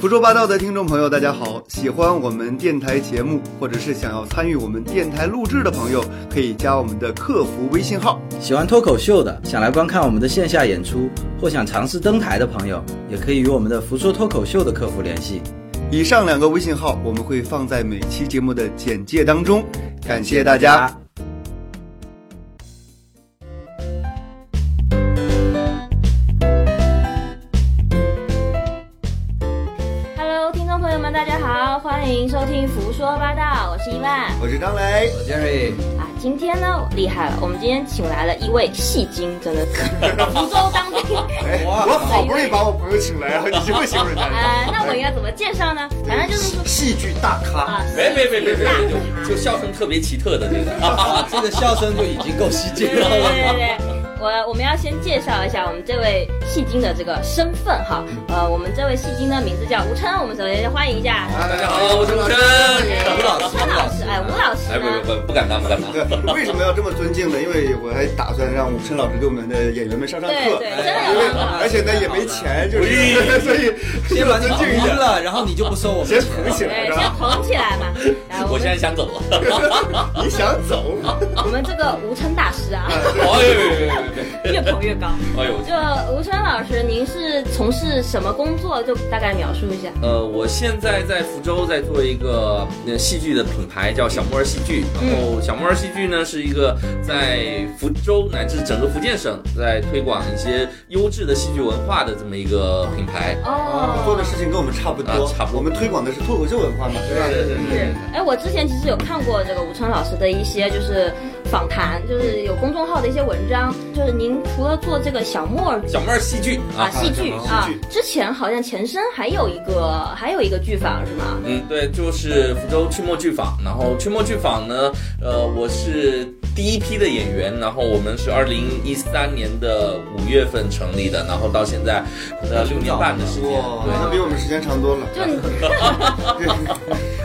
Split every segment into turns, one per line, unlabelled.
胡说八道的听众朋友，大家好！喜欢我们电台节目，或者是想要参与我们电台录制的朋友，可以加我们的客服微信号。
喜欢脱口秀的，想来观看我们的线下演出，或想尝试登台的朋友，也可以与我们的“福说脱口秀”的客服联系。
以上两个微信号我们会放在每期节目的简介当中。感谢大家！
Hello，听众朋友们，大家好，欢迎收听《胡说八道》，我是伊万
我是张磊，
我 Jerry，
啊。今天呢，厉害了，我们今天请来了一位戏精，真的是福州当地。
哎，我好不容易把我朋友请来啊，你就会形容他
呃，那我应该怎么介绍呢？反正就是说
戏剧大咖。
啊，
没没没没
戏精
没
大咖，
就就笑声特别奇特的那个。
啊，这个笑声就已经够吸睛
对对对
了。
对对。我我们要先介绍一下我们这位戏精的这个身份哈，呃，我们这位戏精的名字叫吴琛，我们首先欢迎一下
大
大家好，我是吴真。
吴老师
吴老师，哎，吴老
哎，
师
不
呢？
不不，不敢当，不敢当。
对，为什么要这么尊敬呢？因为我还打算让武生老师给我们的演员们上上课，因
对对真的有
为
上课
而且呢也没钱，就是
喂
所以
先把你
尊敬一下，
晕了，然后你就不收我们
先
钱
扶
了。
起来是
对，先
吧？
捧起来嘛。然后
我
我
现在
们
想走了。
你想走？
我们这个吴琛大师啊，
哎呦哎呦哎呦
越捧越高。
哎呦！
就吴琛老师，您是从事什么工作？就大概描述一下。
呃，我现在在福州，在做一个呃戏剧的品牌，叫小木儿戏剧。然后小木儿戏剧呢，是一个在福州乃至整个福建省在推广一些优质的戏剧文化的这么一个品牌。
哦，
做的事情跟我们差不多，
啊差不多
我们推广的是脱口秀文化嘛，对吧？
对对对
是，哎，我之前其实有看过这个吴琛老师的一些就是访谈，就是有公众号的一些文章。就是您除了做这个小莫儿
小木儿戏剧
啊
啊，
戏剧
小莫
啊
戏剧，
之前好像前身还有一个还有一个剧坊是吗？
嗯，对，就是福州曲墨剧坊。然后曲墨剧坊呢，呃，我是第一批的演员。然后我们是二零一三年的五月份成立的，然后到现在，呃，六年半的时间。
哇，
对
那比我们时间长多了，
就你，
对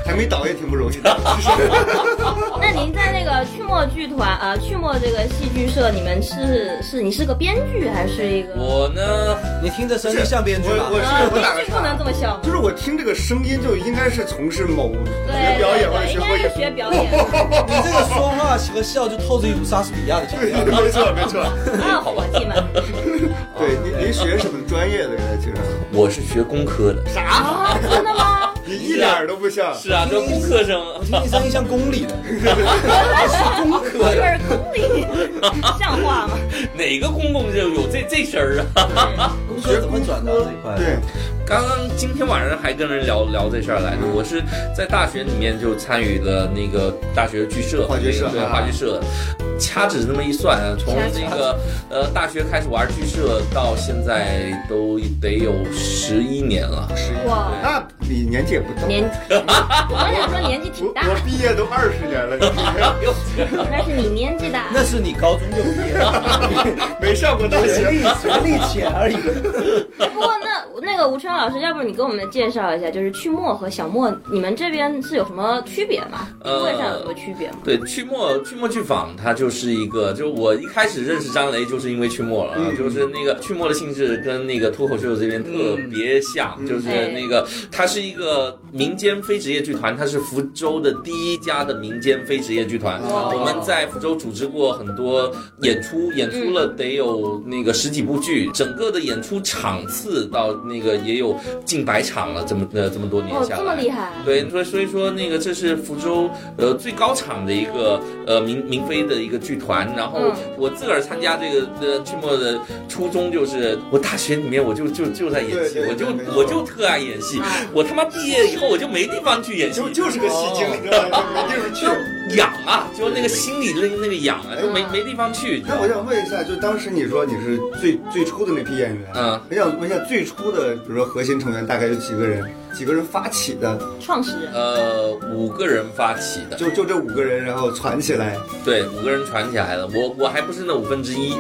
还没倒也挺不容易的。哦
那您在那个趣墨剧团呃趣墨这个戏剧社，你们是是你是个编剧还是一个？
我呢，
你听着声音像编剧吗？
我我
啊，
是我打个
编剧不能这么笑。
就是我听这个声音就应该是从事某学
对
表演或者
对
学
对，
播
应该
音
是。学表演。
你这个说话和笑就透着一股莎士比亚的情
对，
调。
没错没错。
啊，伙计们，
对，您您学什么专业的？刚才介绍。
我是学工科的。
啥？
啊，真的吗？
你 一点儿都不像。
是啊，都工科生。
我听你声音像宫里的，
耳公里，像话吗？
哪个公公就有这这身儿啊？
工科怎么转到这一块？
对，，
刚刚今天晚上还跟人聊聊这事儿来着。我是在大学里面就参与了那个大学剧社，
话剧社
对
啊
话剧社。掐指这么一算，从那个呃大学开始玩剧社到现在都得有十一年了。
哇，
那你年纪也不大。
年，我想说年纪挺
我
大，
我毕业都二十年了，你
但是你年纪大。
那是你高中就毕业了，
没上过大学。
学历浅而已。
不过那那个吴川老师，要不你给我们介绍一下，就是去墨和小墨，你们这边是有什么区别吗？
呃
定位上有什么区别吗？
对，去墨去墨剧坊，它就是一个，就我一开始认识张雷就是因为去墨了，啊，
嗯
就是那个去墨的性质跟那个脱口秀这边特别像，
嗯
就是
哎
那个它是一个民间非职业剧团，它是福州的第一家的民间非职业剧团。
哦
我们在福州组织过很多演出，演出
嗯
了得有那个十几部剧，整个的演出场次到那个也有近百场了，这么呃这么多年
哦，
下来，
这么厉害。
对，所以所以说那个这是福州呃最高产的一个呃民民非的一个剧团，然后
嗯
我自个儿参加这个呃剧末的初衷就是我大学里面我就就就在演戏，
对对
我就
对没错
我就特爱演戏，
啊
我他妈毕业以后我就没地方去演戏
就。就是个戏精，你知道吗？没地方去
就。痒啊，就那个心里的那个痒啊，就没
嗯
没地方去。
哎那我想问一下，就当时你说你是最最初的那批演员，
嗯，
我想问一下最初的，比如说核心成员大概有几个人？几个人发起的？
创始人，
呃，五个人发起的，
就就这五个人，然后攒起来
对，五个人传起来了。我我还不是那五分之一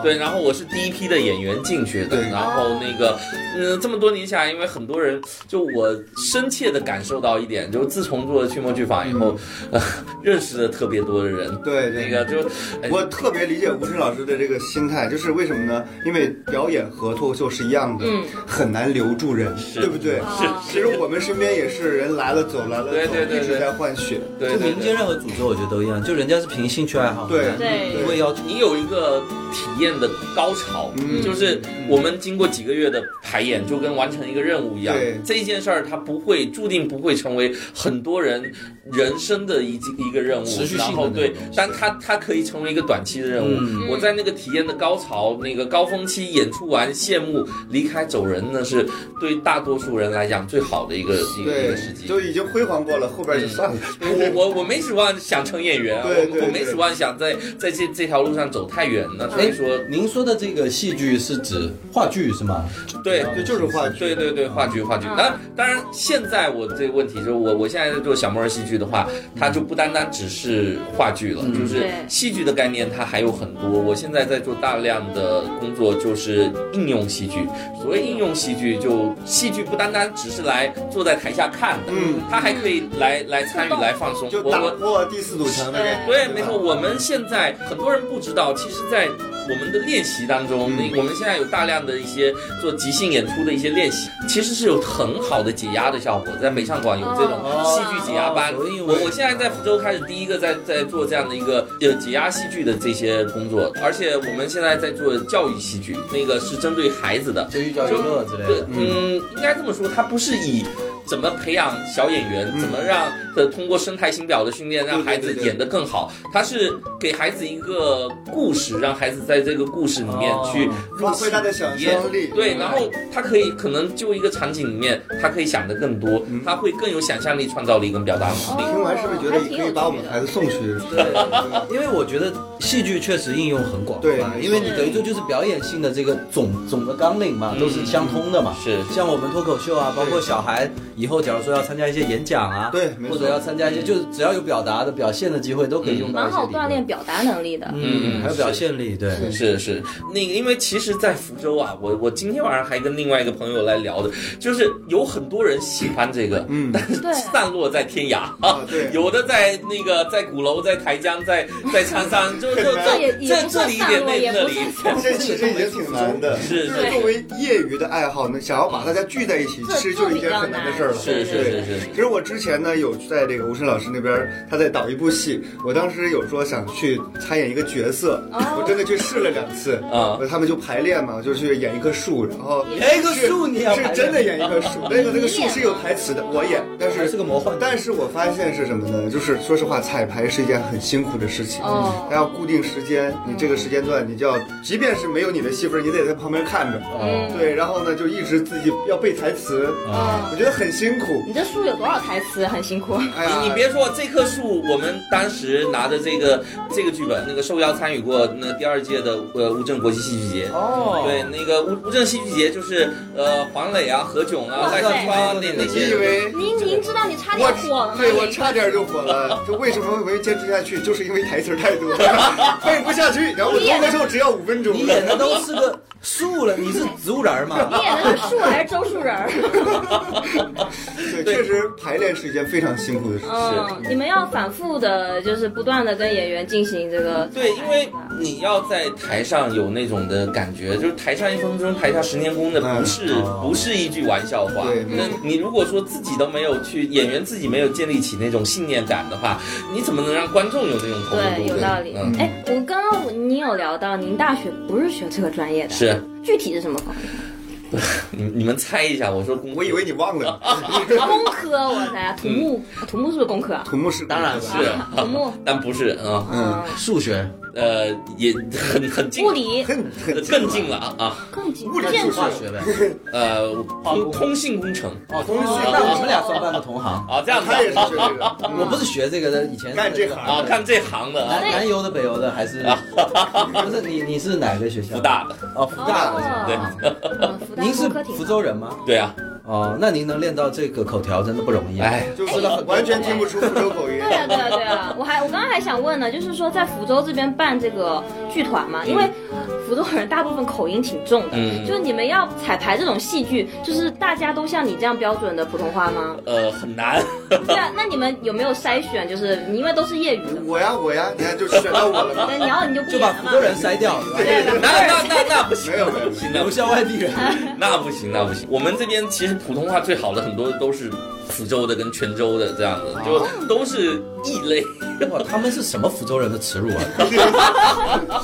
啊
对，然后我是第一批的演员进去的，
对
然后那个，嗯、这么多年下来，因为很多人，就我深切的感受到一点，就是自从做了驱魔剧坊以后，呃，认识了特别多的人。
嗯对对
那个就哎
我特别理解吴志老师的这个心态，就是为什么呢？因为表演和脱口秀是一样的，
嗯
很难留住人，对不对？
啊
其实我们身边也是人来了走，来了走，
对对对
一直
对
在换血。
对
就
对
民间
对，
任何组织，我觉得都一样，就人家是凭兴趣爱好，
对
对
不会要求。
你有一个体验的高潮，
嗯
就是我们经过几个月的排演，就跟完成一个任务一样
对。
这一件事儿，它不会注定不会成为很多人人生的一一个任务，
持续性的
然后
那种
对
东西，
但它它可以成为一个短期的任务。
嗯
我在那个体验的高潮、那个高峰期演出完谢幕离开走人，那是对大多数人来讲最好的一个一个一
对
个时，机。嗯
就已经辉煌过了，后边就算了。
我我我没指望想成演员啊，
对对
我我没
对
指望想在在这这条路上走太远了，所以
哎
说，
您说的这个戏剧是指话剧是吗？
对。
对，就是话剧。
对对对，话剧话剧。
嗯
那当然，现在我这个问题就是我我现在在做小木人戏剧的话，它就不单单只是话剧
嗯
了，就是
对
戏剧的概念它还有很多。我现在在做大量的工作，就是应用戏剧。所谓应用戏剧，就戏剧不单单只是来坐在台下看的，
嗯
它还可以来来参与来放松。
就
我
打
我
破第四堵墙的感觉。
对，
吧
没错，我们现在很多人不知道，其实，在我们的练习当中，那、
嗯
我们现在有大量的一些做即兴演出的一些练习，其实是有很好的解压的效果。在北上广有这种戏
哦
剧解压班，
所以
我我现在在福州开始第一个在在做这样的一个呃解压戏剧的这些工作，而且我们现在在做教育戏剧，那个是针对孩子的，
就寓教于乐之类
对
的，，
嗯，应该这么说，它不是以怎么培养小演员，
嗯
怎么让呃通过生态型表的训练让孩子
对对对对
演得更好，它是给孩子一个故事，让孩子在这个故事里面
哦
去入
发
戏
挥他的想
体验。
象力。嗯
对，然后他可以可能就一个场景里面，他可以想得更多
嗯，哦
他会更有想象力、创造力跟表达能力。
听完是不是觉得也可以把我们孩子送去？对，
因为我觉得戏剧确实应用很广
对
泛，因为你等于说就是表演性的这个总总的纲领嘛，
嗯
都是相通的嘛。
是
像我们脱口秀啊，包括小孩以后假如说要参加一些演讲啊，
对没错
或者要参加一些就是只要有表达的表现的机会，都可以用到
嗯蛮
一些
好
理论
锻炼表达能力的。
嗯，
嗯
还有表现力，对，
是
是是，那个因为其实，在福州啊，我我今天晚上还跟另外一个朋友来聊的，就是有很多人喜欢这个，
嗯
但是
对
散落在天涯
啊对
有的在那个在鼓楼，在台江，在在苍山，就就
这
也
这
也
这
不
这
算
里一点，
散落也
那那
不
里
算散
一点，
这其实也挺难的。
是
就是作为业余的爱好呢，想要把大家聚在一起，
这
其实就是一件很难的事儿了。
是是是是是
其实我之前呢有在这个吴声老师那边，他在导一部戏，我当时有说想去参演一个角色，
哦
我真的去试了两次，
啊
他们就排练嘛，就去演一棵树，然后
哎，一个树你要
是
排
真的
练
演一棵树，那个那个树是有台词的，我演，但
还
是
是个魔幻，
但是我发现是什么呢？就是说实话，彩排是一件很辛苦的事情，
哦
它要固定时间，你这个时间段你就要，即便是没有你的戏份，你得在旁边看着。
哦
对，然后呢，就一直自己要背台词，
嗯
啊，
我觉得很辛苦。
哦你这书有多少台词？啊很辛 苦。
哎呀，
你你别说这棵树，我们当时拿着这个这个剧本，那个受邀参与过那个第二届的呃乌镇国际戏剧节，
哦
对，那个乌乌镇戏剧节就是呃黄磊啊、何炅啊、
哇
赖
塞
声川啊那那
你
些
以为
您您知道你差点
我
火了吗？
对我差点就火了，就为什么没坚持下去，就是因为台词太多，背不下去。然后我脱口秀只要五分钟，
你演的都是个树了，你是植物人
你
嘛？
演的是树还是周树 人儿？
对，确实排练是一件非常辛苦的事。
嗯，你们要反复的，就是不断的跟演员进行这个
对，因为你要在台上有那种的感觉，就是台上一分钟，台下十年功的，
嗯
不是、
哦
不是一句玩笑话
对。
那你如果说自己都没有去，演员自己没有建立起那种信念感的话，你怎么能让观众有那种投入
对
度？
有道理
嗯。
哎，我刚刚您有聊到您大学不是学这个专业的，
是
具体是什么方面？
你你们猜一下，我说工，
我以为你忘了，
啊工科，我猜啊土木，土木是不是工科啊？
土木是
当然是
是
啊土木，
但不是啊、
嗯，
数学、
呃，也很很近，
物理
很很
更近了啊啊，
更紧
物理
建
是
筑
化学呗。
呃，
化
通
工
通信工程
哦，同学，那我们俩算半个同行。
啊，这样子
他也是
啊
学这个，
我不是学这个的，以前是
干这行
啊，干这行的啊
南，南邮的、北邮的还是？不是你你是哪个学校？
不。大的，
哦，复大的。啊
哦嗯福大
您是
工科挺好
福州人吗？
对啊，
哦，那您能练到这个口条真的不容易。啊
哎，
就是完全听不出福州口音。
对啊，对啊，对啊！我还我刚刚还想问呢，就是说在福州这边办这个剧团嘛，因为福福州人大部分口音挺重的，
嗯
就你们要彩排这种戏剧，就是大家都像你这样标准的普通话吗？
呃，很难。
对啊，那你们有没有筛选？就是你因为都是业余的嘛，
我呀我呀，你看就选到我了。
对，然后你就不
就
演
把
了
福
嘛
州。人筛掉，
对，
那那那那不行，
没有没有
不行，那
留
不行
下外地人。
那不行，那不行。我们这边其实普通话最好的很多都是福州的跟泉州的这样子，就都是异类。
哇，他们是什么福州人的耻辱啊！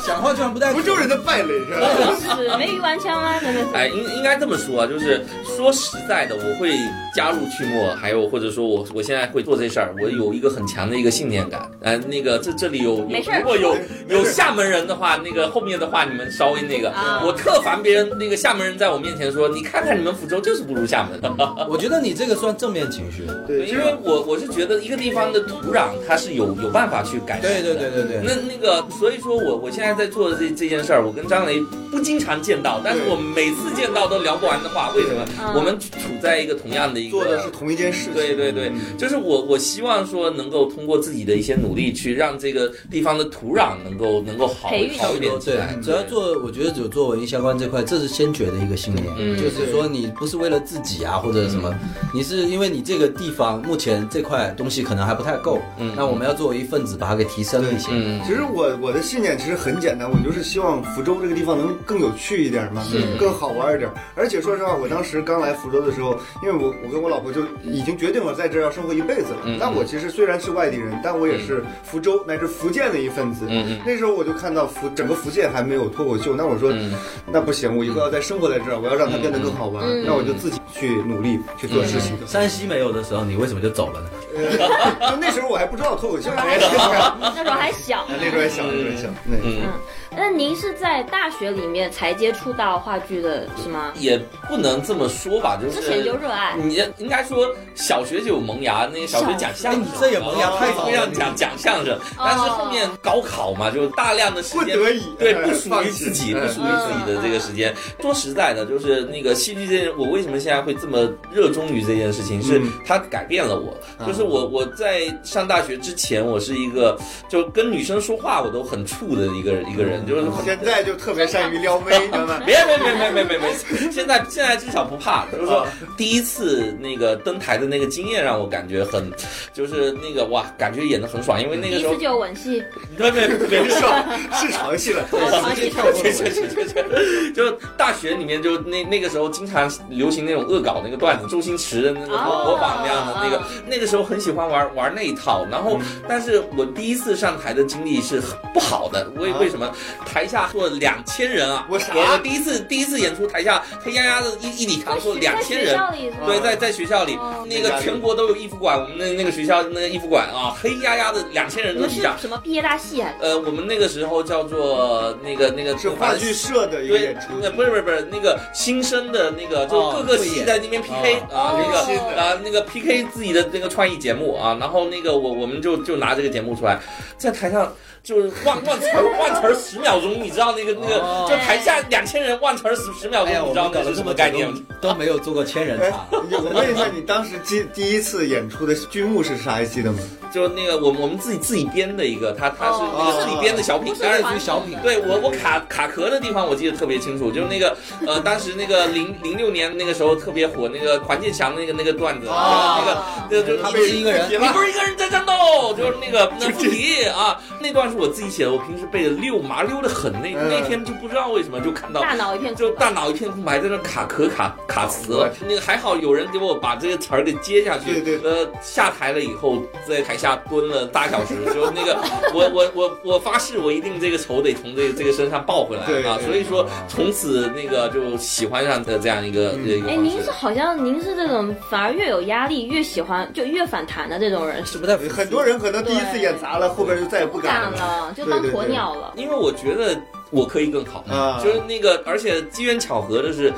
讲话居然不带
福州人的败类是吧？
是没鱼丸枪啊，真的是。
哎，应应该这么说啊，就是说实在的，我会加入去末，还有或者说我我现在会做这事儿，我有一个很强的一个信念感。呃，那个这这里有有
没事儿
如果有
没事
有厦门人的话，那个后面的话你们稍微那个，
啊
我特烦别人那个厦门人在我面前说，你看看你们福州就是不如厦门。
我觉得你这个算正面情绪。
对，
因为我我是觉得一个地方的土壤它是有有办法去改善
对
的。
对对对对，
那那个，所以说我我现在在做的这这件事儿，我跟张雷不经常见到，但是我每次见到都聊不完的话，为什么？
嗯
我们处在一个同样的一个
做的是同一件事情。嗯
对对对，就是我我希望说能够通过自己的一些努力，去让这个地方的土壤能够能够好
培育
好一点起来。
对，只要做，我觉得只有做文艺相关这块，这是先决的一个信念，
嗯
就是说你不是为了自己啊或者什么，你是因为你这个地方目前这块东西可能还不太够，
嗯
那我们要作为一份子把它给提升一些。
嗯
其实我我的信念其实很简单，我就是希望福州这个地方能更有趣一点嘛，更好玩一点。而且说实话，我当时刚来福州的时候，因为我我跟我老婆就已经决定了在这儿要生活一辈子了。
嗯
但我其实虽然是外地人，但我也是福州乃至福建的一份子。
嗯嗯
那时候我就看到福整个福建还没有脱口秀，那我说、
嗯
那不行，我以后要再生活在这儿，我要让它变得更好玩，
嗯
那我就自己去努力去做事情。
嗯
山西没有的时候，你为什么就走了呢？
呃就那时候我还不知道脱口秀，那
那时候还小。
时候还 小，那时候还小，那。
嗯，
那您是在大学里面才接触到话剧的，是吗？
也不能这么说吧，就是嗯
之前就热爱。
你应该说小学就有萌芽，那个小学讲相声
哎，你这也萌芽太早了
哦
哦
非常讲讲相声，但是后面高考嘛，就大量的时
不
间
得已，
对，
哎
不属
放
于
弃
自己，
哎
不属于自己的这个时间。说实在的，就是那个戏剧这件，我为什么现在会这么热衷于这件事情，是
嗯
它改变了我。就是我我在上大学之前，我是一个就跟女生说话我都很怵的一个人一个
嗯
人，就是很
现在就特别善于撩 妹，你知道吗？
别别别别别别别！现在现在至少不怕，就是说第一次那个登台的那个经验让我感觉很，就是那个哇，感觉演的很爽，因为那
第
个
一
时候
次就有吻戏，
别别别别
别说是床戏了， 直接跳过
去去去去去！ 就大学里面就那那个时候经常流行那种恶搞那个段子，周星驰的那个模
哦
模仿那样的那个
哦，
那个时候很喜欢玩玩那一套。然
嗯
后，但是我第一次上台的经历是很不好的，为
啊
为什么？台下坐两千人啊！
我啥
我我第一次第一次演出，台下黑压压的一一礼堂坐两
在
千
学
人。
校里是吗？
对，在在学校里
哦，
那个全国都有艺术馆，我们那那个学校那个艺术馆啊，黑压压的两千人
你
都
们
一
是
样。
什么毕业大戏还是？
呃，我们那个时候叫做那个那个
是话剧社的一个
对
演出，，
呃不是不是不是那个新生的那个，就
哦
各个
汇
系
演
在那边 PK 啊，那
新
个
的
啊那个 PK 自己的那个创意节目啊，然后那个我我们就就拿这个节目出来，在台上就是忘忘词儿 忘词儿十秒钟，你知道那个那个
哦
就台下两千人忘词儿十十秒
哎呀，
钟，
我
你知道
们搞
那
了
是
这
什
么
么
久
概念吗？
都没有做过千人
哎
场，，
我问一下，你当时第第一次演出的剧目是啥？还记得吗？
就那个我们我们自己自己编的一个，他他是
哦
那个自己编的小品
不，是
当然
团
是小品
对我我卡卡壳的地方我记得特别清楚，就是那个呃，当时那个零零六年那个时候特别火那个黄健翔那个那个段子，
哦
那个那个就是
他
你
不是一个人
你
你不是一个人在战斗，就是那个那不提啊，那段是我自己写的，我平时背的溜麻溜的很，那
嗯
那天就不知道为什么就看到
大脑一片
就
空白
大脑一片空白，在那卡壳卡卡词
我
了。那个还好有人给我把这个词儿给接下去。
对对
呃，下台了以后，在台下蹲了大小时，就那个我我我我发誓，我一定这个仇得从这个这个身上报回来
对
啊！
对
所以说，从此那个就喜欢上的这样一个、
嗯
这一个
哎，
方
您
式
是。好像您是这种反而越有压力越喜欢就越反弹的这种人，
是不太符合
哎很多人可能第一次演砸了，后边就再也不
不
敢
敢
了。
了，就当鸵鸟了。
因为我觉得我可以更好，
啊
就是那个，而且机缘巧合的是，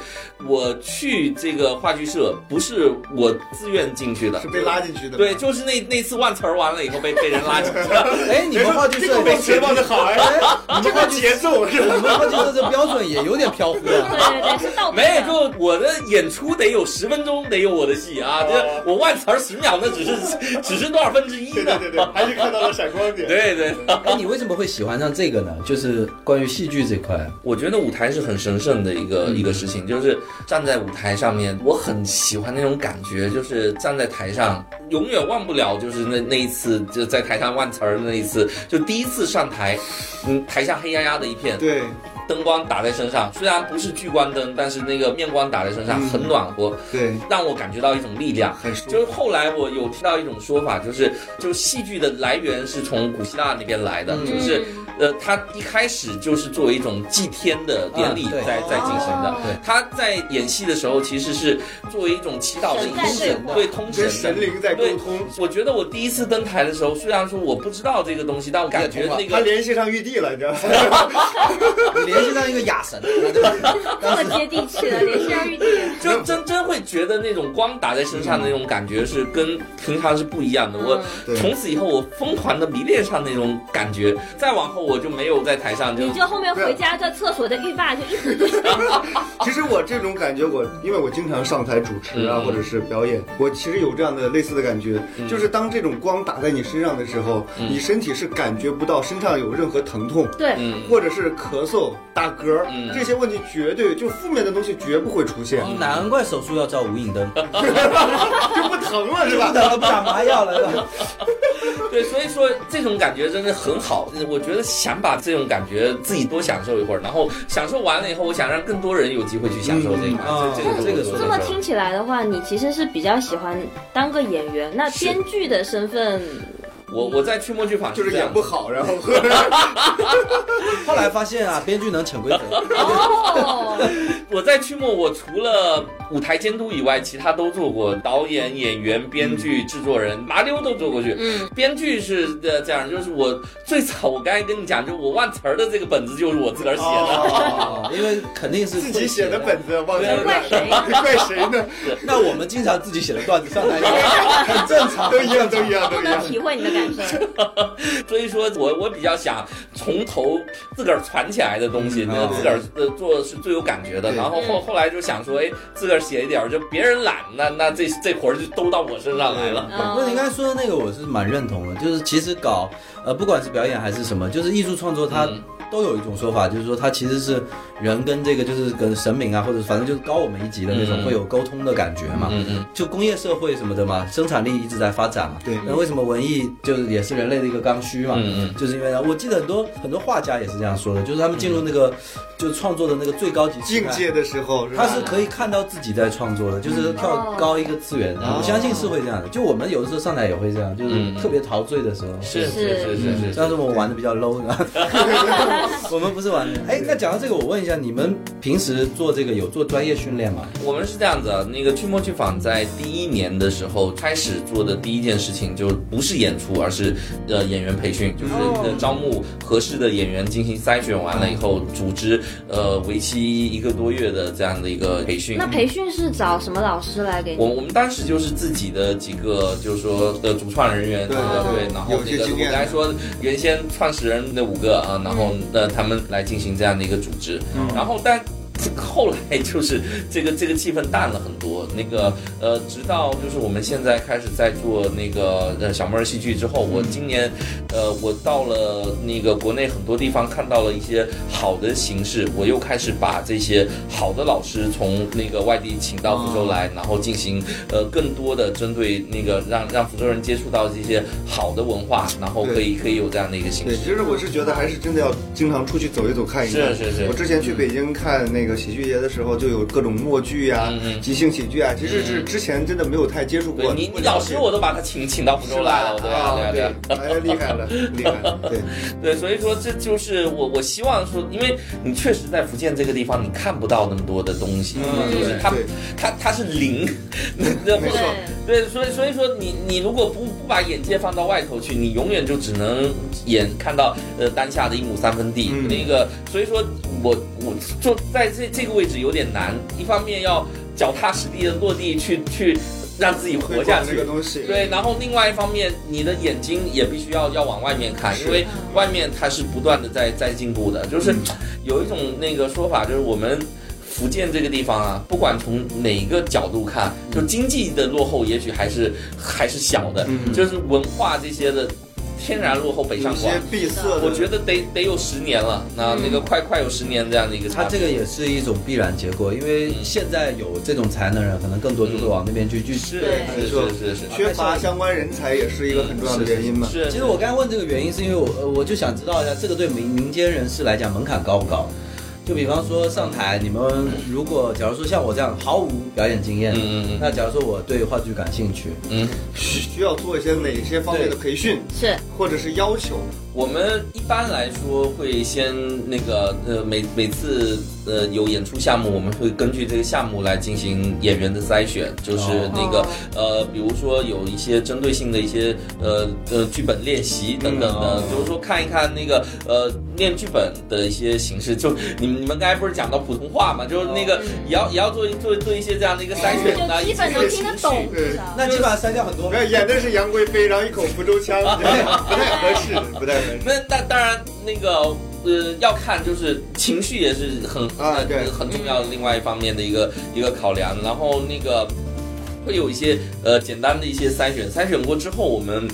我去这个话剧社不是我自愿进去的，
是被拉进去的。
对，，就是那那次万词儿完了以后被被人 拉进去了。
哎，你们话剧
这
社
个被解放的好 哎，
哎，你
这
们
个
话剧
节奏是
你
吧？
们话剧社这标准也有点飘忽
对
啊。
对对，是倒逼
没有，
的。
就我的演出得有十分钟，得有我的戏啊！这
哦
我万词儿十秒，那只是只是多少分之一
对
呢
对？对对，还是看到了闪光点。
对对，
哎，你为什么会喜欢上这个呢？就是关于戏戏剧这块？
我觉得舞台是很神圣的一个、一个事情，就是站在舞台上面，我很喜欢那种感觉，就是站在台上，永远忘不了，就是那那一次就在台上万词儿那一次，就第一次上台，嗯，台下黑压压的一片，
对，
灯光打在身上，虽然不是聚光灯，但是那个面光打在身上
嗯
很暖和，
对，
让我感觉到一种力量。
很舒
就是后来我有听到一种说法，就是就戏剧的来源是从古希腊那边来的，
嗯
就是呃，它一开始就是作为一种祭天的典礼
啊对
在在进行的。
哦
对
他在演戏的时候，其实是作为一种祈祷的
神
仪
在
式
对，话
对通神
跟
的
神灵在沟通，
我觉得我第一次登台的时候，虽然说我不知道这个东西，但我感觉那
他
个
联系上玉帝了，你知道吗？
你联系上一个雅神，对吧
这么接地气的，连相遇地
就真真会觉得那种光打在身上的那种感觉是跟平常是不一样的。我
对
从此以后，我疯狂的迷恋上那种感觉。再往后，我就没有在台上就
你就后面回家在厕所的浴霸就一直蹲着，
其实我这种感觉我，因为我经常上台主持啊，
嗯
或者是表演，我其实有这样的类似的感觉，就是当这种光打在你身上的时候，你身体是感觉不到身上有任何疼痛，
对，
嗯，
或者是咳嗽、打嗝、
嗯
这些问题，绝对就负面的东西绝不会出现，
难怪手术要照无 影灯，
就不疼了是 吧？
不打麻药了，是吧？
对，所以说这种感觉真的很好。我觉得想把这种感觉自己多享受一会儿，然后享受完了以后，我想让更多人有机会去享受这一块。
嗯
这这
这
个
个
是我
说得
做
这
的
么
事儿
听起来的话，你其实是比较喜欢当个演员。那
是
编剧的身份，
我我在去墨剧坊
就是
这
演
样
不好，然后
后来发现啊，编剧能潜规则，
哦，
我在曲墨，我除了舞台监督以外，其他都做过，导演、演员、编剧、制作人，麻溜都做过去。
嗯，
编剧是呃这样，就是我最早我刚才跟你讲，就我忘词儿的这个本子就是我自个儿写的。
哦因为肯定 是
自己写的本子忘记
对
了，
怪谁呀
怪谁呢？
那我们经常自己写的段子上台， 很正常，
都一样，都一样，
不
都一
能
样。
体会你的感受。
所以说我我比较想从头自个儿传起来的东西，
嗯
那
哦
自个儿呃做是最有感觉的。
对
然后后
嗯
后来就想说，哎，自个儿写一点儿，就别人懒，那那这这活儿就都到我身上来了。
嗯
不是你刚才说的那个，我是蛮认同的。就是其实搞，呃，不管是表演还是什么，就是艺术创作，它
嗯
都有一种说法，就是说它其实是人跟这个就是跟神明啊，或者反正就是高我们一级的那
嗯
种，会有沟通的感觉嘛。
嗯嗯，
就工业社会什么的嘛，生产力一直在发展嘛。
对
那为什么文艺就是也是人类的一个刚需嘛？
嗯嗯
就是因为呢，我记得很多很多画家也是这样说的，就是他们进入那个、就创作的那个最高级时
境
代
界的时候，是吧
他是可以看到自己在创作的，就是
嗯
跳高一个次元，
哦
我相信是会这样的。就我们有的时候上台也会这样，就是
嗯
特别陶醉的时候。
是
是
是是是是，
但是我们玩的比较 low 呢， 我们不是玩的。哎，那讲到这个，我问一下，你们平时做这个有做专业训练吗？
我们是这样子，啊，那个去墨剧坊在第一年的时候开始做的第一件事情，就不是演出，而是呃演员培训，就是、
哦
呃招募合适的演员进行筛选完了以后，组织呃为期一个多月的这样的一个培训。
那培训是找什么老师来给
我
你？
我们当时就是自己的几个，就是说的主创人员，
对
对
对
然后
有些
那个
经
我
验嗯
们来说，原先创始人的五个啊，然后呃他们来进行这样的一个组织，然后但。 后来就是这个这个气氛淡了很多，那个呃，直到就是我们现在开始在做那个呃小妹儿戏剧之后，我今年呃我到了那个国内很多地方看到了一些好的形式，我又开始把这些好的老师从那个外地请到福州来，然后进行呃更多的针对那个让让福州人接触到这些好的文化，然后可以可以有这样的一个形
对，
式。
其实我是觉得还是真的要经常出去走一走，看一看。
是是是
我之前去北京看那个喜剧节的时候，就有各种默剧呀、
嗯嗯
即兴喜剧啊，其实是之前真的没有太接触
对
过。
你
不
你
了
老
解
师我都把他请请到福州来了，
是
对
吧
吧？对
啊
啊对啊。
对，哎，厉害了，厉害了， 对，
对，所以说这就是我我希望说，因为你确实在福建这个地方，你看不到那么多的东西，
嗯
就是它
对
它它是零，那
没
或者
错
对，所以所以说你你如果不不把眼界放到外头去，你永远就只能眼看到呃当下的一亩三分地、
嗯
那个，所以说我我坐在这这个位置有点难，一方面要脚踏实地的落地去去让自己活
推
下
广
去
这个，东西，
对，然后另外一方面，你的眼睛也必须要要往外面看，
是
因为外面它是不断的在在进步的。就是有一种那个说法，就是我们福建这个地方啊，不管从哪一个角度看，就经济的落后也许还是还是小的，
嗯
就是文化这些的。天然落后北上
有
广
些。闭塞的，
我觉得得得有十年了，那那个快快有十年这样的一个差
它
距。
这个也是一种必然结果，因为现在有这种才能人，可能更多就会往那边去去
是
对
是是是是，
缺乏相关人才也是一个很重要的原因嘛。
嗯是。
其实我刚才问这个原因，是因为我呃我就想知道一下，这个对民民间人士来讲门槛高不高？就比方说上台，你们如果假如说像我这样毫无表演经验，
嗯嗯嗯
那假如说我对话剧感兴趣，
嗯，
需需要做一些哪些方面的培训，
是
或者是要求？
我们一般来说会先那个呃，每每次呃有演出项目，我们会根据这个项目来进行演员的筛选，就是那个、呃，比如说有一些针对性的一些呃呃剧本练习等等
嗯
的，
哦
比如说看一看那个呃练剧本的一些形式。就你们你们刚才不是讲到普通话嘛，就是那个、也要也要做一做做一些这样的一个筛选啊
就
那
基本能听得懂，
对
至少
那基本上删掉很多
没。有演的是杨贵妃，然后一口福州腔， 不太不太合适，不太合适。
那那当然，那个呃，要看就是情绪也是很
啊
很
对
很重要的另外一方面的一个一个考量。然后那个会有一些呃简单的一些筛选，筛选过之后，我们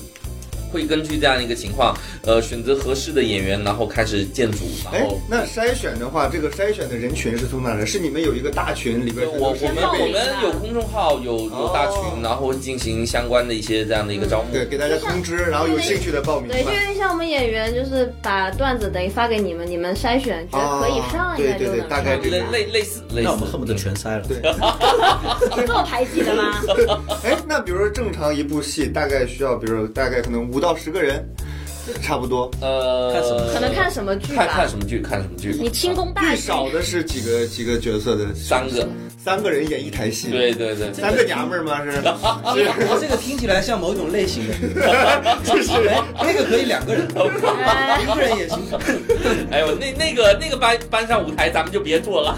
会根据这样一个情况，呃，选择合适的演员，然后开始建组，然
哎
后。，
那筛选的话，这个筛选的人群是从哪来？是你们有一个大群里边
对
才
我
能
我
筛
们
选
我们有公众号，有有大
哦
群，然后进行相关的一些这样的一个招募。
对给大家通知，然后有兴趣的报名
对，
吧
就。是像我们演员，就是把段子等于发给你们，你们筛选觉得可以上，
哦
应该就
对对
能
对大概
上
这个
类类类似类似，
那我们恨不得全删了。
对
这么排挤 的吗？
哎，那比如说正常一部戏大概需要，比如大概可能五到十个人，差不多。
呃，
看什么
可能看什么剧
看看
吧，
什么剧，看什么剧。
你清宫大
最
剧
少的是几个几个角色的？
三个，
三个人演一台戏。
对对对，
三个娘嗯们儿吗？是，
我这个听起来像某种类型的，
这 是
哎，那个可以两 个人，
哎
一个人也行。
哎呦，那那个那个搬搬上舞台，咱们就别做 了。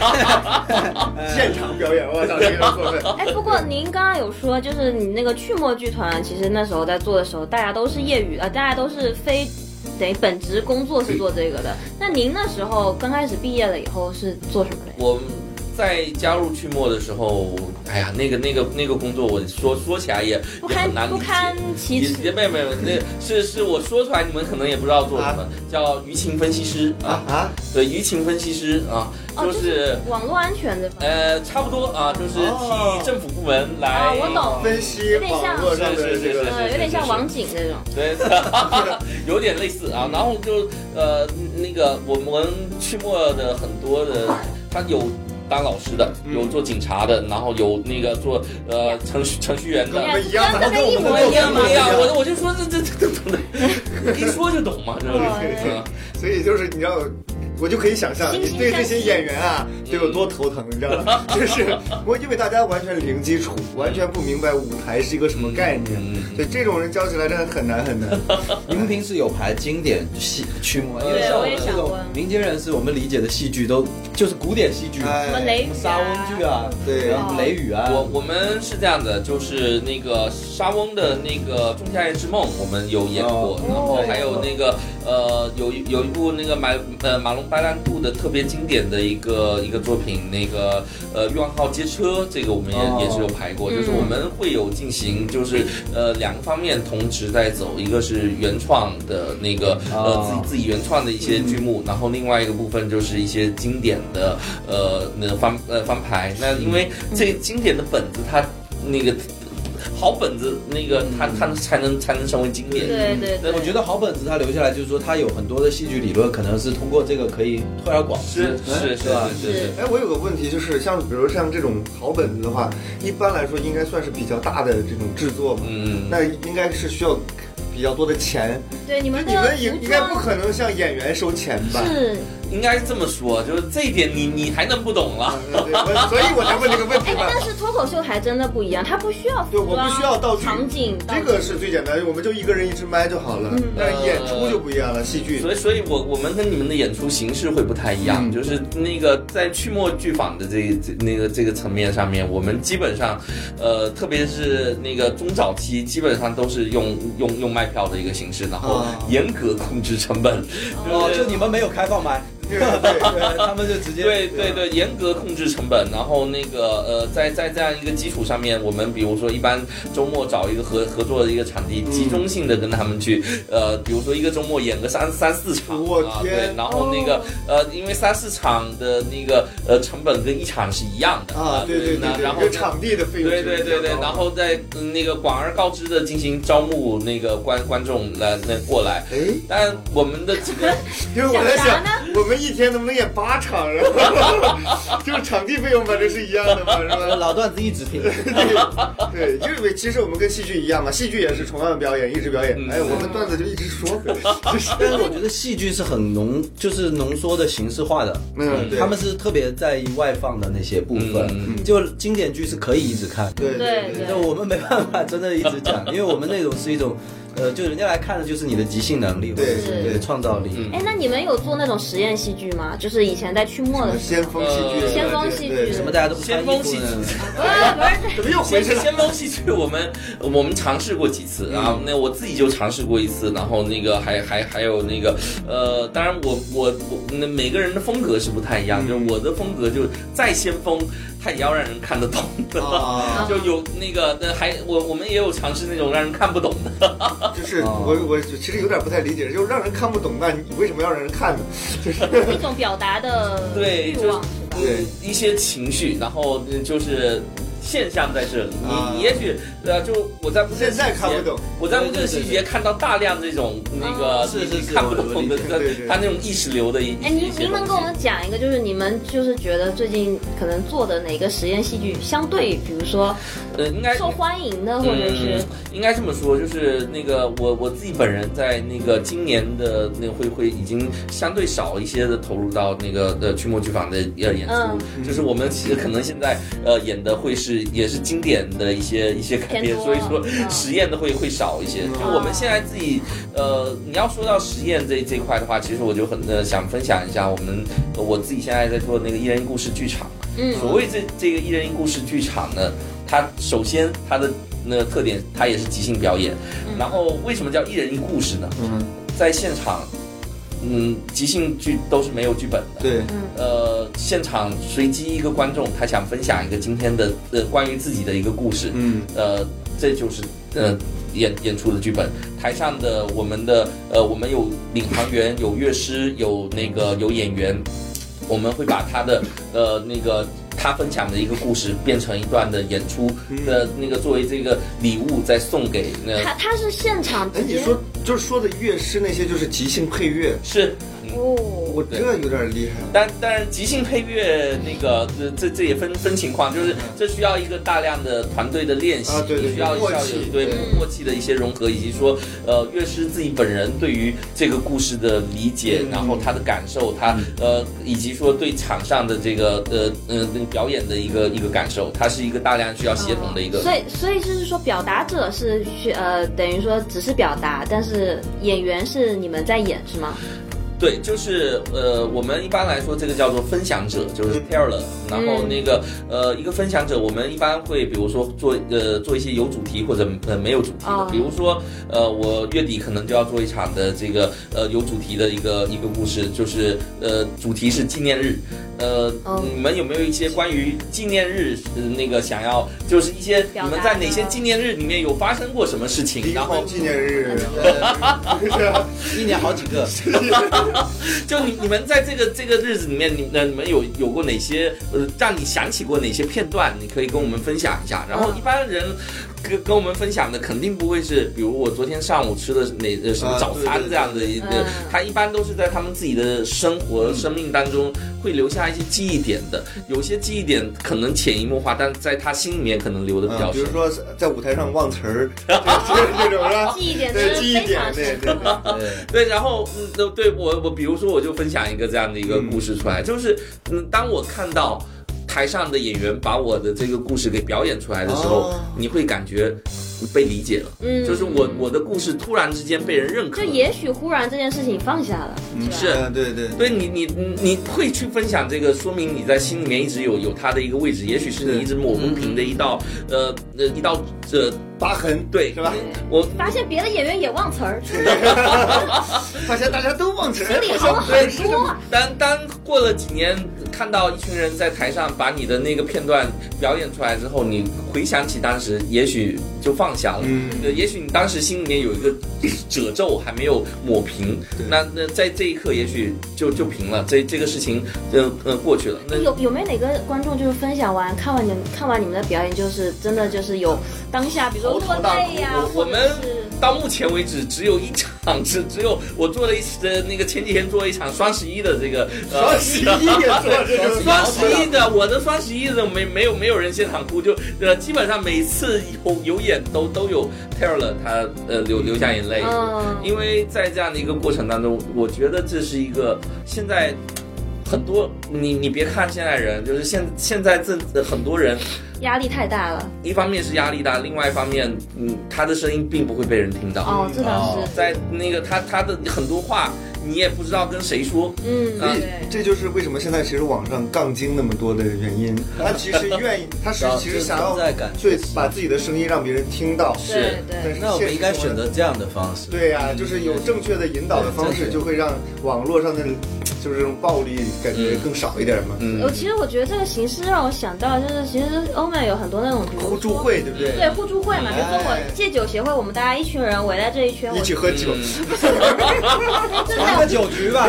呃
现场表演，我操，这个过 分。
哎，不过您刚刚有说，就是你那个剧末剧团，其实那时候在做的时候，大家都是业余，呃，大家都是非等于本职工作是做这个的。那您那时候刚开始毕业了以后是做什么的呀？
我在加入剧末的时候，哎呀，那个那个那个工作，我说说起来也
不
也
堪
很难
不
理解。
堪
也
其
也
职，
没有没有，那是是我说出来，你们可能也不知道做什么，叫舆情分析师啊，
啊！
对，舆情分析师啊，
哦
就、
就是网络安全这方面。
呃，差不多啊，就是
哦
替政府部门来，
啊，我懂，
分析网络上的这个，
嗯，有点像网警那种。
对，啊 有点类似
嗯
啊。然后就呃那个我们去末的很多的，
嗯
他有当老师的，有做警察的，然后有那个做呃程序程序员的
跟。我
哎
们一样
跟这
的，
边一模
哎
嗯一
呀
样吗？
妈呀！我我就说这这这这，一说就懂嘛，这
对
哦
是。
所以就是你知道。我就可以想象，你对这些演员啊，
嗯
得有多头疼，你知道 吗？就是我，因为大家完全零基础，完全不明白舞台是一个什
嗯
么概念，对这种人教起来真的很难很 难。
你们平时有排经典戏曲目吗？因为
对
像
我
我
也
们这
想
种
问
民间人士，我们理解的戏剧都就是古典戏剧，
哎
什么雷雨
沙翁剧啊，
对
然后雷雨啊，
我我们是这样的，就是那个沙翁的那个《仲夏夜之梦》，我们有演过
哦，
然后还有那个呃，有一有一部那个马呃马龙白兰度的特别经典的一个一个作品，那个呃《欲望号街车》，这个我们也、
哦
也是有排过，就是
嗯
我们会有进行就是呃两个方面同时在走，一个是原创的那个呃自
哦
己自己原创的一些剧目，然后另外一个部分就是一些经典的呃那翻呃翻牌。那因为这经典的本子它那个好本子那个它它才能才能成为经典。
对对对，
我觉得好本子它留下来，就是说它有很多的戏剧理论，可能是通过这个可以推而广之
是，是是
对吧？
是是。
哎，我有个问题，就是像比如像这种好本子的话，一般来说应该算是比较大的这种制作嘛，
嗯，
那应该是需要比较多的钱，
对你们
你
的
们应
服
应该
装
不可能向演员收钱吧？
是
应该这么说，就是这一点你你还能不懂了？
对我所以我才问这个问题
哎，
嘛。
但是脱口秀还真的不一样，它不需要服
对，
装，
我不需要道具，
场景，嗯
这个是最简单，我们就一个人一支麦就好了。但是演出就不一样了，戏剧
所以，所以我我们跟你们的演出形式会不太一样，
嗯
就是那个在去末剧坊的这这那个这个层面上面，我们基本上，呃，特别是那个中早期，基本上都是用用用卖票的一个形式，然后
啊
严格控制成本。
哦，
对
就你们没有开放麦，
对对 对，
他们就直接
对对对，严格控制成本，然后那个呃，在在这样一个基础上面，我们比如说一般周末找一个合合作的一个场地，集中性的跟他们去，呃，比如说一个周末演个三三四场，
我
啊，
天
对，然后那个
哦
呃，因为三四场的那个呃成本跟一场是一样的
啊，对对
那
对对，
然后
这
呢
场地的费用是
对
比较高
对
的，
对对，然后在嗯那个广而告之的进行招募那个观观众来来过来，
哎，
但我们的几个
因为我在
想啥
想，我们一天能不能演八场，然 后就是场地费用反正是一样的嘛，是吧？
老段子一直听，
对，对，因为其实我们跟戏剧一样嘛，戏剧也是同样的表演，一直表演。
嗯
哎，我们段子就一直 说，就是
但是我觉得戏剧是很浓，就是浓缩的形式化的。
嗯，对，
他们是特别在意外放的那些部
嗯
分，就经典剧是可以一直看的。
对
对
对
那我们没办法，真的一直讲，因为我们那种是一种，呃，就人家来看的就是你的即兴能力，
对
或者是你的
对
创造力。
嗯
哎，那你们有做那种实验戏剧吗？就是以前在去末的时
先锋戏剧，
呃
先锋戏剧
对对
什么大家都不穿
先
衣
锋
服
戏
呢？
剧。
候， 啊不是
怎么又回去
先
了？
先锋戏剧，我们我们尝试过几次啊，
嗯
那我自己就尝试过一次，然后那个还还还有那个呃，当然我我我那每个人的风格是不太一样，
嗯
就是我的风格就再先锋，它也要让人看得懂的。
啊，
就有那个，那还我我们也有尝试那种让人看不懂的，
就是
哦
我我其实有点不太理解，就是让人看不懂，那你为什么要让人看呢？就是
一种表达的
对
欲
就是
望，是吧？
对
一些情绪，然后嗯就是现象在这里。
啊
你你也许呃，就我在不正
现在看不懂，
我在乌镇戏剧节看到大量这种那个
哦是是是
看不
我
懂
理
的
解，
他
对对
他那种意识流的一
哎，
一
您
一些
您能
东
跟我
西
们讲一个，就是你们就是觉得最近可能做的哪个实验戏剧相对，比如说
呃应该
受欢迎的，或者是
嗯、应该这么说，就是那个我我自己本人在那个今年的那个会会已经相对少一些的投入到那个呃曲墨剧坊的呃演出，
嗯
就是我们其实可能现在呃演的会是也是经典的一些一些改
偏
编，
多
所以说
嗯
实验的会会少一些。
嗯
就我们现在自己呃你要说到实验这这一块的话，其实我就很呃想分享一下我们、呃我自己现在在做那个一人一故事剧场。
嗯
所谓这这个一人一故事剧场呢，它首先它的那个特点，它也是即兴表演。
嗯
然后为什么叫一人一故事呢？
嗯，
在现场，嗯，即兴剧都是没有剧本的。
对，
呃，现场随机一个观众，他想分享一个今天的呃关于自己的一个故事，
嗯，
呃，这就是呃演演出的剧本。台上的我们的呃，我们有领航员，有乐师，有那个有演员，我们会把他的呃那个他分享的一个故事变成一段的演出的那个作为这个礼物再送给呃那、
他他是现场
哎，
直
你
接
说就是说的乐师那些就是即兴配乐，
是。
哦，
我这有点厉害。
但当然，即兴配乐那个，这这这也分分情况，就是这需要一个大量的团队的练习，
嗯啊对对
需要
默
需要
契
有对
对
默契的一些融合，以及说呃乐师自己本人对于这个故事的理解，
嗯
然后他的感受，他呃以及说对场上的这个呃呃那个表演的一个一个感受，它是一个大量需要协同的一个。
所以所以就是说，表达者是去呃，等于说只是表达，但是演员是你们在演是吗？
对，就是呃，我们一般来说这个叫做分享者，就是 teller、然后
嗯
那个呃，一个分享者，我们一般会比如说做呃做一些有主题或者呃没有主题的，
哦
比如说呃，我月底可能就要做一场的这个呃有主题的一个一个故事，就是呃主题是纪念日，呃、
哦
你们有没有一些关于纪念日、呃、那个想要就是一些
表
你
达
们在哪些
呢
纪念日里面有发生过什么事情，
离
然后
婚纪念日，
一年好几个，
就你你们在这个这个日子里面，你呃你们有有过哪些呃让你想起过哪些片段？你可以跟我们分享一下。然后一般人呃跟跟我们分享的肯定不会是，比如我昨天上午吃的哪呃什么
啊
早餐
对对对
这样的一
嗯
个，他一般都是在他们自己的生活生命当中会留下一些记忆点的。有些记忆点可能潜移默化，但在他心里面可能留的比
嗯
较
比
深
如。说在舞台上忘词儿，就是这种是吧？
记忆点真
对，
的
记忆
非
点
常，
对
深
对
刻。
对，
对，然后嗯，对对我我比如说我就分享一个这样的一个故事出来，就是嗯，当我看到台上的演员把我的这个故事给表演出来的时候，
哦
你会感觉被理解了，
嗯
就是我我的故事突然之间被人认可
就
了。
也许忽然这件事情放下了，
嗯
吧
是
嗯对对。
对你，你你你会去分享这个，说明你在心里面一直有有他的一个位置，也许是你一直抹不平的一道，呃呃一道呃
疤痕，
对
是吧？
我
发现别的演员也忘词 儿，
发现大家都忘词，
词里头很多啊。
当当过了几年，看到一群人在台上把你的那个片段表演出来之后，你回想起当时，也许就放下了。
嗯
呃，也许你当时心里面有一个 褶皱还没有抹平，那那在这一刻，也许就就平了，这这个事情，呃呃过去了。那
有有没有哪个观众就是分享完看完你们看完你们的表演，就是真的就是有当下，比如说落泪呀、
我
或
我
者
们
是
到目前为止只有一场，只只有我做了一呃那个前几天做了一场双十一的这个呃
双 十一也做这个
双十一的，我的双十一的没没有没有人现场哭，就呃基本上每次有有演都都有 Taylor 他呃流流下眼泪，
嗯
因为在这样的一个过程当中，我觉得这是一个现在很多你你别看现在人，就是现现在这呃很多人，
压力太大了。
一方面是压力大，另外一方面，嗯，他的声音并不会被人听到。
嗯
哦，这倒是，
在那个他他的很多话，你也不知道跟谁说。
嗯，
啊
对。
这就是为什么现在其实网上杠精那么多的原 因。他其实愿意，他是
然后
其
啊就
实
是
想要
存在感
对把自己的声音让别人听到。
对
但
对，
是
那我
现
们
实
应该
中
选择这样的方式。
对呀、就是有正确的引导的方式，
对
就会让网络上的就是这种暴力感觉更少一点嘛。
嗯
呃我其实我觉得这个形式让我想到，就是其实欧美有很多那种，比
互
如
助
说，
会对不对？
对互助会嘛，比如说
哎
我戒酒协会，我们大家一群人围在这一圈，我
一起喝酒，
嗯
就是
玩
那
个酒局 吧。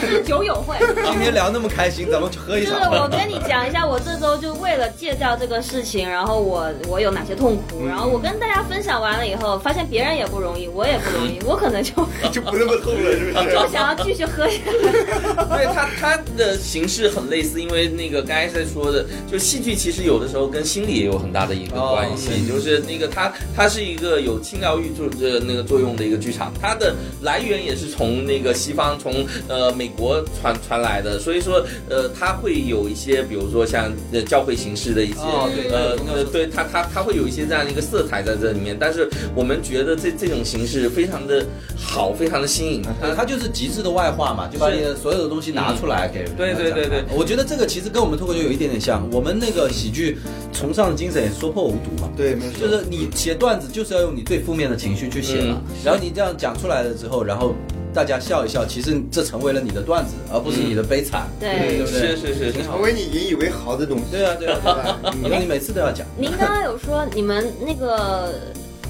种 酒友 会。
今天聊那么开心，咱们去喝一
就是
场吧。
我跟你讲一下，我这周就为了戒掉这个事情，然后我我有哪些痛苦，然后
嗯
我跟大家分享完了以后，发现别人也不容易，我也不容易，我可能就
就不那么痛了，是不？
就是 想要继续喝下去。
对他他的形式很类似，因为那个刚才在说的，就戏剧其实有的时候跟心理也有很大的一个关
哦
系，
嗯
就是那个它它是一个有轻疗愈作呃那个作用的一个剧场，它的来源也是从那个西方从呃美国传传来的，所以说呃它会有一些比如说像呃教会形式的一些、
哦对
呃
宗教
呃对它它它会有一些这样的一个色彩在这里面，但是我们觉得这这种形式非常的好，非常的新颖，它
对，它就是极致的外化嘛，就把
是
你的所有的东西拿出来给人
对对
家
对
看
对
我觉得这个其实跟我们脱口秀有一点点像，我们那个喜剧崇尚的精神也说破无毒嘛，
对，没错。
就是你写段子就是要用你最负面的情绪去写
嗯
嘛，然后你这样讲出来了之后，然后大家笑一笑，其实这成为了你的段子，而不是你的悲惨，
对
对不对？
是是是是。
成为你引以为豪的东 西。
对啊对啊，对啊
嗯
你每次都 要讲。
您刚刚有说你们那个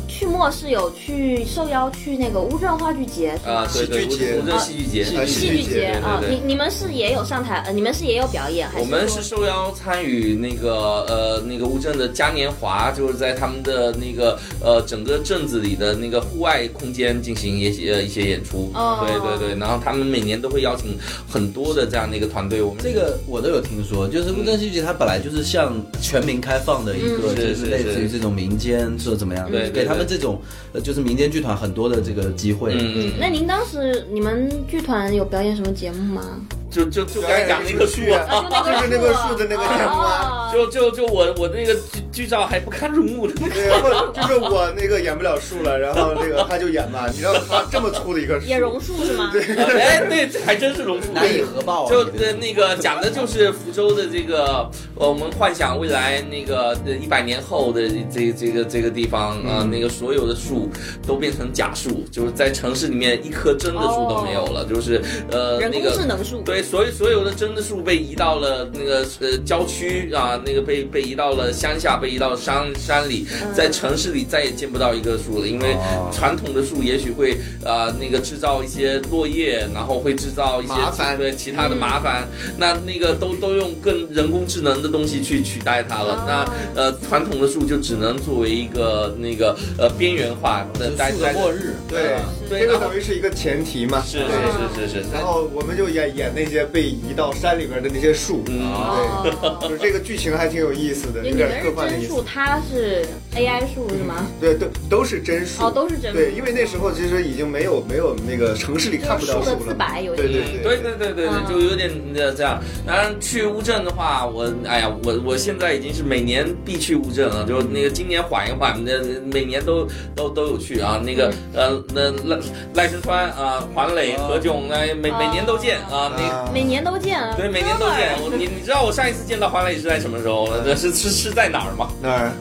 去末是有去受邀去那个乌镇话剧节是吗
啊，？对对，
戏剧节
乌镇戏剧节，
啊
戏
剧节
剧节
对
啊，
对对
你你们是也有上台，呃，你们是也有表演，还是
我们
说
是受邀参与那个呃那个乌镇的嘉年华，就是在他们的那个呃整个镇子里的那个户外空间进行一些呃一些演出。
哦
对对对，然后他们每年都会邀请很多的这样的一个团队，我们
这个我都有听说，就是乌镇戏剧节它本来就是向全民开放的一个，
嗯
就是
是
类似于
是
这种民间说怎么样，
对对
给他们这种呃就是民间剧团很多的这个机会。
嗯嗯，
那您当时你们剧团有表演什么节目吗？
就就就该讲那个
去
书啊。
啊，就是那个树的那个节目啊。
哦
就就就我我那个剧剧照还不堪入目的那 个，
对，或者就是我那个演不了树了，然后那个他就演吧。你让他这么粗的一个树，
也榕树是吗？
哎，对，这还真是龙珠。
难以合抱啊。
就
你
呃
这
那个讲的就是福州的这个，呃，我们幻想未来那个呃一百年后的这这个这个地方啊、呃那个所有的树都变成假树，就是在城市里面一棵真的树都没有了，就是呃
人
那
工
个
智能树。
对，所以所有的真的树被移到了那个呃郊区啊，那个被被移到了乡下，被移到山山里，在城市里再也见不到一棵树了，因为
哦
传统的树也许会呃那个制造一些落叶，然后会制造一些
麻烦
对其他的麻烦，那那个都都用更人工智能的东西去取代它了，
哦
那呃传统的树就只能作为一个那个呃边缘化的
就
待
是树
待
的末日，
对，
对
这个
然后
等于是一个前提嘛。
是
对
是是是是，
然
哦
后我们就演演那些被移到山里边的那些树，
嗯。
哦
对，就是这个剧情还挺有意思的，
你
有
们
点科
是
幻的
真
意
树，
思。
它是 AI 树是吗？
对，都都是真树，
哦，都是真
对，
树。
因为那时候其实已经没有没有那个城市里看不到树
就是树的
了
自
嘛，
白有一
对
点
对
对对对对对，
嗯
就有点呃这样。当然去乌镇的话，我哎呀，我我现在已经是每年必去乌镇了，就那个今年缓一缓，那每年都都都有去啊。那个呃那赖赖声川啊、黄磊、
啊
何炅哎，每每年都见啊。那
啊，
每年都见啊，
对，每年都见我。你你知道我上一次见到黄磊是在什么时候了？是是是在哪儿吗？
那儿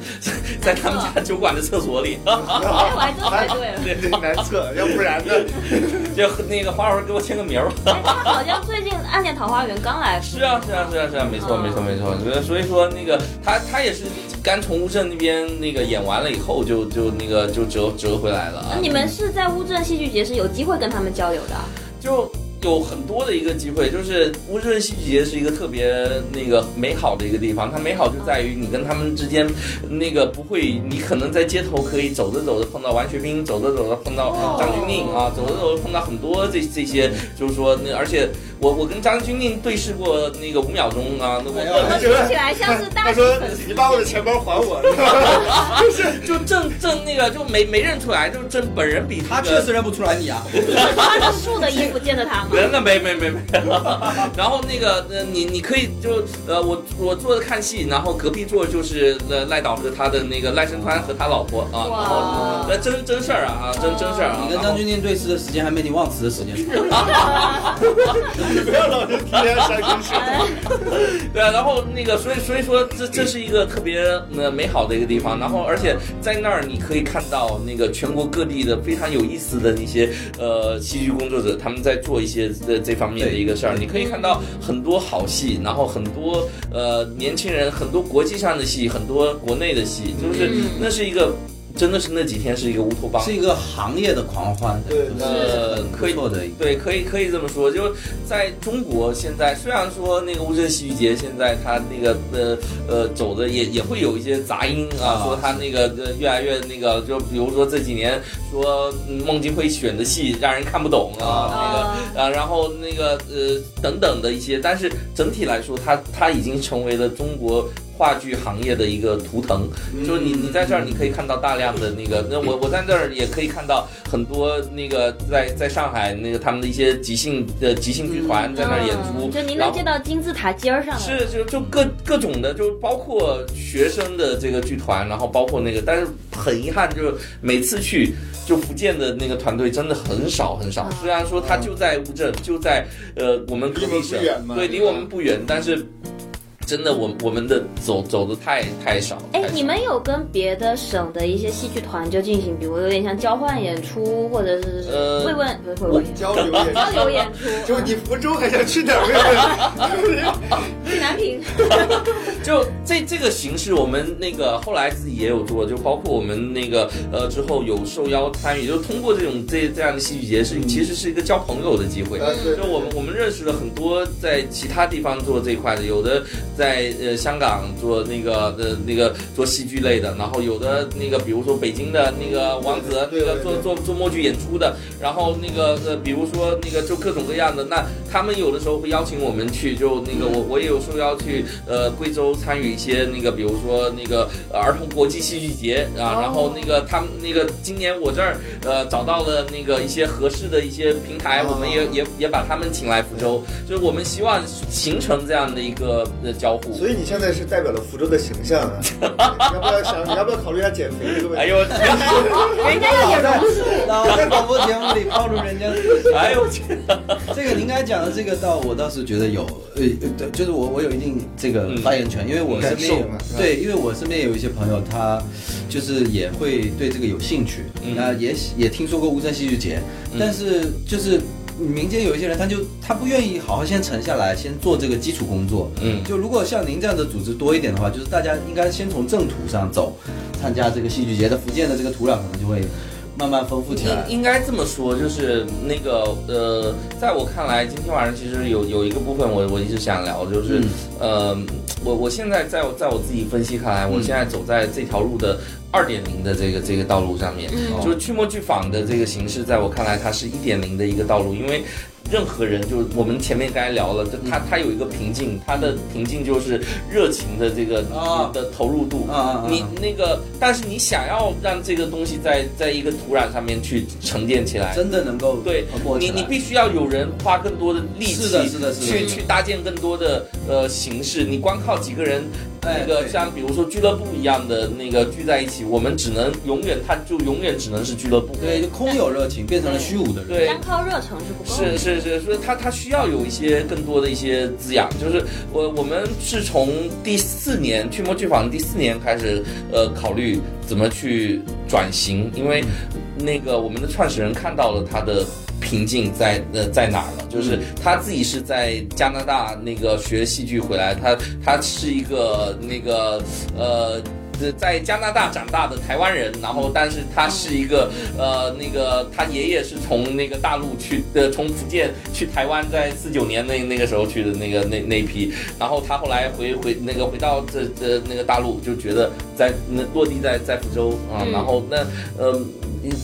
在他们家酒馆的厕所里，啊
哎，我还真猜对了。
这这难测，要不然呢？
就那个花儿给我签个名儿吧。
哎，他好像最近《暗恋桃花源》刚来，
是啊，是啊，是啊，是啊，没错，
嗯
没错，没错。所以所以说那个他他也是干宠物镇那边那个演完了以后就就那个就折折回来了啊。
你们是在乌镇戏剧节是有机会跟他们交流的啊，
就有很多的一个机会，就是乌镇戏剧节是一个特别那个美好的一个地方，它美好就在于你跟他们之间那个不会，你可能在街头可以走着走着碰到王学兵，走着走着碰到
哦
张钧甯啊，走着走着碰到很多这这些，就是说那而且我我跟张钧甯对视过那个五秒钟啊，那我
哎
问
呀
我听起来像是
他
大
说
粉丝
你把我的钱包还我，是吧
就正正那个就没没认出来，就正本人比
他
他
确实认不出来你啊。
穿着树的衣服见着他吗？
真的没没没没。然后那个呃，你你可以就呃，我我坐着看戏，然后隔壁座就是呃赖导和他的那个赖声川和他老婆啊，然后
哇
那真真事儿啊啊，真真事儿啊。
你跟张钧甯对视的时间还没你忘词的时间长。
嗯你不要老是提炼山根树。
哎
对啊，然后那个，所以所以说这这是一个特别呃美好的一个地方，然后而且在那儿你可以看到那个全国各地的非常有意思的一些呃戏剧工作者，他们在做一些这这方面的一个事儿，你可以看到很多好戏，然后很多呃年轻人，很多国际上的戏，很多国内的戏，就是
嗯
那是一个真的是那几天是一个乌托邦
是。一个行业的狂欢，
对
就是
是
很不错的一个。
对，可以可以这么说，就在中国现在，虽然说那个乌镇戏剧节现在它那个呃呃走的也也会有一些杂音
啊
啊，说它那个呃越来越那个，就比如说这几年说嗯孟京辉选的戏让人看不懂
哦
啊， 那个啊，然后那个呃等等的一些，但是整体来说，它它已经成为了中国。话剧行业的一个图腾，就是你你在这儿你可以看到大量的那个，那我我在那儿也可以看到很多那个在在上海那个他们的一些即兴的即兴剧团在那儿演出，
嗯就您
然
能
后
见到金字塔尖儿上了。
是就就各各种的，就包括学生的这个剧团，然后包括那个，但是很遗憾，就是每次去就福建的那个团队真的很少很少
啊。
虽然说他就在乌镇，就在呃我们隔
离我
壁
们
省
不远，嘛
对，离我们不远，但是真的我我们的走走的太太少。
哎
太，少
你们有跟别的省的一些戏剧团就进行，比如有点像交换演出，或者是
呃
慰问，不是慰问演
嗯
出，
交流也
交
是，
流演出，
就你福州还想去哪儿？
嗯南平，
就这这个形式，我们那个后来自己也有做，就包括我们那个呃之后有受邀参与，就通过这种这这样的戏剧节是其实是一个交朋友的机会。
啊对
就我们我们认识了很多在其他地方做这一块的，有的在呃香港做那个呃那个做戏剧类的，然后有的那个比如说北京的那个王子那
对对
个做
对
做做默剧演出的，然后那个呃比如说那个就各种各样的，那他们有的时候会邀请我们去，就那个
嗯
我我也有受邀去呃贵州参与一些那个比如说那个呃儿童国际戏剧节啊，
哦
然后那个他们那个今年我这儿呃找到了那个一些合适的一些平台，
哦
我们也也也把他们请来福州，就是我们希望形成这样的一个呃交互。
所以你现在是代表了福州的形象啊！要不要想，你要不要考虑一下减肥这个问题？
哎呦，
人家要演榕树，
那我在广播节目里暴露人家的底线
哎呦， 我去
这个您刚才讲的这个倒我倒是觉得有，呃，呃对就是我我有一定这个
嗯
发言权，因为我身边
感
有
受嘛是吧
对，因为我身边有一些朋友，他就是也会对这个有兴趣，
嗯
那也喜也听说过乌镇戏剧节，
嗯
但是就是民间有一些人，他就他不愿意好好先沉下来，先做这个基础工作。
嗯
就如果像您这样的组织多一点的话，就是大家应该先从正途上走，参加这个戏剧节的福建的这个土壤，可能就会慢慢丰富起来
应。应该这么说，就是那个呃，在我看来，今天晚上其实有有一个部分我我一直想聊，就是、
嗯
呃，我我现在在我在我自己分析看来，我现在走在这条路的二点零的这个这个道路上面，
嗯
就是去模剧坊的这个形式，在我看来，它是一点零的一个道路，因为。任何人，就是我们前面刚才聊了，就他他有一个瓶颈，他的瓶颈就是热情的这个
啊
的投入度
哦
啊啊啊！
你那个，但是你想要让这个东西在在一个土壤上面去沉淀起来，
真的能够
对
蓬勃
你
起来
你必须要有人花更多的力气，
是的是的是的
去去搭建更多的呃形式。你光靠几个人
哎
那个
对
像比如说俱乐部一样的那个聚在一起，我们只能永远，它就永远只能是俱乐部。
对，就空有热情变成了虚无的热情。
对
单靠热诚是不够的。
是是是，所以它它需要有一些更多的一些滋养。就是我我们是从第四年去模具坊第四年开始，呃，考虑怎么去转型，因为那个我们的创始人看到了他的。瓶颈在呃在哪儿了？就是他自己是在加拿大那个学戏剧回来，他他是一个那个呃在加拿大长大的台湾人，然后但是他是一个呃那个他爷爷是从那个大陆去呃从福建去台湾，在四九年那那个时候去的那个那那一批，然后他后来回回那个回到这这那个大陆，就觉得在那落地在在福州啊、
嗯
然后那呃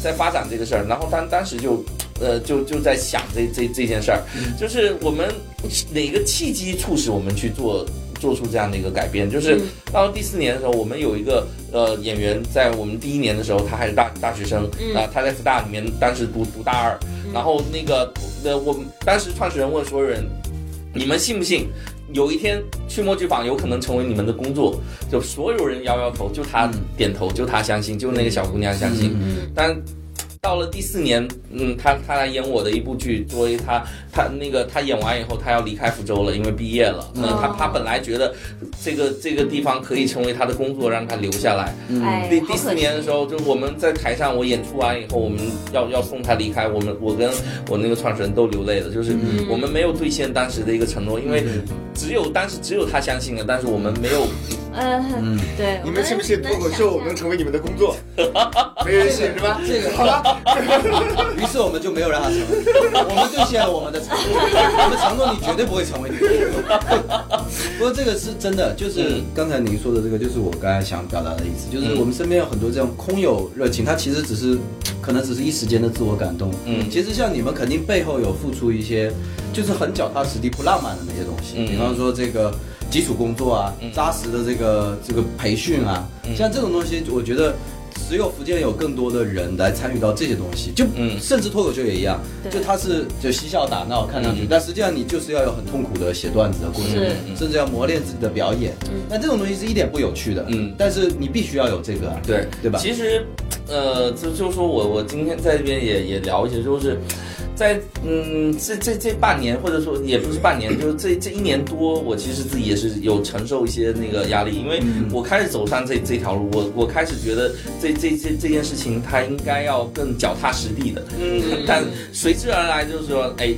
在发展这个事儿，然后当当时就。呃，就就在想这这这件事儿，
嗯
就是我们哪个契机促使我们去做做出这样的一个改变？就是
嗯
到第四年的时候，我们有一个呃演员，在我们第一年的时候，他还是大大学生，啊、
嗯
他在福大里面当时读读大二，然后那个呃，我们当时创始人问所有人，你们信不信？有一天，去模具坊有可能成为你们的工作，就所有人摇摇头，就他点头，就他相信，就那个小姑娘相信。
嗯
但到了第四年，嗯，他他来演我的一部剧，所以他他那个他演完以后，他要离开福州了，因为毕业
哦
了。那、他他本来觉得这个这个地方可以成为他的工作，让他留下来。
嗯
哎，
第
好
第
可
四
惜
年的时候，就是我们在台上，我演出完以后，我们要要送他离开，我们我跟我那个创始人都流泪了，就是
嗯
我们没有兑现当时的一个承诺，因为只有当时只有他相信了，但是我们没有
呃，对，
嗯你
我
们信不信脱口秀能
能想象
成为你们的工 作？没人信是吧？
这个
好了，
于是我们就没有让他成为，我们兑现了我们的承诺，我们承诺你绝对不会成为你的工作。不过这个是真的，就是
嗯
刚才您说的这个，就是我刚才想表达的意思，就是我们身边有很多这种空有热情，它其实只是可能只是一时间的自我感动。
嗯
其实像你们肯定背后有付出一些，就是很脚踏实地、不浪漫的那些东西，
嗯
比方说这个。基础工作啊，扎实的这个这个培训啊，
嗯
像这种东西，我觉得只有福建有更多的人来参与到这些东西，就
嗯
甚至脱口秀也一样，
对
就他是就嬉笑打闹看上去，
嗯
但实际上你就是要有很痛苦的写段子的过程
是，嗯
甚至要磨练自己的表演。但这种东西是一点不有趣的，
嗯
但是你必须要有这个啊，
对
对吧？
其实，呃，就就说我我今天在这边也也聊一些，就是在嗯这这这半年，或者说也不是半年，就是这这一年多，我其实自己也是有承受一些那个压力，因为
嗯
我开始走上这这条路，我我开始觉得这这这这件事情它应该要更脚踏实地的，嗯， 但随之而来就是说，哎。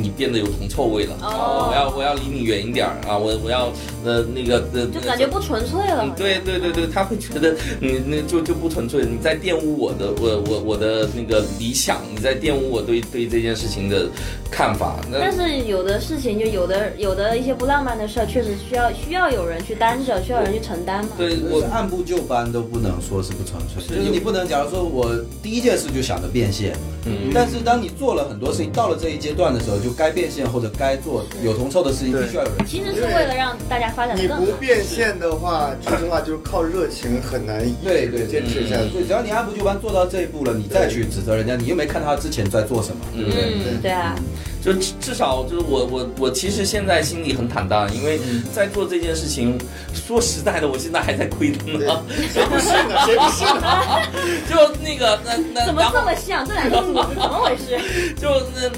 你变得有铜臭味了，
哦
啊我要我要离你远一点儿啊！我我要呃那个呃
就感觉不纯粹了
嗯，。对对对对，他会觉得你那就就不纯粹，你在玷污我的我我我的那个理想，你在玷污我对对这件事情的看法。那
但是有的事情，就有的有的一些不浪漫的事儿，确实需要需要有人去担着，需要有人去承担嘛。
对
我
我
按部就班都不能说是不纯粹，
是
就是你不能，假如说我第一件事就想着变现，
嗯
但是当你做了很多事情，到了这一阶段的时候，就该变现或者该做有铜臭的事情，
对
必须要有人。
其实是为了让大家发展
你
的更
不
好。
变现的话，说实话就是靠热情很难一
对
直
对
坚持下
嗯
去。
对，只要你按部就班做到这一步了，你再去指责人家，你又没看他之前在做什么。
嗯
嗯，对啊，
就至至少就是我我我其实现在心里很坦荡，因为
嗯
在做这件事情，说实在的，我现在还在亏的
对
呢。
谁 不信呢？谁不信呢？
就那个那那
怎么
然后
这么像？这两个字怎么回 事？
就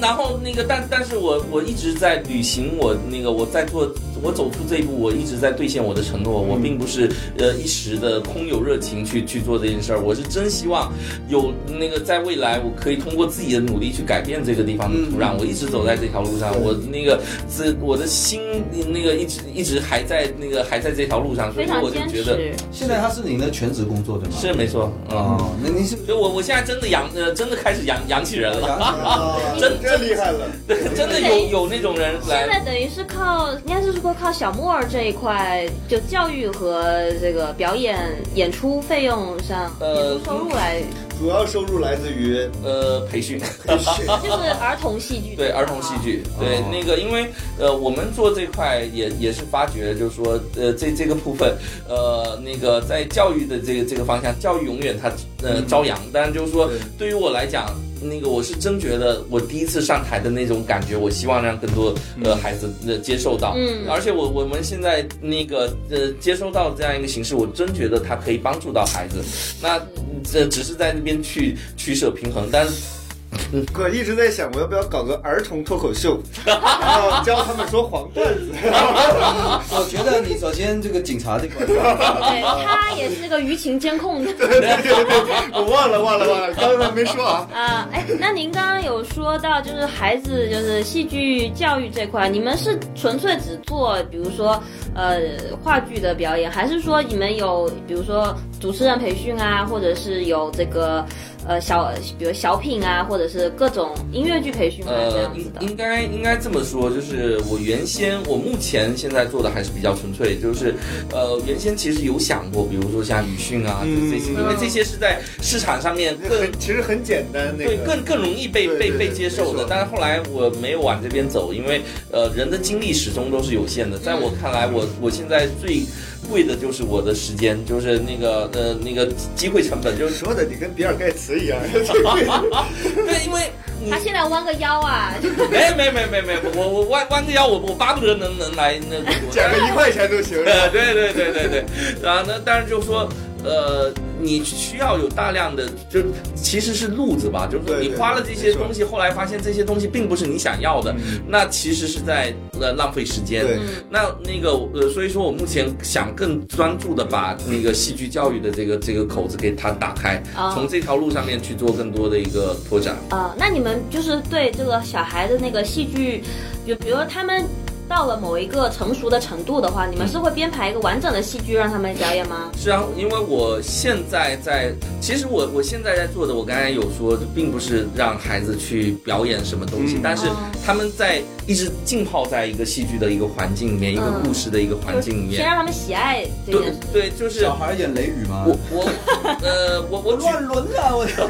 那然后那个，但但是我我一直在履行我那个我在做我走出这一步，我一直在兑现我的承诺。我并不是呃一时的空有热情去去做这件事儿，我是真希望有那个在未来我可以通过自己的努力去改变这个地方的土壤。我一直走在这条路上，我那个是我的心那个一直一直还在那个还在这条路上，所
非
以
常
我就
坚
觉得
持。
现在他是您的全职工作对吗？
是没错，嗯。
哦，那您是
所以我我现在真的扬呃真的开始扬扬起人了，
啊，
真
真厉害了！
对， 真的有有那种人来
现。在等于是靠，应该是说靠小莫儿这一块，就教育和这个表演演出费用上，
呃
演出收入来，
主要收入来自于
呃，培训，哦
培 训。
就是儿童戏剧。
对儿童戏。剧，对、那个，因为呃，我们做这块也也是发觉，就是说，呃，这这个部分，呃，那个在教育的这个这个方向，教育永远它呃朝阳，但是就是说
对，
对于我来讲，那个我是真觉得我第一次上台的那种感觉，我希望让更多呃孩子呃接受到。
嗯
而且我我们现在那个呃接收到这样一个形式，我真觉得它可以帮助到孩子。那嗯这只是在那边去取舍平衡，但
哥一直在想，我要不要搞个儿童脱口秀，然后教他们说黄段子。
我觉得你首先这个警察这块，
对他也是个舆情监控的。
我忘了，忘了，忘了，刚才没说啊。
啊，哎，那您刚刚有说到，就是孩子就是戏剧教育这块，你们是纯粹只做，比如说呃话剧的表演，还是说你们有比如说主持人培训啊，或者是有这个呃小，比如小品啊，或者是各种音乐剧培训啊、这
呃
样子
应
的？
应该应该这么说，就是我原先我目前现在做的还是比较纯粹，就是呃原先其实有想过，比如说像语训啊
嗯
这些，因为这些是在市场上面更
很其实很简单，那
对，
个
更更容易被
对
被
对
被
对
接受
没
的
错。
但是后来我没有往这边走，因为呃，人的精力始终都是有限的。在我看来，我我现在最贵的就是我的时间，就是那个呃那个机会成本，就是
说的你跟比尔盖茨一 样。
对，因为你
他现在弯个腰啊，就
没没没没没，我我弯弯个腰，我我巴不得能能来 那个
捡个一块钱都 行。
呃，对对对对对，然后呢，但是就说，呃，你需要有大量的，就其实是路子吧，就是说
对
你
对
花了这些
没错
东西，后来发现这些东西并不是你想要的，那其实是在呃浪费时间。
对
那那个呃，所以说我目前想更专注的把那个戏剧教育的这个这个口子给它打开，
啊
从这条路上面去做更多的一个拓展。
呃，那你们就是对这个小孩的那个戏剧，比比如说他们到了某一个成熟的程度的话，你们是会编排一个完整的戏剧让他们表演吗？
是啊，因为我现在在，其实我我现在在做的，我刚才有说，并不是让孩子去表演什么东西，
嗯
但是他们在一直浸泡在一个戏剧的一个环境里面，一个
嗯
故事的一个环境里
先
面。
让他们喜爱这
对
件事。
对， 就是
小孩演雷雨吗？
我我呃我我举
轮了， 我操！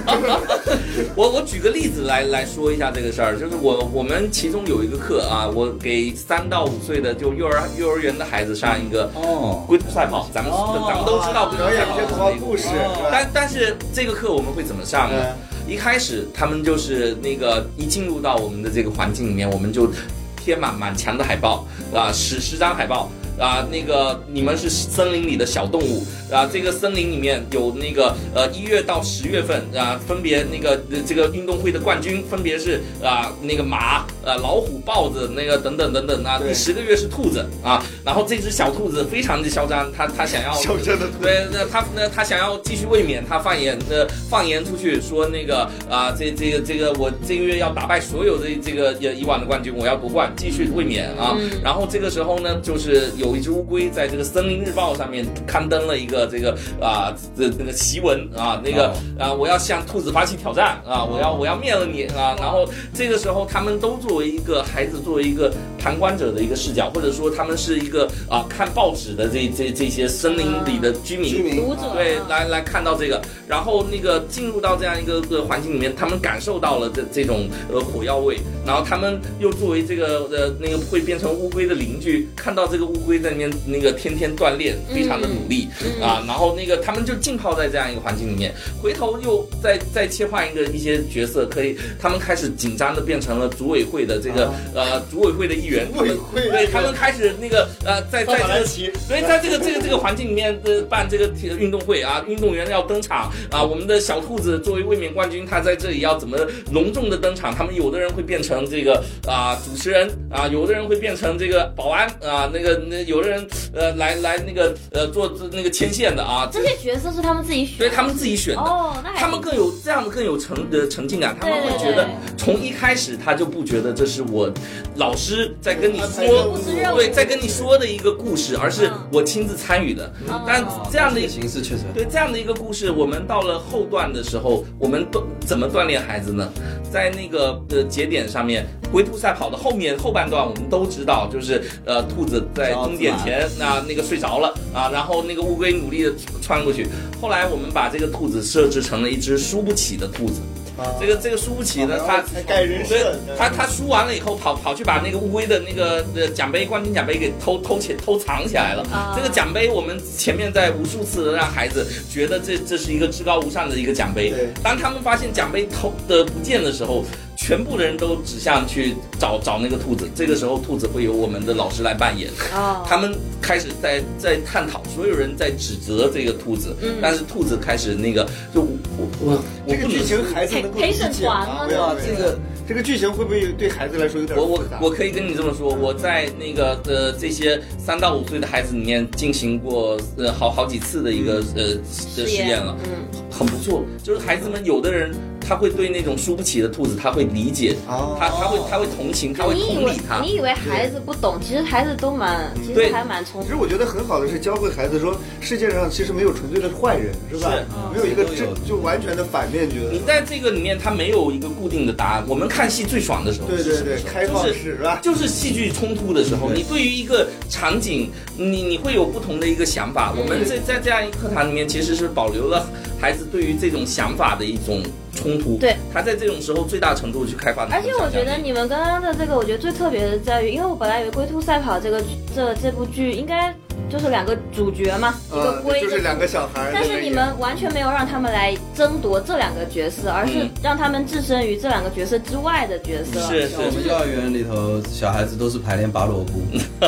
我我举个例子来来说一下这个事儿，就是我我们其中有一个课啊，我给三到五岁的就幼儿幼儿园的孩子上一个
哦，
龟兔赛跑，咱们、
哦
咱们都知道龟兔
表
赛
演一
跑
些
是什
童
么
话
一个
故事，是吧？嗯
但但是这个课我们会怎么上呢？一开始他们就是那个一进入到我们的这个环境里面，我们就贴满满墙的海报啊，十十张海报。啊，那个你们是森林里的小动物啊，这个森林里面有那个呃一月到十月份啊，分别那个呃这个运动会的冠军分别是啊那个马啊老虎豹子那个等等等等啊，
对
第十个月是兔子啊，然后这只小兔子非常的嚣张，它它想要
小镇的兔
对，那他那他想要继续卫冕，他放言呃放言出去说那个啊、这这个这个我这个月要打败所有的这个呃以往的冠军，我要夺冠，继续卫冕啊。
嗯
然后这个时候呢，就是有一只乌龟在这个《森林日报》上面刊登了一个这个啊这这个奇文啊那个
哦
啊我要向兔子发起挑战啊我要我要灭了你啊。然后这个时候他们都作为一个孩子作为一个旁观者的一个视角，或者说他们是一个啊看报纸的这这这些森林里的居民。
居民
读者
对，
啊
来来看到这个，然后那个进入到这样一个个环境里面，他们感受到了这这种呃火药味，然后他们又作为这个呃那个会变成乌龟的邻居，看到这个乌龟在那边那个天天锻炼，非常的努力、
嗯
啊，然后那个他们就浸泡在这样一个环境里面，回头又再再切换一个一些角色，可以他们开始紧张的变成了组委会的这个、呃组委会的一员，
组委会
对他们开始那个呃在在
在
这
马
个
来西
所以在这个这个这个环境里面，呃，办这个体运动会啊，运动员要登场啊，我们的小兔子作为卫冕冠军，他在这里要怎么隆重的登场？他们有的人会变成这个啊、主持人啊，有的人会变成这个保安啊，那个那有的人呃来来那个呃做做那个牵线的啊，
这些角色是他们自己选
所
的，
以他们自己选的。
哦，那还
他们更有这样的更有沉的沉浸感，他们会觉得从一开始他就不觉得这是我老师在跟你说
不是任务，
对，在跟你说的一个故事，而是
嗯
我亲自参与的。
哦
但这样的
这个
一
形式确实
对这样的一个故事，我们到了后段的时候，我们锻怎么锻炼孩子呢？在那个呃节点上面，龟兔赛跑的后面后半段，我们都知道，就是呃兔子在终点前那、那个睡着了啊，然后那个乌龟努力的穿过去。后来我们把这个兔子设置成了一只输不起的兔子。这个这个输不起呢，他
还改人设嗯
对，他他输完了以后跑跑去把那个乌龟的那个呃奖杯冠军奖杯给偷偷起偷藏起来了。
啊
这个奖杯我们前面在无数次的让孩子觉得这这是一个至高无上的一个奖杯
对，
当他们发现奖杯偷的不见的时候。全部的人都指向去找找那个兔子，这个时候兔子会由我们的老师来扮演。
哦，
他们开始在在探讨，所有人在指责这个兔子，
嗯
但是兔子开始那个就我我我
这个
不
剧
能。
情孩子能够理解啊吗？
陪陪审团吗
哇，
这个
这个剧情会不会对孩子来说有点
我我
复杂
我可以跟你这么说，我在那个呃这些三到五岁的孩子里面进行过呃好好几次的一个
嗯
呃的实验了，
嗯，
很不错。就是孩子们有的人他会对那种输不起的兔子，他会理解，
哦
他他会他会同情，他会
你以
同
为
理他。
你以为孩子不懂，其实孩子都蛮，其
对
实还蛮聪
其
明
实。我觉得很好的是教会孩子说，世界上其实没有纯粹的坏人，是吧？
是
没有一个
都有
这就完全的反面角
你
色。
在这个里面，他没有一个固定的答案。我们看戏最爽的时候
对
是
对
什么
对
时，候
开放
就是
式是吧？
就是戏剧冲突的时候，你对于一个场景，你你会有不同的一个想法。
嗯
我们在在这样一个课堂里面，其实是保留了孩子对于这种想法的一种冲突。
对，
他在这种时候最大程度去开发他
而
的
且
想象力。
我觉得你们刚刚的这个，我觉得最特别的在于，因为我本来以为《龟兔赛跑》这个这这部剧应该就是两个主角嘛，一个
嗯，
龟，
就是
一个
两个小孩儿在
但
那里。
是你们完全没有让他们来争夺这两个角色，而是
嗯
让他们置身于这两个角色之外的角色。
是
像我们幼儿园里头，小孩子都是排练拔萝 卜，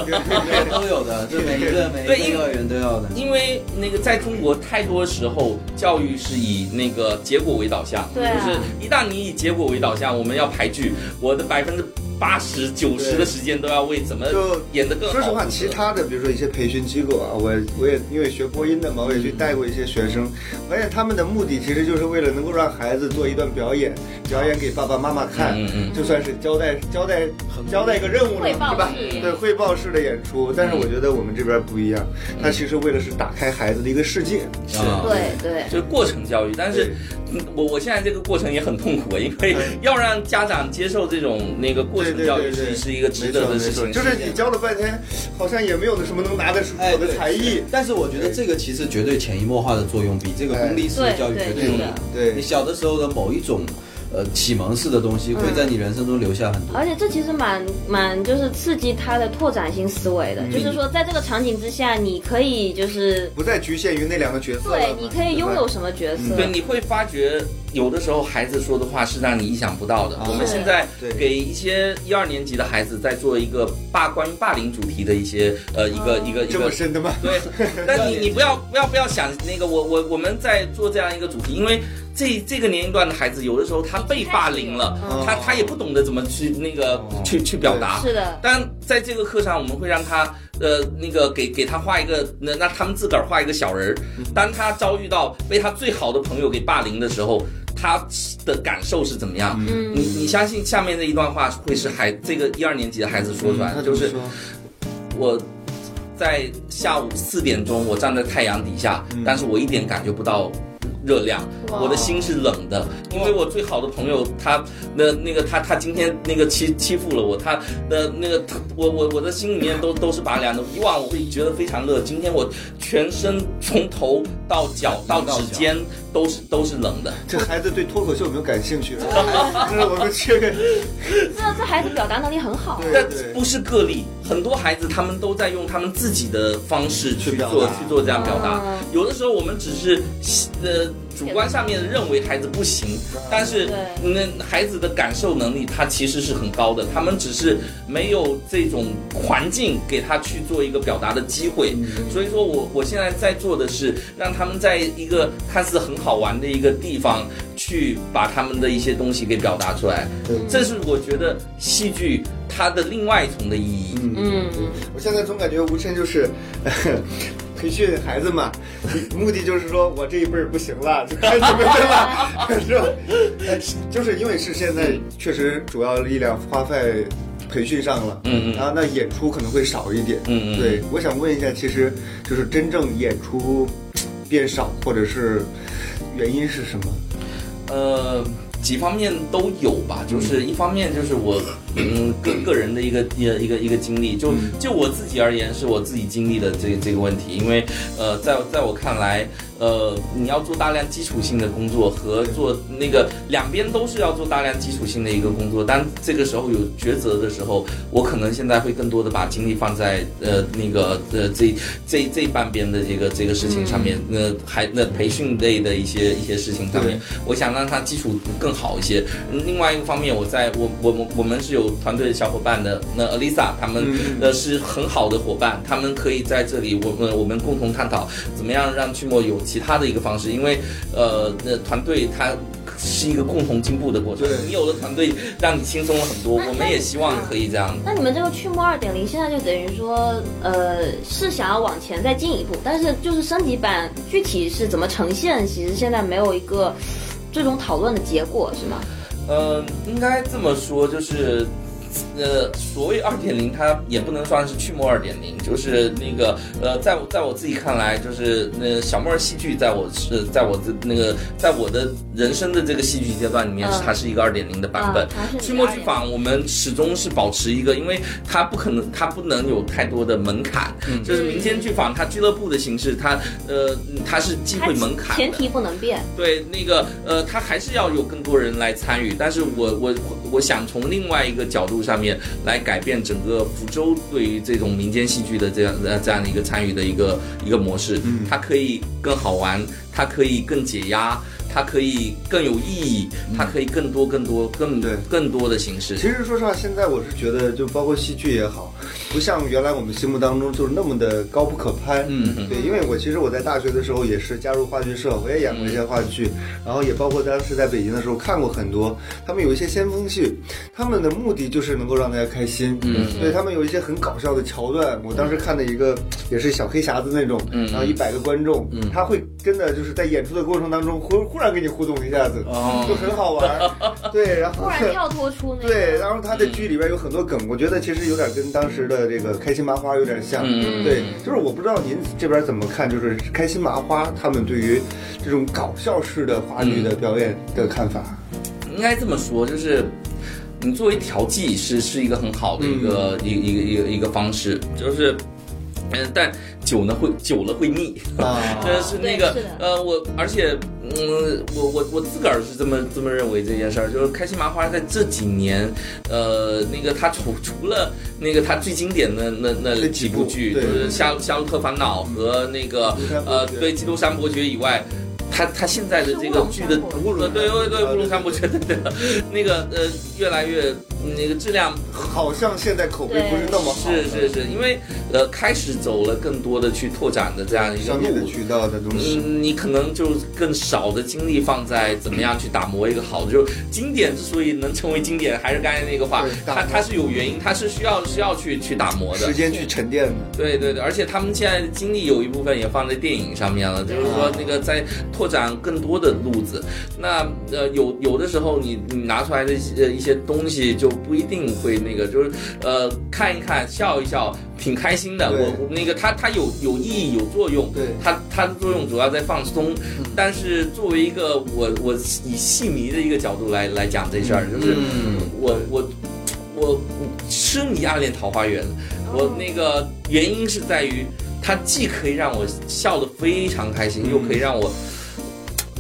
都有的，这每一个每一个
对因为
幼儿园都要的。
因为那个在中国太多时候教育是以那个结果为导向，
对啊
就是一旦你以结果为导向，我们要排剧，我的百分之八十九十
对
的时间都要为怎么
就
演得更好。
说实话，其他的比如说一些培训机构啊，我我也因为学播音的嘛，我也去
嗯
带过一些学生，发现他们的目的其实就是为了能够让孩子做一段表演，表演给爸爸妈妈看，
嗯嗯
就算是交代交代交代一个任务了，
汇报
是吧
式？
对，汇报式的演出。但是
嗯
我觉得我们这边不一样，他其实为了是打开孩子的一个世界，
是
啊
对对，
就是过程教育，但是嗯我我现在这个过程也很痛苦，啊因为要让家长接受这种那个过
嗯对
程
对
教
对
育
对，
是是一个值得的哎事情，
没错没错就是你教了半天，好像也没有什么能拿得出手的才艺。
哎但是我觉得这个其实绝对潜移默化的作用比这个功利式的教育绝对有
对对。
对
你，小的时候的某一种，呃，启蒙式的东
嗯
西会在你人生中留下很多。
而且这其实蛮蛮就是刺激他的拓展性思维
嗯
的，就是说在这个场景之下，你可以就是
不再局限于那两个角色了
对
嘛，
你可
对
以
吧
拥有什么角色？
嗯对，你会发觉有的时候孩子说的话是让你意想不到的。我们现在
啊对
给一些一二年级的孩子在做一个霸关于霸凌主题的一些呃一个一个一
这么
个。
深的吗？
对，但你你不要不要不要想那个我我我们在做这样一个主题，因为这这个年龄段的孩子有的时候他被霸凌了，
嗯
他他也不懂得怎么去那个
哦
去去表达，
是的，
但在这个课上，我们会让他呃那个给给他画一个，那那他们自个儿画一个小人儿。当他遭遇到被他最好的朋友给霸凌的时候，他的感受是怎么样？
嗯
你你相信下面这一段话会是孩这个一二年级的孩子说出来的，就是我在下午四点钟，我站在太阳底下，
嗯
但是我一点感觉不到热量，
哇
我的心是冷的，因为我最好的朋友他那那个他他今天那个欺欺负了我，他的那个他我我我的心里面都都是拔凉的。以往我会觉得非常热，今天我全身从头到脚到
到
指
脚
尖都是都是冷的。
这孩子对脱口秀有没有感兴 趣？这是我们缺个
这这孩子表达能力很好啊，
对
但不是个例，很多孩子他们都在用他们自己的方式去
去表
做
达
去做这样表达
哦。
有的时候我们只是呃主观上面认为孩子不行，但是那孩子的感受能力他其实是很高的，他们只是没有这种环境给他去做一个表达的机会。所以说我我现在在做的是让他们在一个看似很好玩的一个地方去把他们的一些东西给表达出来。这是我觉得戏剧它的另外一重的意义。
嗯，
我现在总感觉吴琛就是。 培训孩子嘛，目的就是说我这一辈儿不行了，就看你们的了， 是吧？哎就是因为是现在确实主要力量花在培训上了，
嗯嗯
然后那演出可能会少一点，
嗯嗯
对，我想问一下，其实就是真正演出变少，或者是原因是什么？
呃，几方面都有吧，就是一方面就是我嗯个个人的一个一个一个一个经历，就就我自己而言，是我自己经历的这这个问题，因为呃，在在我看来，呃，你要做大量基础性的工作和做那个两边都是要做大量基础性的一个工作。当这个时候有抉择的时候，我可能现在会更多的把精力放在呃那个呃这这这半边的这个这个事情上面，那、还那培训类的一些一些事情上面，我想让它基础更好一些。嗯另外一个方面，我在我我们我们是有团队小伙伴的，那 Alisa 他们呃是很好的伙伴，他们可以在这里我们我们共同探讨怎么样让去墨有其他的一个方式，因为呃那团队它。是一个共同进步的过程
对。
你有了团队，让你轻松了很多。
那
我们也希望可以这样。
那你们这个去墨二点零现在就等于说，呃，是想要往前再进一步，但是就是升级版具体是怎么呈现，其实现在没有一个最终讨论的结果，是吗？
呃，应该这么说，就是。呃，所谓二点零，它也不能算是去墨二点零，就是那个呃，在我在我自己看来，就是呃小莫戏剧，在我是在我的那个在我的人生的这个戏剧阶段里面，
嗯
它是一个二点零的版本
啊。还是
去墨剧坊，我们始终是保持一个，因为它不可能，它不能有太多的门槛。
嗯
就是民间剧坊，它俱乐部的形式，它呃，它是机会门槛的。
哎前提不能变。
对，那个呃，他还是要有更多人来参与，但是我我我想从另外一个角度上面来改变整个福州对于这种民间戏剧的这样呃这样的一个参与的一个一个模式，它可以更好玩，它可以更解压，它可以更有意义，它可以更多更多更
对
更多的形式。
其实说实话，现在我是觉得，就包括戏剧也好，不像原来我们心目当中就是那么的高不可攀。
嗯嗯
对，因为我其实我在大学的时候也是加入话剧社，我也演过一
嗯
些话剧，然后也包括当时在北京的时候看过很多。他们有一些先锋戏，他们的目的就是能够让大家开心。
嗯
对他们有一些很搞笑的桥段，我当时看的一个也是小黑匣子那种，
嗯
然后一百个观众，他会真的就是在演出的过程当中忽忽然跟你互动一下子，
哦
就很好玩儿。 对，然后
突然跳脱出那个，
对，然后他的剧里边有很多梗，我觉得其实有点跟当时的这个开心麻花有点像。
嗯
对，就是我不知道您这边怎么看，就是开心麻花他们对于这种搞笑式的话剧的表演的看法。
应该这么说，就是你作为调剂是是一个很好的一个、一一个一个一个方式，就是嗯，但久呢会久了会腻。
啊，
就是那个
对是的
呃，我而且嗯，我我我自个儿是这么这么认为这件事儿，就是开心麻花在这几年，呃，那个他除除了那个他最经典的那那那
这
几
几
部
部
剧，就
对
是《夏夏洛特烦恼》和那个
基督山伯爵
呃对《基督山伯爵》以外。他他现在的这个剧的
是乌龙山伯爵
呃对对对，
啊
乌龙山伯爵对对，那个呃越来越嗯那个质量
好像现在口碑不是那么好。嗯
是是是，因为呃开始走了更多的去拓展的这样一个
商业的
路，
渠道的东西。
嗯，你可能就更少的精力放在怎么样去打磨一个好的，就是经典之所以能成为经典，还是刚才那个话
对，打
它
磨
它是有原因，它是需要需要去去打磨的
时。间去沉淀的，
对对对，而且他们现在的精力有一部分也放在电影上面了，就是
啊
说那个在拓展更多的路子。那呃，有有的时候你你拿出来的一些呃一些东西就不一定会那个，就是呃看一看笑一笑，挺开心的。
对
我我那个它它有有意义有作用，
对
它它的作用主要在放松。
嗯
但是作为一个我我以戏迷的一个角度来来讲这事儿，就是
嗯
我我我痴迷《暗恋桃花源》，我那个原因是在于它既可以让我笑得非常开
嗯
心，又可以让我，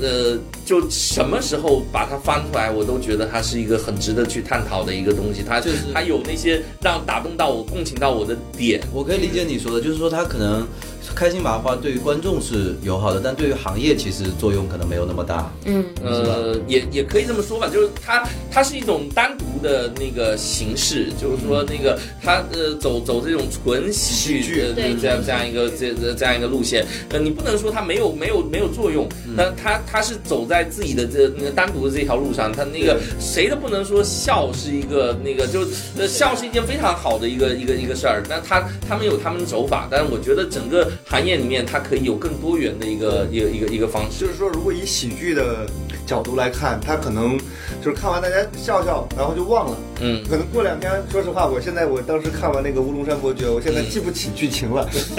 呃，就什么时候把它翻出来，我都觉得它是一个很值得去探讨的一个东西。它
就是
它有那些让打动到我、共情到我的点。
我可以理解你说的，就是说它可能开心麻花对于观众是友好的，但对于行业其实作用可能没有那么大。
嗯，
呃，也也可以这么说吧，就是它它是一种单独的那个形式，就是说那个它呃走走这种纯喜
喜
嗯剧
剧
的
对
这样这样一个这这这样一个路线，呃，你不能说它没有没有没有作用，那它它是走在自己的这那个单独的这条路上，它那个谁都不能说笑是一个那个就呃笑是一件非常好的一个一个一个事儿，但他他们有他们的走法，但是我觉得整个行业里面它可以有更多元的一个一个一个一个方式
就。是说，如果以喜剧的角度来看，他可能就是看完大家笑笑，然后就忘了。
嗯，
可能过两天，说实话，我现在我当时看完那个《乌龙山伯爵》，我现在记不起剧情了，是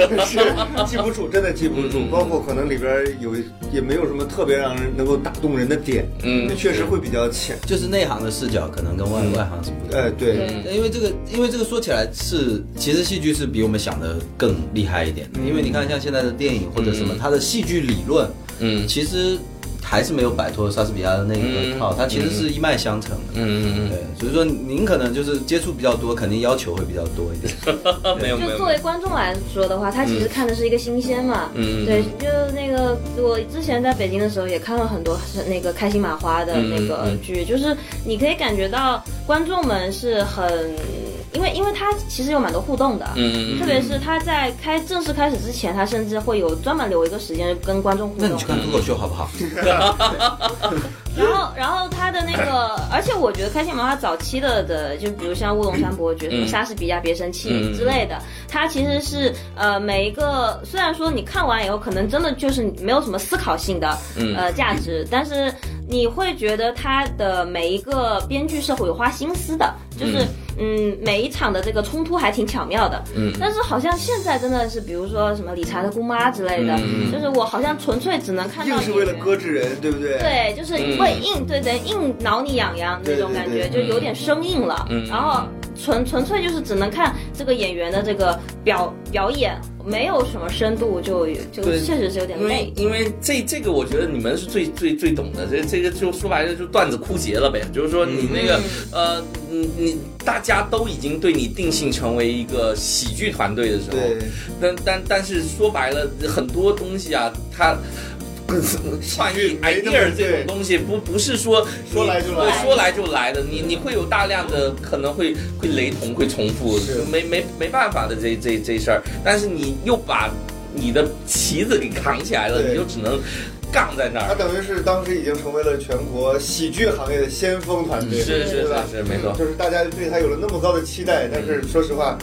记不住，真的记不住
嗯。
包括可能里边有也没有什么特别让人能够打动人的点，
嗯
那确实会比较浅。
就是内行的视角可能跟外、外行是不一样。
呃，对，
嗯
因为这个，因为这个说起来是，其实戏剧嗯是比我们想的更厉害一点的。因为你看，像现在的电影或者什么，它的戏剧理论
嗯
其实还是没有摆脱莎士比亚的那
嗯
个套，它其实是一脉相承的。
嗯嗯
对，所以说您可能就是接触比较多，肯定要求会比较多一点。
嗯，没有没
就
有
作
没
为
有，
观众来说的话，他其实看的是一个新鲜嘛。
嗯
对，就那个我之前在北京的时候也看了很多是那个开心麻花的那个
嗯嗯
剧，就是你可以感觉到观众们是很，因为因为他其实有蛮多互动的。
嗯嗯
特别是他在开正式开始之前，他甚至会有专门留一个时间跟观众互
那你
动
去。看脱口秀好不好？
然后，然后他的那个，而且我觉得开心麻花早期的的，就比如像乌龙山伯爵、什么莎士比亚别生气
嗯
之类的，它其实是呃每一个，虽然说你看完以后可能真的就是没有什么思考性的
嗯
呃价值，但是你会觉得他的每一个编剧是会有花心思的，就是嗯每一场的这个冲突还挺巧妙的，
嗯
但是好像现在真的是，比如说什么理查的姑妈之类的，
嗯
就是我好像纯粹只能看到
硬是为了
演员
搁置人，对不对？
对，就是会硬，对对，硬挠你痒痒那种感觉，
对对对
就有点生硬了。
嗯
然后纯纯粹就是只能看这个演员的这个表表演，没有什么深度，就就
对
确实是有点
因为
累。
因为这这个，我觉得你们是最最最懂的。这这个就说白了，就段子枯竭了呗。就是说你那个、呃，你你大家都已经对你定性成为一个喜剧团队的时候，
对，
但但但是说白了，很多东西啊， 它。创意
剧没那么
idea 这
对
种东西不不是说你
说来就来
对说来就来的，你你会有大量的可能会会雷同会重复，
是
没没没办法的这这这事儿，但是你又把你的旗子给扛起来了，
对
你就只能杠在那
他
儿，
等于是当时已经成为了全国喜剧行业的先锋团队，
是是是
对吧？
是没错，嗯
就是大家对他有了那么高的期待，但是说实话，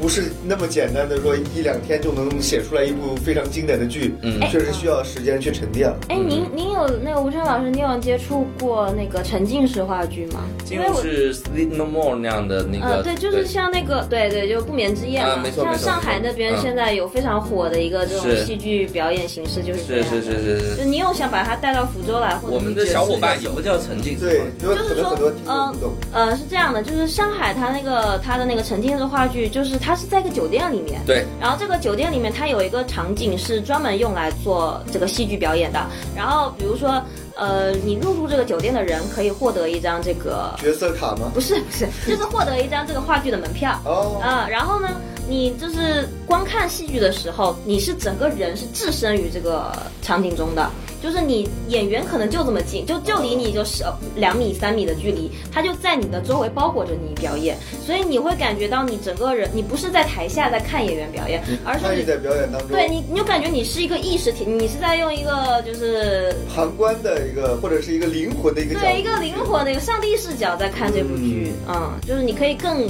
不是那么简单的说一两天就能写出来一部非常经典的剧，
嗯
确实需要时间去沉淀了。
哎，您您有那个吴峥老师，你有接触过那个沉浸式话剧吗？
进
因为
入
我。
是 Sleep No More 那样的那个，
呃，对，就是像那个，对对，就不眠之夜
啊
嘛
没，错没
像
错
上海那边
没错嗯
现在有非常火的一个这种
是
戏剧表演形式，就是这
是
样
是
的。
是是，
就是你有想把它带到福州来，或者
我们的小伙伴
什
有
么叫沉浸式
对
话
嗯
剧？，
因为可能很多听众不懂，
呃，是这样的，就是上海它那个它的那个沉浸式话剧，就是它是在一个酒店里面，
对，
然后这个酒店里面它有一个场景是专门用来做这个戏剧表演的，然后比如说，呃，你入住这个酒店的人可以获得一张这个，
角色卡吗？
不是不是，就是获得一张这个话剧的门票，
哦，
啊、然后呢，你就是光看戏剧的时候，你是整个人是置身于这个场景中的，就是你演员可能就这么近，就就离你就是呃两米三米的距离，他就在你的周围包裹着你表演，所以你会感觉到你整个人，你不是在台下在看演员表演，而是
参与
你
在表演当中，
对你，你就感觉你是一个意识体，你是在用一个就是
旁观的一个或者是一个灵魂的一个角
对
度
一个灵魂的一个上帝视角在看这部剧，嗯就是你可以更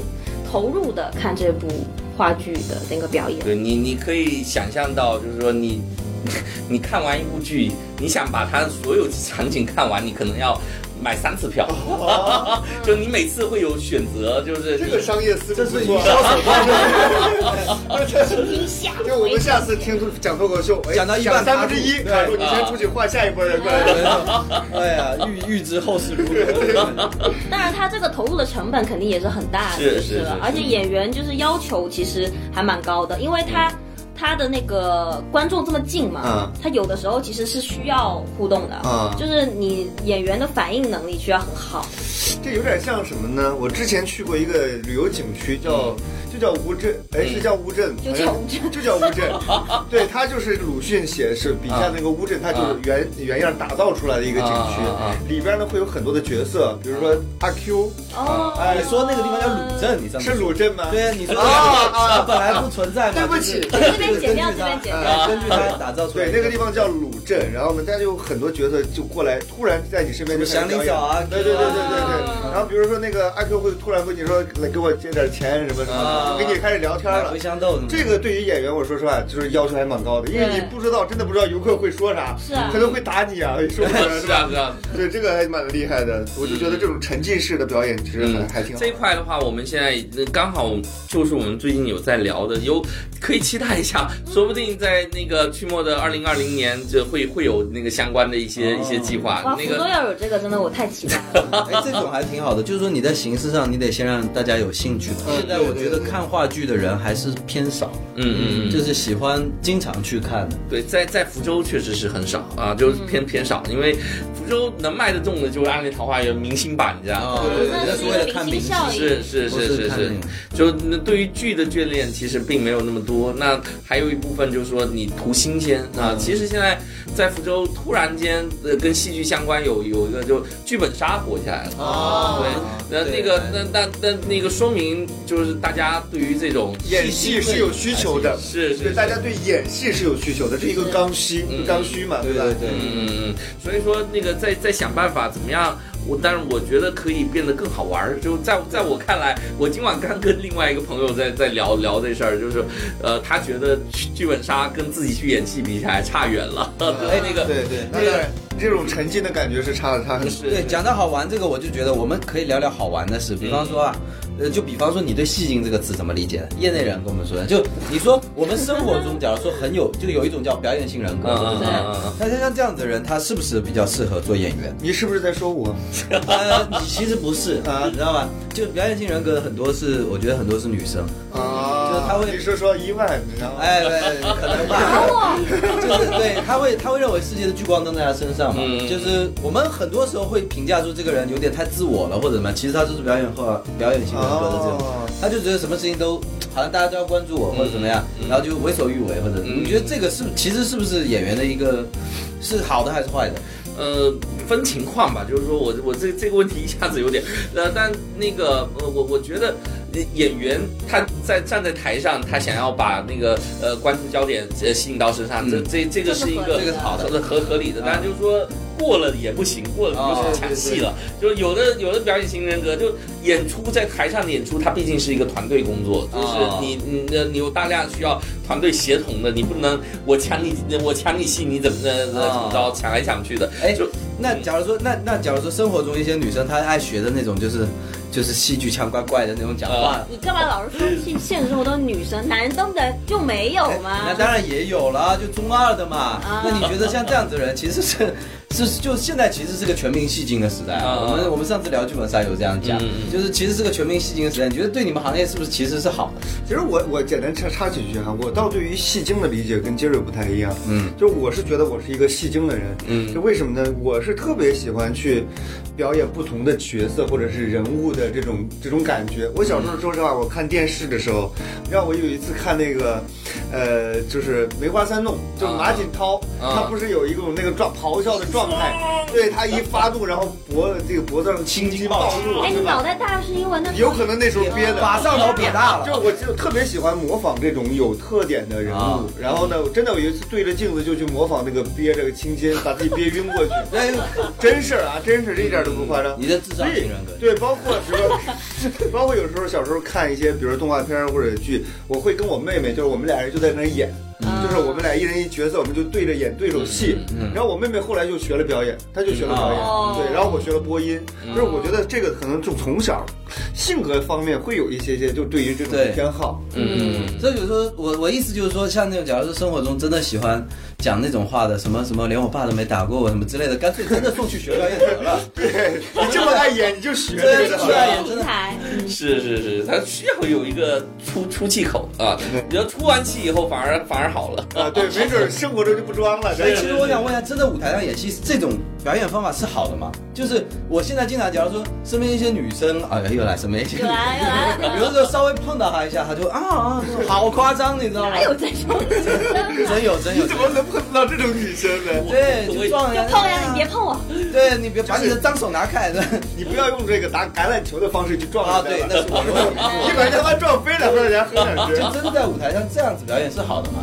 投入的看这部话剧的那个表演。
对你你可以想象到，就是说你。 你看完一部剧，你想把它所有场景看完，你可能要买三次票，
哦
就你每次会有选择，就是
这个商业思路不
这是
错
营
啊， 这是
听下回
就我们下次听出讲脱口秀，哎
讲到一半
三分之一，
卡
卡
住
住，你先出去换下一波人过来。
哎呀，预预知 后事如何？
当然，他这个投入的成本肯定也是很大的，
是
就是了
是
而且演员就是要求其实还蛮高的，因为他、他的那个观众这么近嘛，
嗯
他有的时候其实是需要互动的，
嗯
就是你演员的反应能力需要很好。
这有点像什么呢？我之前去过一个旅游景区，叫就叫乌镇，哎，是叫乌镇，
就叫乌镇
就叫乌 镇。对，它就是鲁迅写是笔下那个乌镇，它就是原原样打造出来的一个景
啊啊啊
区，里边呢会有很多的角色，比如说阿 Q
哦，
哎
你说那个地方叫鲁镇，你知道吗？
是鲁镇吗？
对啊，你说
啊啊
本来不存在嘛。
对不起
就是
这边剪掉，这边剪
哎
掉，
根据它打造出来
对，
的。
那个地方叫鲁镇，然后呢，大家有很多角色就过来，突然在你身边就开始
祥林
表演
嫂啊
对对对对对
啊
对。然后比如说那个阿 Q 会突然会你说来给我借点钱什么什么
啊，
就跟你开始聊天
买
了
茴。香豆什么的
这个对于演员，我说实话，就是要求还蛮高的，因为
对
你不知道，真的不知道游客会说啥，
是啊
可能会打你啊， 说不准
是啊是啊，
对，这个还蛮厉害的，我就觉得这种沉浸式的表演其实还还挺好
嗯这一。块的话，我们现在呃刚好就是我们最近有在聊的，有可以期待一下，说不定在那个去末的二零二零年，这会会有那个相关的一些、
哦
一些计划
哇，。
那
福州
个
要有这个，真的我太期待了。
哎，这种还挺
挺好的，就是说你在形式上，你得先让大家有兴趣嘛。
嗯
现在我觉得看话剧的人还是偏少，
嗯嗯嗯，
就是喜欢经常去看的。
对，在在福州确实是很少啊，就是
嗯
偏偏少，因为福州能卖得动的就是《暗恋桃花源》明星版，你知道
哦
吗？
对
那是一个明星效应。
是是
不
是
是
是
看
是
电影，
就那对于剧的眷恋其实并没有那么多。那还有一部分就是说你图新鲜
哦
啊。其实现在在福州突然间呃跟戏剧相关有有一个就剧本杀火起来了。
哦
对，那那个那那那那个说明就是大家对于这种
演戏是有需求的，
是是
对，大家对演戏是有需求的，是一个刚需
嗯，
刚需嘛，对吧？
嗯，所以说那个再再想办法怎么样，我但是我觉得可以变得更好玩儿。就在在我看来，我今晚刚跟另外一个朋友在在聊聊这事儿，就是呃，他觉得剧剧本杀跟自己去演戏比起来差远了。对哎那个
对对，那当然，这种沉浸的感觉是差的，他很
是
对，讲到好玩这个，我就觉得我们可以聊聊好玩的事，比方说啊，
嗯
呃，就比方说你对“戏精”这个词怎么理解的？业内人跟我们说的，就你说我们生活中，假如说很有，就有一种叫表演性人格，对不对
嗯嗯嗯嗯？
他像这样子的人，他是不是比较适合做演 员？
你是不是在说我？
呃，你其实不是，
啊
你知道吧？就表演性人格很多是，我觉得很多是女生，
啊，
就是他会
你是说意外，然后
哎，对，可能吧，就是对，他会他会认为世界的聚光灯在他身上嘛，
嗯
就是我们很多时候会评价出这个人有点太自我了或者什么，其实他就是表演后表演型人格的这种，
哦
他就觉得什么事情都好像大家都要关注我或者怎么样，然后就为所欲为或者，
嗯
你觉得这个是其实是不是演员的一个是好的还是坏的？
呃，分情况吧，就是说我我这这个问题一下子有点，呃，但那个呃我我觉得呃演员他在站在台上，他想要把那个呃关注焦点呃吸引到身上，这这这个是一 个
这个是好的
啊这个合合理的，但就是说。过了也不行，过了
哦
就是抢戏了。就是有的有的表演型人格，就演出在台上的演出，它毕竟是一个团队工作，就是
哦
你你呃你有大量需要团队协同的，你不能我抢你我抢你戏，你怎么呃怎么着抢来抢去的，
哎
就嗯
那假如说，那那假如说，生活中一些女生她爱学的那种，就是就是戏剧腔怪怪的那种讲
啊
话，
你干嘛老是说现现实生活中女生，男生的就没有吗？
那当然也有了，就中二的嘛。
啊
那你觉得像这样子的人，其实是 是就现在其实是个全民戏精的时代。
啊
我们我们上次聊剧本杀有这样讲，
嗯嗯
就是其实是个全民戏精的时代。你觉得对你们行业是不是其实是好的？
其实我我简单插插几句哈，我倒对于戏精的理解跟杰瑞不太一样，
嗯，
就我是觉得我是一个戏精的人，
嗯
就为什么呢？我是特别喜欢去表演不同的角色或者是人物的这种这种感觉。我小时候说实话，我看电视的时候，让我有一次看那个，呃，就是《梅花三弄》，就是马景涛，
啊
他不是有一种那个状咆哮的状态，对他一发怒，然后脖这个脖子上青筋暴露，
哎，你
对吧
脑袋大是因为那时
有
候
可能那时候憋的，
把嗯上头瘪 大
就
了。
我就特别喜欢模仿这种有特点的人物，
啊
然后呢，我真的有一次对着镜子就去模仿那个憋着个青筋，把自己憋晕过去，
哎，
真事儿啊，真是这一点都不夸张。
你的智
所
障
以
型人格，
对，包括时 候，包括有时候小时候看一些，比如动画片儿或者剧，我会跟我妹妹，就是我们俩人就在那儿演，
嗯
就是我们俩一人一角色，我们就对着演对手戏。
嗯
然后我妹妹后来就学了表演，她就学了表演，
哦
对，然后我学了播音，
嗯
就是我觉得这个可能就从小性格方面会有一些些，就对于这种
对
偏好。
嗯
所以就是说我我意思就是说，像那种假如说生活中真的喜欢讲那种话的，什么什么连我爸都没打过我什么之类的，干脆真的送去学表演得了。
对你这么爱演，你就学
对
这个
对
吧。
学题材，
是是是，他需要有一个出出气口啊。你要出完气以后，反而反而好了。
啊，对，没准儿生活中就不装了。
哎，
真
其
是
实我想问一下，真的舞台上演戏这种表演方法是好的吗？就是我现在经常，假如说身边一些女生，哎呀，又来身边一些女
又
生，
来又来了，
有的时候稍微碰到她一下，她就啊啊，好夸张，你知道吗
哪？有这种女生啊？
真有真有
你，怎么能碰到这种女生呢？
对，就撞
就
人，啊
碰呀，你啊别，碰我。
对你别把你的脏手拿开，对
你不要用这个打橄榄球的方式去撞
啊，
人家，
对
吧
那是我的问题。
你把人家妈撞飞了，不让人家喝两
就
支，
真的在舞台上这样子表演是好的吗？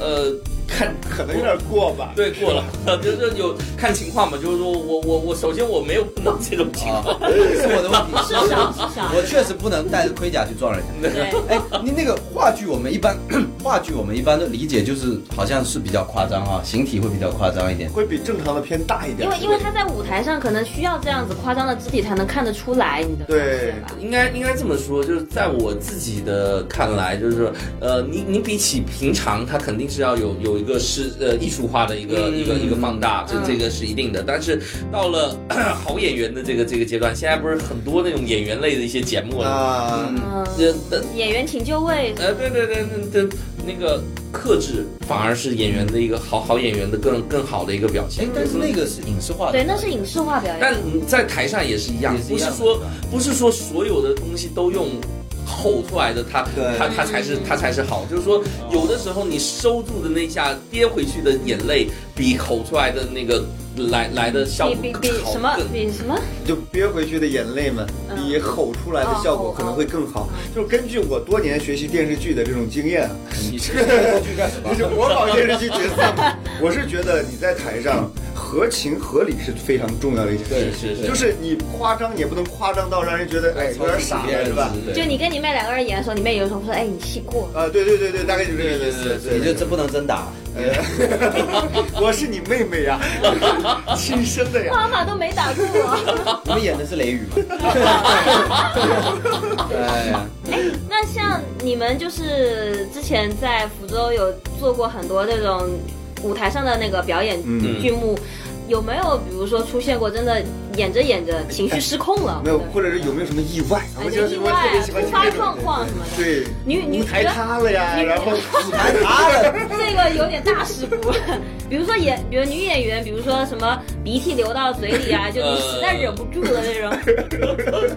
呃，看
可能有点过吧。
对过了， 就是有看情况嘛。就是说我我我，首先我没有碰到这种情
啊
况。，
是我的问题，
是少是少
我确实不能带着盔甲去撞人家。
对，
哎，你那个话剧，我们一般话剧我们一般的理解就是好像是比较夸张啊，形体会比较夸张一点。
会比正常的偏大一点
因为。因为他在舞台上可能需要这样子夸张的肢体才能看得出来你的
对
感觉吧。
应该应该这么说，就是在我自己的看来，就是说，呃，你你比起平常，他肯定是要有有一个诗呃艺术化的一个、
嗯
一个一个放大，这、
嗯
这个是一定的。但是到了 好演员的这个这个阶段，现在不是很多那种演员类的一些节目了吗，
啊，
嗯，
这、但
演员请就位，
呃，对对对对对，那个克制反而是演员的一个好好演员的更更好的一个表现
哎。，但是那个是影视化的，
对，那是影视化表
但
演，
你在台上也是一样
也，是
不
一
是
样的
说不是说所有的东西都用吼出来的，它
对
它它才是它才是好。就是说，有的时候你收住的那一下跌回去的眼泪，比吼出来的那个来来的效果
比比比
更好
什么
更
比什么，
就憋回去的眼泪们，
嗯
比吼出来的效果可能会更好。就是根据我多年学习电视剧的这种经验，
你这个去干什么
就？是模仿电视剧角色 嘛，我是觉得你在台上合情合理是非常重要的一件事。
是是是，
就是你夸张，你也不能夸张到让人觉得哎有点傻了是吧？
就你跟你妹两个人演的时候，你妹有时候会说，哎，你气过，
啊，对对对对，大概就这个意
对
思。
你
对
就真不能真打，
呃我是你妹妹呀，亲生的呀。
妈妈都没打过我。
你们演的是雷雨嘛？ 对
哎
呀，
哎那像你们就是之前在福州有做过很多这种舞台上的那个表演
嗯
剧目，有没有比如说出现过真的演着演着情绪失控了？
哎没有，
对
或者是有没有什么意外？
哎
我就是
意
我
外
特别喜欢
突
听
发
这种
状。况什么的？
对，
你你
舞
觉
台
得
塌了呀，
你
然后
舞台 这个有点大事故。比如说演，比如女演员，比如说什么鼻涕流到嘴里啊，就
呃
你实在忍不住了那种。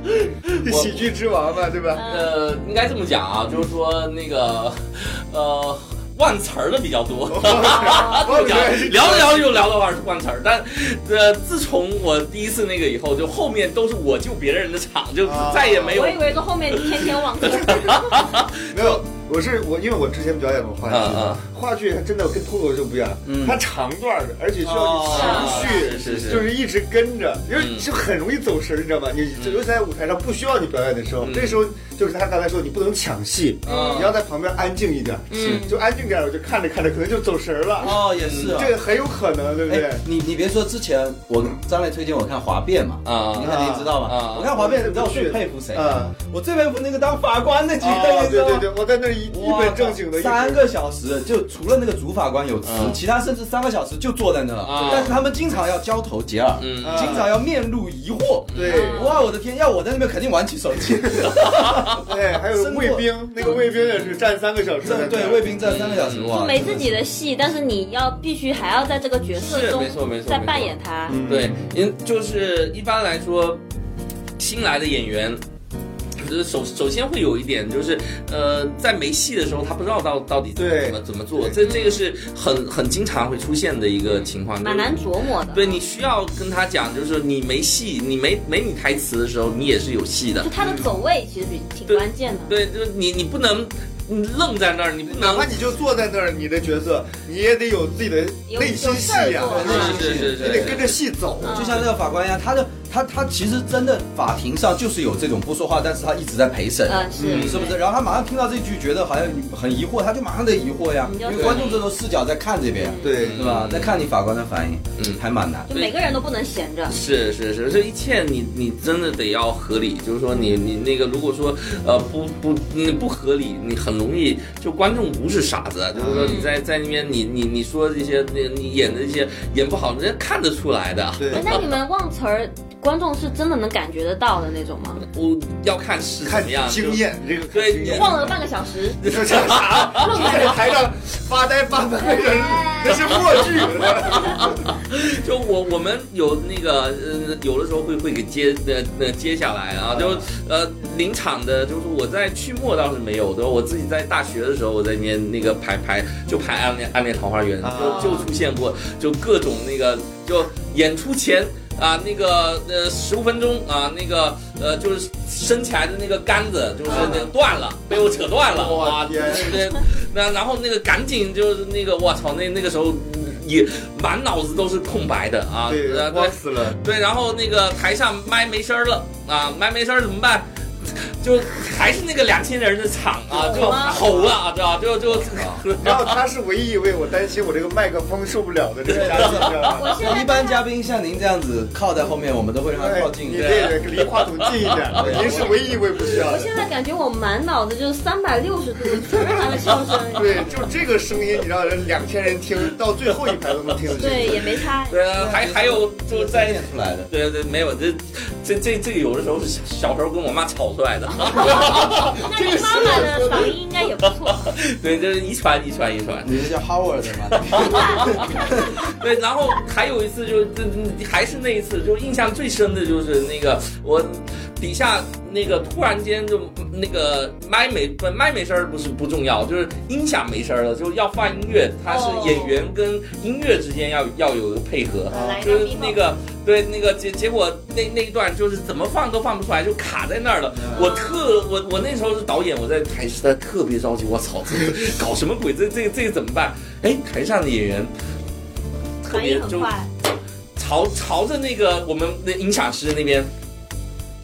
喜剧之王嘛，对吧？
嗯
呃，应该这么讲啊，就是说那个呃。忘词儿的比较多，
哦
忘词儿
聊着聊着就聊到忘忘词儿，但呃，自从我第一次那个以后，就后面都是我救别人的场，就
啊
再 也没有
我以为说后面你天天 忘词，
没有，我是我，因为我之前表演过话剧
嗯嗯
嘛，话剧还真的跟脱口秀不一样，它长段的，而且需要
哦
你情绪，
是是是
就是一直跟着，因为
嗯
就很容易走神，你知道吗？你尤其在舞台上不需要你表演的时候，
嗯
这时候就是他刚才说，你不能抢戏，你要在旁边安静一点，
嗯
就安静点，我就看着看着可能就走神了，
哦也是啊
这。个很有可能，对不对
哎？，你你别说，之前我张磊推荐我看《华辩》嘛，
啊
你看你也知道
啊啊
嘛，我看《华辩》，你知道我最佩服谁？
啊
我最佩服那个当法官的几个，
啊，
你知
对
道
对
吗？
对，我在那儿一
哦
一
哇
本正经的，
三个小时，就除了那个主法官有词，
嗯
其他甚至三个小时就坐在那了。
啊
但是他们经常要交头接耳，
嗯
啊
经常要面露疑惑。
嗯对，
哇，我的天！要我在那边肯定玩起手机。
哎，还有卫兵，那个卫兵也是站三个小时在
这
那儿，
对卫兵站三个小时，
就
哇，
没自己的戏，但是你要必须还要在这个角色
是
中
没错没错
再
没错
扮演他。
嗯，
对，因为就是一般来说，新来的演员。就是首首先会有一点，就是呃，在没戏的时候，他不知道到到底怎么
对
怎么怎么做，这这个是很很经常会出现的一个情况。
蛮难琢磨的。
对你需要跟他讲，就是你没戏，你没没你台词的时候，你也是有戏的
就。他的走位其实比挺
对
关键的。
对，就是你你不能你愣在那儿，你不
哪
能
怕你就坐在那儿，你的角色你也得有自己的内心戏呀、
有有事
内
儿
心
做
戏
是是是
你
是
得跟着戏走。
嗯
就像那个法官一样，他的他他其实真的法庭上就是有这种不说话，但是他一直在陪审。
嗯，是
是不是？？然后他马上听到这句，觉得好像很疑惑，他就马上得疑惑呀，
嗯
你就
因
是
为观众这种视角在看这边，
对，嗯
对吧？在看你法官的反应，
嗯
还蛮难。
就每个人都不能闲着。
是是是，这一切你你真的得要合理，就是说你你那个如果说呃不不你不合理，你很容易就观众不是傻子，就是
嗯
说你在在那边你你你说这些你你演的这些演不好，人家看得出来的。
对
哎那你们忘词儿，观众是真的能感觉得到的那种吗？
我要看是怎
看
么样，
经
就
验，这个看
对
经
你
验。
忘了半个小时，
你说像 啥？你在台上发呆发半
哎
个人，那是默 剧。
就我我们有那个呃，有的时候会会给接呃呃接下来啊，就呃临场的，就是我在去末倒是没有的，我自己在大学的时候，我在那边那个排排就排《暗恋暗恋桃花源》
啊
就就出现过，就各种那个就演出前。啊，那个呃，十五分钟啊，那个呃，就是升起来的那个杆子，就是那个断了，被我扯断了，
啊我
哇，
天
对，那然后那个赶紧就是那个，我操，那那个时候也满脑子都是空白的啊，
对，
呃
慌
对
死了。
对，然后那个台上麦没声儿了啊，麦没声儿怎么办？ 就还是那个两千人的场啊，就吼啊，知道吧就就
然后他是唯一一位我担心我这个麦克风受不了的这个嘉宾，你知道吗
我现在
一般嘉宾像您这样子靠在后面，我们都会让他
哎
靠近。
你
啊
这个离话筒近一点，您是唯一一位不需要
我
的。
现在感觉我满脑子就是三百六十度全是他的笑声，
对，就这个声音，你让人两千人听到最后一排都能听得
对，
清。
也没差。
对啊，还还有就在
练出来的。
对对，没有这这这这个有的时候是小时候跟我妈吵出来的，
那你妈妈的嗓音应该也不错。
对，这是遗传遗传遗传。
你是叫 Howard 吗？
对，然后还有一次就这还是那一次，就印象最深的就是那个我底下那个突然间就那个麦没不麦没声儿不是不重要，就是音响没声儿了，就要放音乐，它是
哦
演员跟音乐之间要要有一个配合。
来
就是
一
那个对那个结结果那那一段就是怎么放都放不出来，就卡在那儿了。我特我我那时候是导演，我在台上特别着急，我操，这个搞什么鬼？这这这个怎么办？哎，台上的演员特
反
别
应很
就
快，
朝朝着那个我们的音响师那边。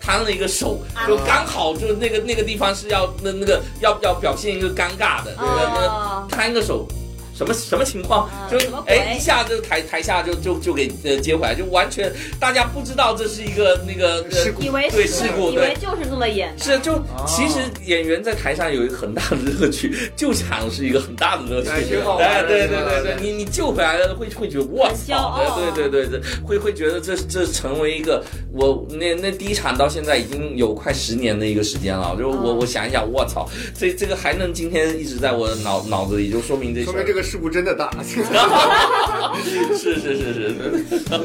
他那个手
啊
就刚好就那个那个地方是要那那个要要表现一个尴尬的，那个那个
哦，
摊个手，什么什么情况？
啊
就
什么鬼
哎一下就台台下就就就给呃接回来，就完全大家不知道这是一个那个
事
呃
故
以为
对
是
事故
以
对
为就是这么演的。
是就
哦
其实演员在台上有一个很大的乐趣， 救场是一个很大的乐趣。
哎挺好玩的
哎，对
挺
对
好
对
玩
对
的，
你你救回来了，会会觉得我
很骄
操
傲，啊
对对对对，会会觉得这这成为一个我那那第一场到现在已经有快十年的一个时间了，就是我
嗯
我想一想，我操，这这个还能今天一直在我脑脑子里，就说明这事
说
儿
明这个事故真的大。
是是是是，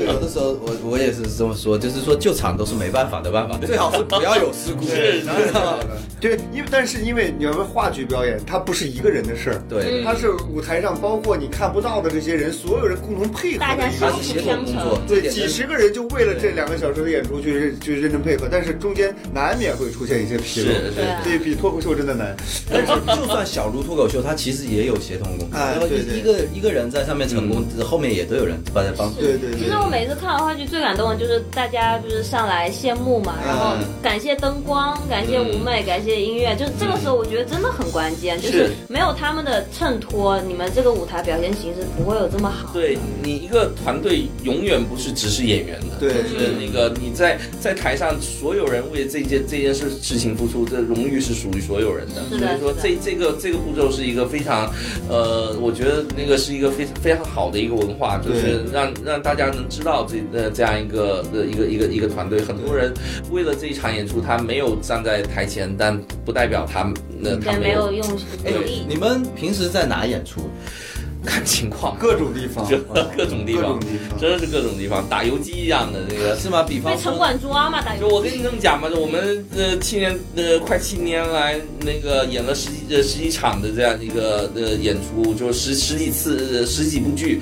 有的时候我我也是这么说，就是说救场都是没办法的办法，最好是不要有事故。
是
你知道吗
对，因为但是因为你们话剧表演，它不是一个人的事儿，
嗯
对，
它是舞台上包括你看不到的这些人，所有人共同配合
大家
的一
它
个
相
是协
辅
同
相
工
成
作。，这
对，
点
几
是
十个人就为了这两个小时的演出去认去认真配合，但是中间难免会出现一些纰
是
漏，
是
对比脱口秀真的难。
但是就算小如脱口秀，它其实也有协同工作。
哎
那么
对
一
对
一个一个人在上面成功，
嗯
后面也都有人帮在帮助。
对对
其
对
实，我每次看完话剧最感动的就是大家就是上来谢幕嘛，然后感谢灯光，感谢舞美，感谢音乐，就是这个时候我觉得真的很关键，就是
是
没有他们的衬托，你们这个舞台表现形式不会有这么好。
对你一个团队永远不是只是演员的，
对
就是那个你在在台上所有人为这件这件事事情付出，这荣誉是属于所有人的。
是的
所以说
是的
这这个这个步骤是一个非常，呃，我觉得那个是一个非常非常好的一个文化，就是让让大家能知道这呃这样一个的一个一个一个团队，很多人为了这一场演出，他没有站在台前，但不代表他那、他
也
没
嗯没有
有
用
哎
努力，
你们平时在哪演出？
看情况，
各种地方，
就 各种地
各
方
种。地方。
真的是各种地方，打游击一样的那个。
是吗？比方
被
说
城管抓嘛，打
就我跟你这么讲吧，我们呃七年呃快七年来那个演了十几呃十几场的这样一个呃演出，就十十几次、呃十几部剧，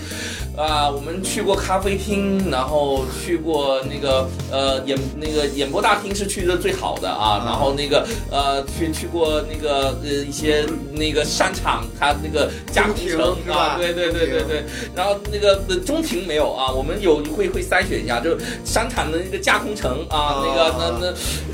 啊、我们去过咖啡厅，然后去过那个呃演那个演播大厅是去的最好的啊，然后那个呃去去过那个呃一些那个商场，它那个加工
中
城
庭是吧
啊，对对对对
中庭
对，然后那个呃中庭没有啊，我们有会会筛选一下，就商场的那个架空城啊，
啊
那个那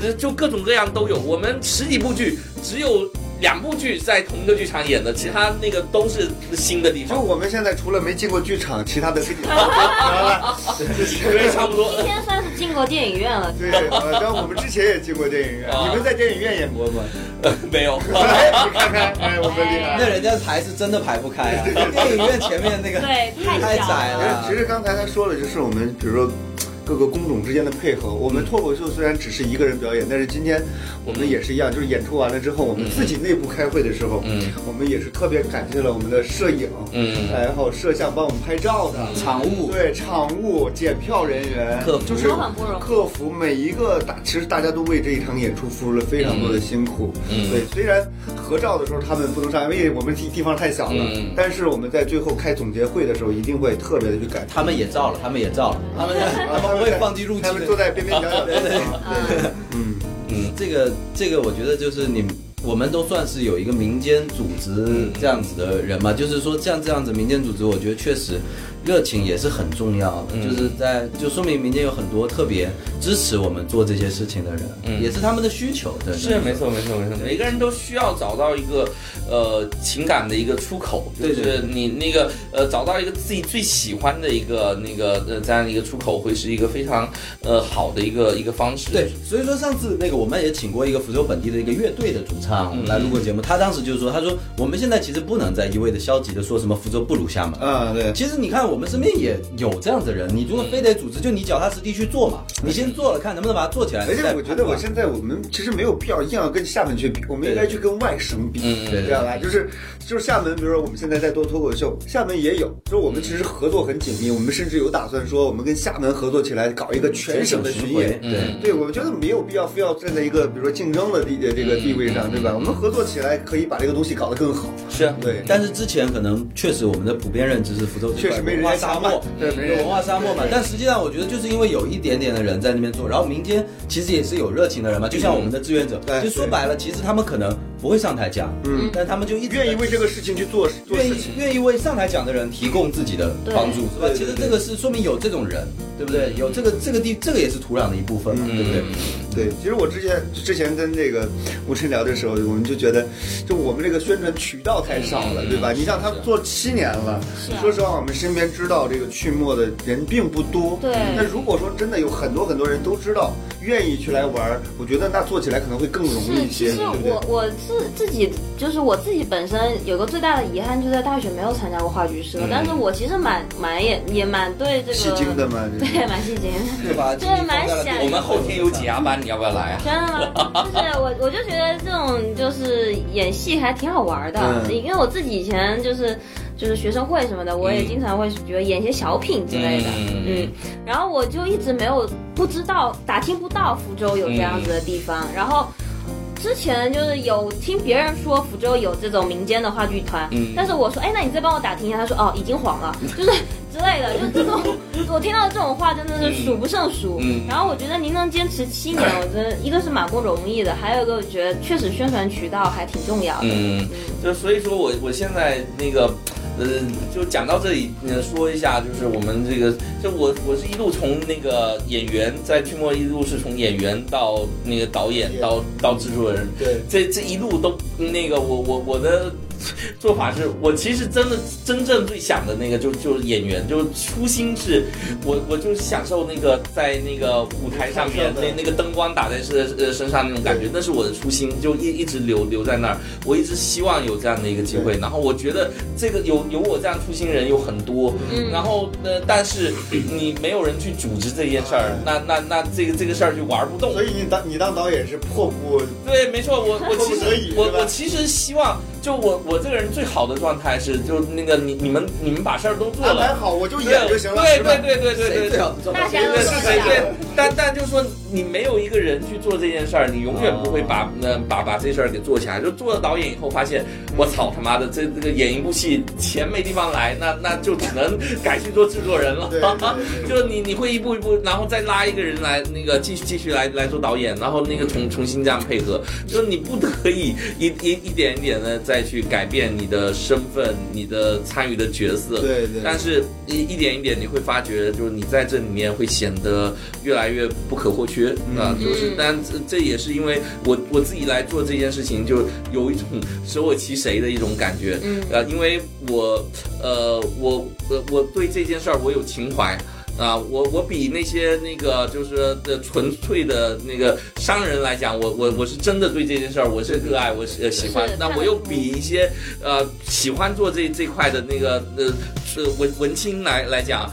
那呃就各种各样都有。我们十几部剧只有两部剧在同一个剧场演的，其他那个都是新的地
就
方，
我们现在除了没进过剧场，其他的是啊
对，差不多。
今天算是进过电影院了，
对，呃但我们之前也进过电影院，
啊
你们在电影院演过吗？
呃没有，
哎，你看看，哎，我们厉害
那。人家排是真的排不开啊！电影院前面那个
对，
太
小
窄了
其实刚才他说了，就是我们比如说。各个工种之间的配合，我们脱口秀虽然只是一个人表演，但是今天我们也是一样，就是演出完了之后，我们自己内部开会的时候，
嗯
我们也是特别感谢了我们的摄影，
嗯
然后摄像帮我们拍照的，
场务，
对，场务、检票人员，
客服
就是
都很不容易
客服每一个大，其实大家都为这一场演出付出了非常多的辛苦。
嗯
对，虽然合照的时候他们不能上，因为我们地地方太小了，
嗯
但是我们在最后开总结会的时候，一定会特别的去感谢。
他们也照了，他们也照了，他们
啊
他们会
在
放弃入境
他们坐
的。
在边边角角的地方。
嗯，
嗯，
这个这个，我觉得就是你。我们都算是有
嗯
一个民间组织这样子的人嘛，就是说像这样子民间组织，我觉得确实
热情也是很重要
嗯
的，就是在就说明民间有很多特别支持我们做这些事情的人，也是他们的需求，对，
嗯是没错没错没错，每个人都需要找到一个呃情感的一个出口，就
对对
是你那个呃找到一个自己最喜欢的一个那个呃这样的一个出口，会是一个非常呃好的一个一个方式。
对，所以说上次那个我们也请过一个福州本地的一个乐队的主唱
嗯
我们来录过节目，他当时就说，他说我们现在其实不能再一味的消极的说什么福州不如厦门。
啊，对，
其实你看，我们身边也有这样子的人。你如果非得组织，就你脚踏实地去做嘛。你先做了，看能不能把它做起 来。
而
你再
且我觉得我
判断
现在我们其实没有必要硬要跟厦门去比，我们应该去跟外省比，
嗯
知道吧？就是就是厦门，比如说我们现在在做脱口秀，厦门也有，就是我们其实合作很紧密，我们甚至有打算说我们跟厦门合作起来搞一个全省的巡演。
对
嗯
对，我觉得没有必要非要站在一个比如说竞争的地呃这个地位上，对吧？我们合作起来可以把这个东西搞得更好。
是啊
对，
嗯但是之前可能确实我们的普遍认知是福州
确实没人
文化
家
沙
想
漠
买，对，没
有
人
文。化沙漠嘛。但实际上，我觉得就是因为有一点点的人在那边做，然后民间其实也是有热情的人嘛，就像我们的志愿者
对，
就说白了，其实他们可能不会上台讲，
嗯，
但他们就一直在
愿意为这个事情去做做
愿
事
意
情。
愿意为上台讲的人提供自己的帮助，是吧？
对对
其实
对
这个是说明有这种人，对不对？有这个这个地，这个也是土壤的一部分嘛，对不对？
对，其实我之前之前跟这个吴晨聊的时候，我们就觉得，就我们这个宣传渠道太少了，对吧？你像他做七年了，
啊
说实话，我们身边知道这个去墨的人并不多。
对
那如果说真的有很多很多人都知道，愿意去来玩儿，我觉得那做起来可能会更容易
是，
一
其
些，
实
对不对
我？我自自己就是我自己本身有个最大的遗憾，就在大学没有参加过话剧社，但是我其实蛮蛮也也蛮对这个
戏精的，嘛，这
对，蛮戏精的。
对吧？
对蛮想
我们后天有解压班，你要不要来啊？
真的吗？就是我，我就觉得这种就是演戏还挺好玩的，
嗯
因为我自己以前就是就是学生会什么的，我也经常会觉得演一些小品之类的，
嗯
嗯然后我就一直没有不知道打听不到福州有这样子的地方，然后。之前就是有听别人说福州有这种民间的话剧团，但是我说，哎，那你再帮我打听一下，他说，哦，已经黄了，就是之类的，就这种， 我听到这种话真的是数不胜数。
嗯
然后我觉得您能坚持七年，我觉得一个是蛮不容易的，还有一个我觉得确实宣传渠道还挺重要的。
嗯，就所以说我我现在那个，呃，就讲到这里，呃，说一下，就是我们这个，就我我是一路从那个演员在剧末一路是从演员到那个导演到到制作人，
对
这这一路都那个我我我的做法是，我其实真的真正最想的那个就就是演员，就初心是，我我就享受那个在那个舞台上面
舞台上的
那那个灯光打在身呃身上那种感觉
对，
那是我的初心，就一一直留留在那儿。我一直希望有这样的一个机会，然后我觉得这个有有我这样初心人有很多，
嗯
然后呃，但是你没有人去组织这件事儿，那那那这个这个事儿就玩不动
所。以你当你当导演是迫不
对，没错，我我其
迫不得
实
已
我
是吧
我其实希望，就我我这个人最好的状态是，就那个你你们你们把事儿都做
安排
了，
好，我就
对
演就行了，
对
是吧
对对对对
谁
对
最
对。
好的状态
大家都
对
是
是
这
谁
样
对，但但就是说，你没有一个人去做这件事儿，你永远不会
哦
把呃把把这事儿给做起来。就做了导演以后，发现我操他妈的，这这个演一部戏钱没地方来，那那就只能改去做制作人了。
对对对
就你你会一步一步，然后再拉一个人来那个继续继续来来做导演，然后那个重重新这样配合，就是你不得已一一一点一点的再去改变你的身份、你的参与的角色。
对对
但是一一点一点你会发觉，就是你在这里面会显得越来越不可或缺啊、就是
嗯
但这这也是因为我我自己来做这件事情，就有一种舍我其谁的一种感觉。
嗯
呃，因为我呃我我我对这件事儿我有情怀。啊，我我比那些那个就是呃纯粹的那个商人来讲，我我我是真的对这件事儿我是热爱，我是、呃、喜欢
是。
那
看
我
得
又
出
比一些呃喜欢做这这块的那个呃呃文文青来来讲，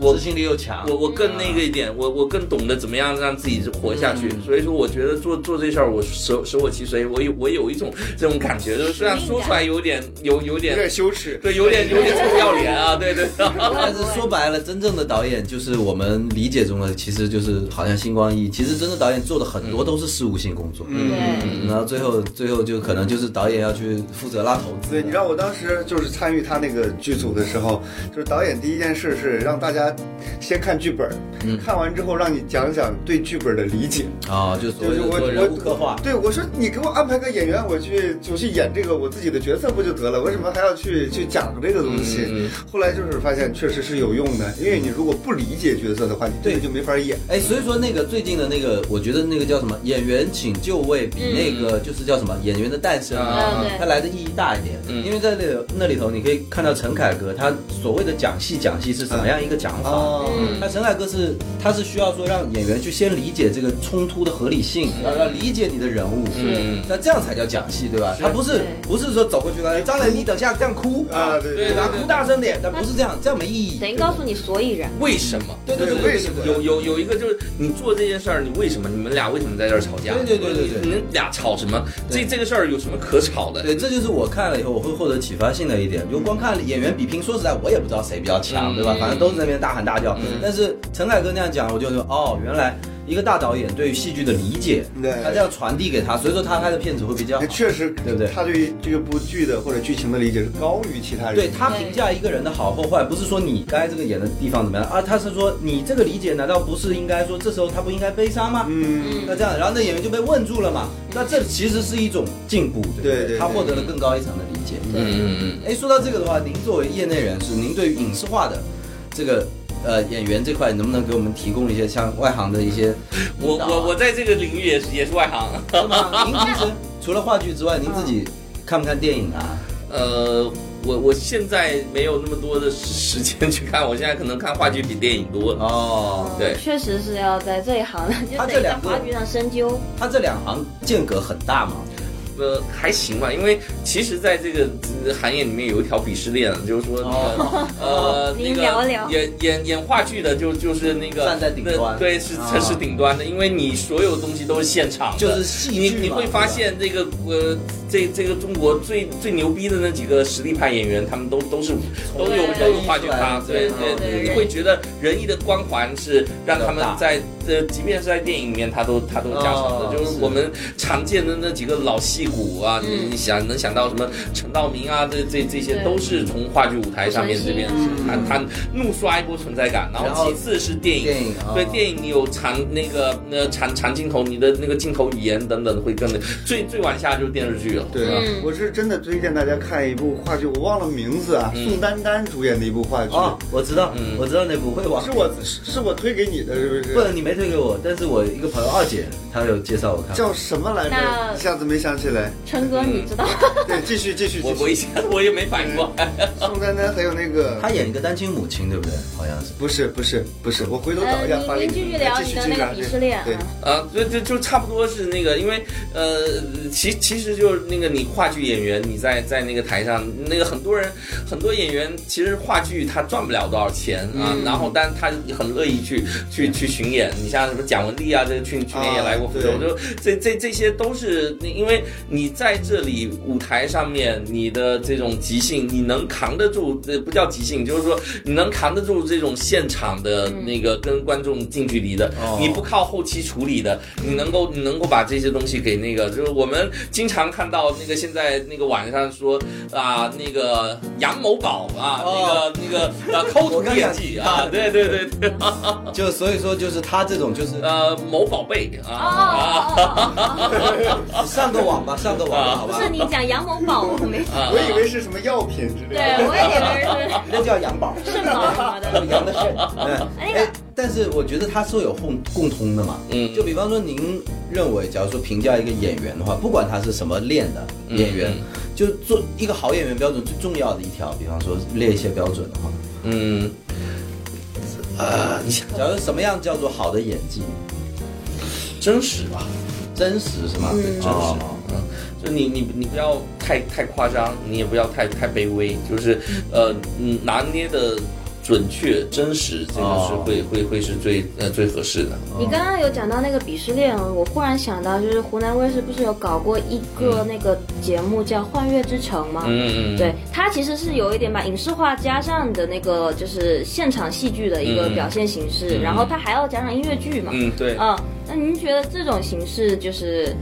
我
嗯
执行力又
啊
强
我。我更那个一点，我我更懂得怎么样让自己活下去。
嗯
所以说，我觉得做做这事儿，我舍舍我其谁，我有我有一种这种感觉，就是虽然说出来有点有有
有
点
点羞耻， 嗯
对，有点有点臭不要脸啊，对对。
但是说白了，真正的导演演就是我们理解中的，其实就是好像星光熠熠，其实真的导演做的很多都是事务性工作，
嗯
对，
然后最后最后就可能就是导演要去负责拉投资
对，，你知道我当时就是参与他那个剧组的时候，就是导演第一件事是让大家先看剧本，
嗯
看完之后让你讲讲对剧本的理解。
啊，就是
就
所谓
是
的
我
做人物刻
我
画。
对，我说你给我安排个演员，我去我去演这个我自己的角色不就得了？为什么还要去去讲这个东西？
嗯
嗯
后来就是发现确实是有用的，因为你如果不理解角色的话，你这个就没法演。
哎，所以说那个最近的那个，我觉得那个叫什么《演员请就位》，比
嗯
那个就是叫什么《演员的诞生》
啊对
它来的意义大一点。
嗯
因为在那个那里头，你可以看到陈凯歌他所谓的讲戏讲戏是怎么样一个讲法。
嗯
哦，
那陈凯歌是他是需要说让演员去先理解这个冲突的合理性，
嗯
要要理解你的人物。
嗯，
那这样才叫讲戏，对吧？他不是
对
不是说走过去了，张磊，你等下这样哭
啊，对
对
啊，哭大声点，但不是这样，这样没意义。
等于告诉你所以然。
为什么？
对对对，
为什么
有有有一个就是你做这件事儿，你为什么？你们俩为什么在这儿吵架？
对对对对对
你们俩吵什么？这这个事儿有什么可吵的？
对，呃这就是我看了以后我会获得启发性的一点。就光看
嗯
演员比拼，说实在我也不知道谁比较强，
嗯
对吧？反正都是那边大喊大叫。
嗯
但是陈凯歌那样讲，我就说哦，原来一个大导演对于戏剧的理解，
对
他这样传递给他，所以说他拍的片子会比较好
那。确实，
对不对
他对这部剧的或者剧情的理解是高于其他人。
对他评价一个人的好或坏，不是说你该这个演的地方怎么样，而他是说你这个理解难道不是应该说这时候他不应该悲伤吗？
嗯，
嗯
那这样，然后那演员就被问住了嘛？那这其实是一种进步，对不对？
对对对
他获得了更高一层的理解。
嗯嗯嗯。
哎，说到这个的话，您作为业内人士，您对于影视化的这个呃演员这块，能不能给我们提供一些像外行的一些
我
引导啊
我我在这个领域也是也是外行。
是吗您其 实除了话剧之外，您自
嗯
己看不看电影啊？
呃，我我现在没有那么多的时间去看，我现在可能看话剧比电影多。
哦，
对
确实是要在这一行，就
他
得
这
在
两个
话剧上深究。
它这两行间隔很大嘛？
呃，还行吧，因为其实在这个呃行业里面有一条鄙视链，就是说那
哦
个、呃，那
哦您
个
聊聊
演演演话剧的就就是那个
站在顶
那
端
对，是
啊
才是顶端的，因为你所有东西都是现场的，
就是戏剧
你
嘛
你会
对吧
发现这个呃，这这个中国最最牛逼的那几个实力派演员，他们都都是都有
对
都有话剧咖，
对
对
对
对
对，你
对
会觉得仁义的光环是让他
比
们
较大
在呃，即便是在电影里面，他都他都加成
哦
的，就是
是
我们常见的那几个老戏骨啊，
嗯
你你想能想到什么陈道明啊，这这这些
对
都是从话剧舞台上面这边
嗯
他他怒刷一波存在感，然
然后
后其次是电影，
电影啊
对电影你有长那个那长长镜头，你的那个镜头语言等等会更最最往下就是电视剧了，
对啊
吧？
嗯
我是真的推荐大家看一部话剧，我忘了名字啊，
嗯
宋丹丹主演的一部话剧，
哦，我知道，
嗯
我知道那部会网
是我是是我推给你的，是不
不
是？
能你没推给我，但是我一个朋友二姐她有介绍我看。
叫什么来着？
那
一下子没想起 来。
陈哥，
嗯
你知道？
对，继续继续。
我
继
我
续
一下我也没反应过来，
宋丹丹还有那个
她，演一个单亲母亲，对不对？好像是。
不是不是不是，我回头找一下
呃，
发
您
给
您继
你哎继
续聊你
续
的
继
那
续
个
聊
鄙视链啊
对。
啊，就就就差不多是那个，因为呃，其其实就是那个你话剧演员，你在在那个台上，那个很多人很多演员其实话剧他赚不了多少钱啊，
嗯
然后但他很乐意去去去巡演。你像什么蒋雯丽啊，这个去去年也来过福州，
啊对
就这这这些都是那因为你在这里舞台上面，你的这种即兴，你能扛得住，这不叫即兴，就是说你能扛得住这种现场的
嗯
那个跟观众近距离的，你不靠后期处理的，你能够你能够把这些东西给那个，就是我们经常看到那个现在那个网上说啊，那个杨某宝啊，
哦
那个那个呃抠图演技啊，对对对对，
就所以说就是她这种就是
呃某宝贝
哦
啊
哦
啊。
哦哦哦，
上个网吧，上个网吧，好
不
吧？
是你讲杨某宝，我 没。
啊
我以为是什么药品之类
对，
的。
我也以为
那叫羊宝。
是肾宝什么的。
羊的肾。嗯
哎
哎，但是我觉得它是有共共通的嘛。
嗯
就比方说，您认为，假如说评价一个演员的话，不管他是什么练的演员，
嗯
就做一个好演员标准最重要的一条，比方说列一些标准的话，
嗯，呃，你想
假如什么样叫做好的演技，
真实吧？
真实是吗？
嗯
对真
哦
实。
嗯，就你你你不要太太夸张，你也不要太太卑微，就是呃嗯拿捏的。准确、真实，这个是会、会会是最呃最合适的。
你刚刚有讲到那个鄙视链，我忽然想到，就是湖南卫视不是有搞过一
嗯
个那个节目叫《幻乐之城》吗？
嗯嗯，
对，它其实是有一点把影视化加上你的那个就是现场戏剧的一个
嗯
表现形式，然
嗯
后它还要加上音乐剧嘛。
嗯对，
嗯，那您觉得这种形式就是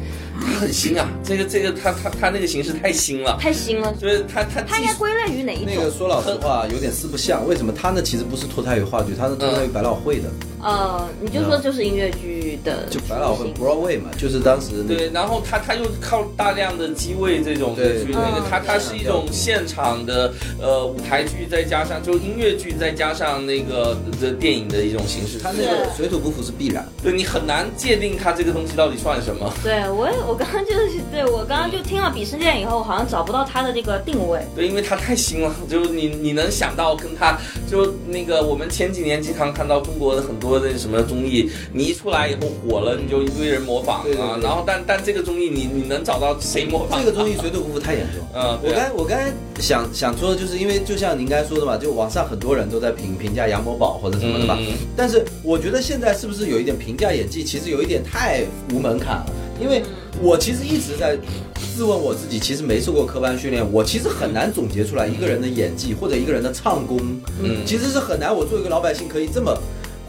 很新啊，这个这个他他他那个形式太新了，
太新了？
就是他他
它应该归类于哪一种？
那个说老实话有点四不像，为什么他呢？其实不是脱胎于话剧，他是脱胎于百老汇的，
呃，你就说就是音乐剧的
就百老汇
雏形
Broadway 嘛，就是当时那
对，然后他他又靠大量的机位这种的
对
去那
嗯
个，他他是一种现场的呃舞台剧，再加上就音乐剧，再加上那个这电影的一种形式，
他那
是
个水土不服是必然。
对你很难界定他这个东西到底算什么。
对我也，我刚刚就是对我刚刚就听了鄙视链以后，我好像找不到它的这个定位。
对，因为它太新了，就你你能想到跟它就那个我们前几年经常看到中国的很多的什么综艺，你一出来以后火了，你就一堆人模仿
对对
啊。
对
然后但但这个综艺你你能找到谁模仿？
这个综艺水土不服太严重。
嗯，
我
对啊
刚才我刚才想想说的就是，因为就像您刚才说的嘛，就网上很多人都在评评价杨某宝或者什么的嘛，
嗯嗯嗯
但是我觉得现在是不是有一点评价演技，其实有一点太无门槛了？因
嗯
为我其实一直在自问我自己，其实没受过科班训练，我其实很难总结出来一个人的演技或者一个人的唱功，
嗯
其实是很难。我作为一个老百姓，可以这么。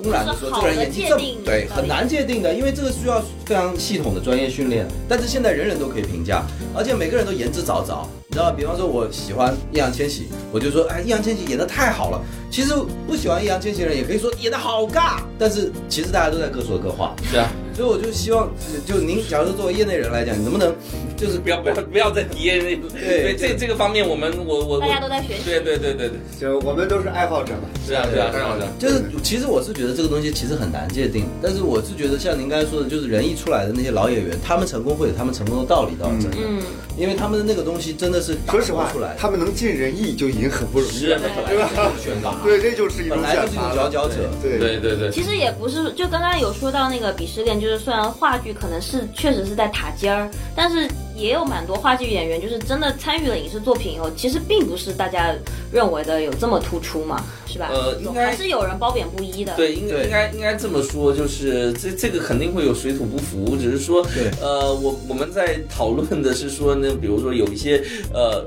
公然的说，这个人演技这么对，很难界定的，因为这个需要非常系统的专业训练。但是现在人人都可以评价，而且每个人都言之凿凿，你知道吧？比方说，我喜欢易烊千玺，我就说，哎，易烊千玺演的太好了。其实不喜欢易烊千玺的人也可以说演的好尬，但是其实大家都在各说各话。
是啊，
所以我就希望，就就您假如作为业内人来讲，你能不能就是
不 要不要不要再敌人
对
这这个方面我们我我我
大家都在学习
对对对对对，
就我们都是爱好者嘛。
是啊是啊是啊是啊，
就是，其实我是觉得这个东西其实很难界定，但是我是觉得像您刚才说的，就是人一出来的那些老演员，他们成功会有他们成功的道理到底，
嗯，
因为他们的那个东西真的是打
说实话
磨出来，的，
他们能尽人意就已经很不容易
是
了，
啊
对吧？
选拔
对，这就是一种
本来
选
就是一
拔
种
了
佼佼者，
对，
对对对，
其实也不是，就刚刚有说到那个鄙视链，就是虽然话剧可能是确实是在塔尖儿，但是也有蛮多话剧演员就是真的参与了影视作品以后，其实并不是大家认为的有这么突出嘛，是吧？
呃应该
还是有人褒贬不一的。
对，应该
对
应该应该这么说，就是这这个肯定会有水土不服，只是说
对，
呃，我我们在讨论的是说呢，比如说有一些呃，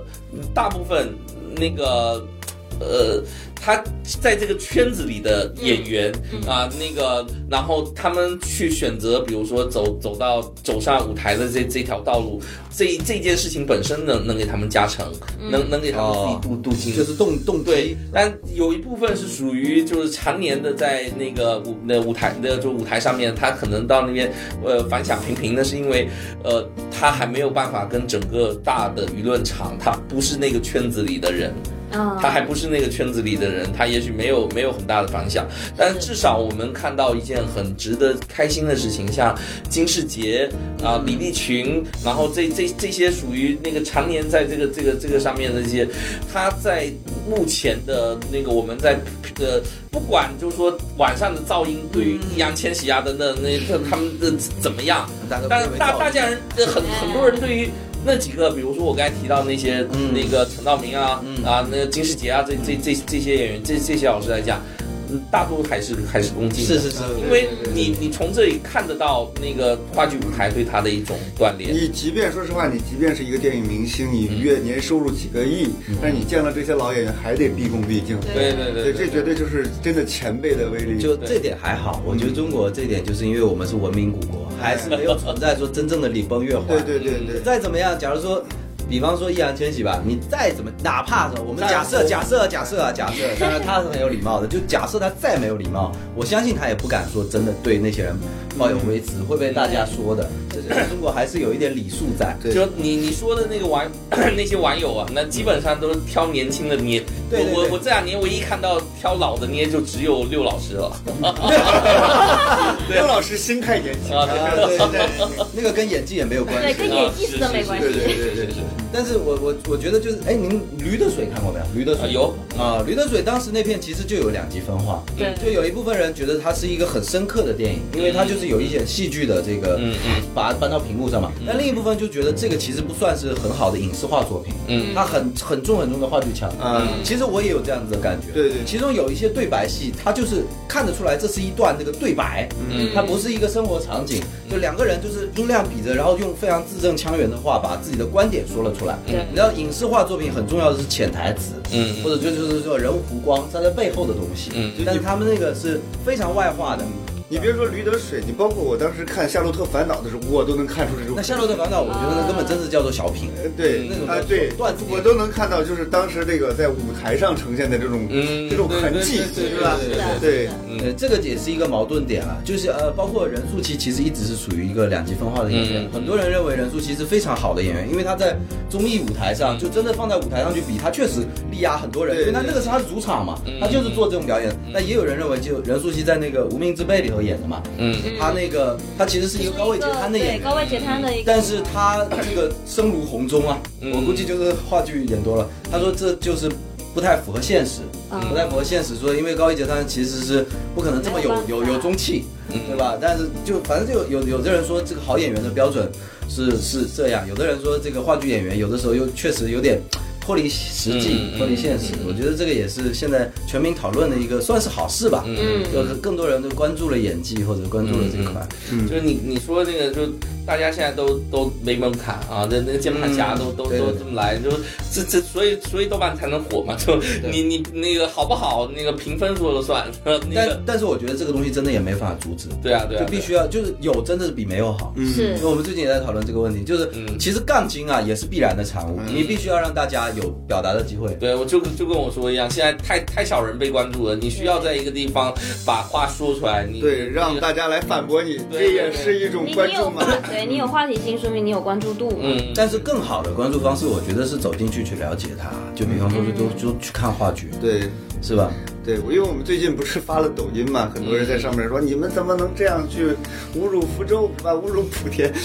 大部分那个呃。他在这个圈子里的演员啊、那个，然后他们去选择，比如说走走到走上舞台的这这条道路，这这件事情本身能能给他们加成，能能给他们自己
哦
镀镀金，
就是动动
对
机，，
但有一部分是属于就是常年的在那个舞那舞台的就舞台上面，他可能到那边呃反响平平的，是因为呃他还没有办法跟整个大的舆论场，他不是那个圈子里的人，
嗯，
他还不是那个圈子里的人，他也许没有没有很大的反响，但至少我们看到一件很值得开心的事情，像金世杰啊、李立群，然后这这这些属于那个常年在这个这个这个上面的这些，他在目前的那个我们在呃，不管就是说晚上的噪音对于易烊千玺啊等等那这他们的怎么样，
大家都
但
不会
大
造
大家人呃很
嗯
很多人对于那几个，比如说我刚才提到那些、那个陈道明啊、啊那个金世杰啊这这这这些演员这这些老师来讲，嗯大多还是还是恭敬的。
是是是，
因为你你从这里看得到那个话剧舞台对他的一种锻炼，
你即便说实话，你即便是一个电影明星，你月年收入几个亿，但是你见了这些老演员还得毕恭毕敬。
对对
对，
对，
这绝对就是真的前辈的威力。
就这点还好，我觉得中国这点就是因为我们是文明古国，还是没有存在说真正的礼崩乐坏。
对对对对，
再怎么样，假如说，比方说易烊千玺吧，你再怎么，哪怕是我们假设假设假设啊假设，当然他是很有礼貌的，就假设他再没有礼貌，我相信他也不敢说真的对那些人抱有微词，会被大家说的。就是中国还是有一点礼数在。
对
就你你说的那个网 那些网友啊，那基本上都是挑年轻的捏。
对对
我我
对
我这两年唯一看到挑老的捏就只有六老师了。
刘老师心态年轻，
啊
对对对
那个跟演技也没有关
对
系
跟。演技丝都没关系。
对对对对。
但是我我我觉得就是，哎，您驴得水看过没有？驴得
啊
水
有
啊，驴得水当时那片其实就有两极分化。
对
就有一部分人觉得它是一个很深刻的电影，因为它就是有一些戏剧的这个，
嗯嗯
把把它搬到屏幕上嘛。
嗯
但另一部分就觉得这个其实不算是很好的影视化作品，
嗯
它很很重很重的话剧腔。
嗯
其实我也有这样子的感觉。
对对
其中有一些对白戏，它就是看得出来这是一段这个对白，
嗯
它不是一个生活场景，就两个人就是音量比着，然后用非常字正腔圆的话把自己的观点说了出来。
对
你知道影视化作品很重要的是潜台词，
嗯嗯
或者就就是说人物弧光，它在背后的东西。
嗯
但是他们那个是非常外化的。
你别说驴得水，你包括我当时看《夏洛特烦恼》的时候，我都能看出这种
那《夏洛特烦恼》，我觉得那根本真是叫做小品。
呃对
那种
啊
叫
对
段子，
我都能看到，就是当时这个在舞台上呈现的这种
嗯
这种痕迹，
对对对
是吧
对？
是的，
对
是的
呃，这个也是一个矛盾点啊，就是呃，包括任素汐其实一直是属于一个两极分化的演员，
嗯
很多人认为任素汐是非常好的演员，因为她在综艺舞台上，就真的放在舞台上去比，她确实力压很多人，
对
因为她那个是她的主场嘛，她就是做这种表演。那也有人认为，就任素汐在那个《无名之辈》里头演的嘛，
嗯
她那个她其实是一个高位截瘫的演
对
员，
高位截瘫的一个，
但是他这个生如红钟啊，
嗯
我估计就是话剧演多了。他说这就是不太符合现实，
嗯
不太符合现实。说因为高一截瘫其实是不可能这么有
没有办法
有有中气，
嗯
对吧？但是就反正就有有的人说这个好演员的标准是是这样，有的人说这个话剧演员有的时候又确实有点。脱离实际
嗯，嗯
脱离现实，我觉得这个也是现在全民讨论的一个算是好事吧。
嗯
就是更多人都关注了演技，或者关注了这
嗯
块。
就是你你说这个，就大家现在都都没门槛啊，那那键盘侠都、都
嗯对
都
对
这么来，就这这所以所以豆瓣才能火嘛，就你你那个好不好，那个评分说了算，那个
但但是我觉得这个东西真的也没法阻止，
对啊对啊，
就必须要，就是有真的是比没有好。
是
因为我们最近也在讨论这个问题，就是
嗯
其实杠精啊也是必然的产物，
嗯
你必须要让大家有表达的机会。
对，我就就跟我说一样，现在太太少人被关注了，你需要在一个地方把话说出来，你
对，让
你
大家来反驳你，
对
这也是一种
你
关
你
注
有
嘛。
对你有话题性，说明你有关注度嘛。
嗯，
但是更好的关注方式，我觉得是走进去去了解它，就比方说就
嗯
就就去看话剧，
对，
是吧？
对，我因为我们最近不是发了抖音嘛，很多人在上面说、你们怎么能这样去侮辱福州，啊，侮辱莆田？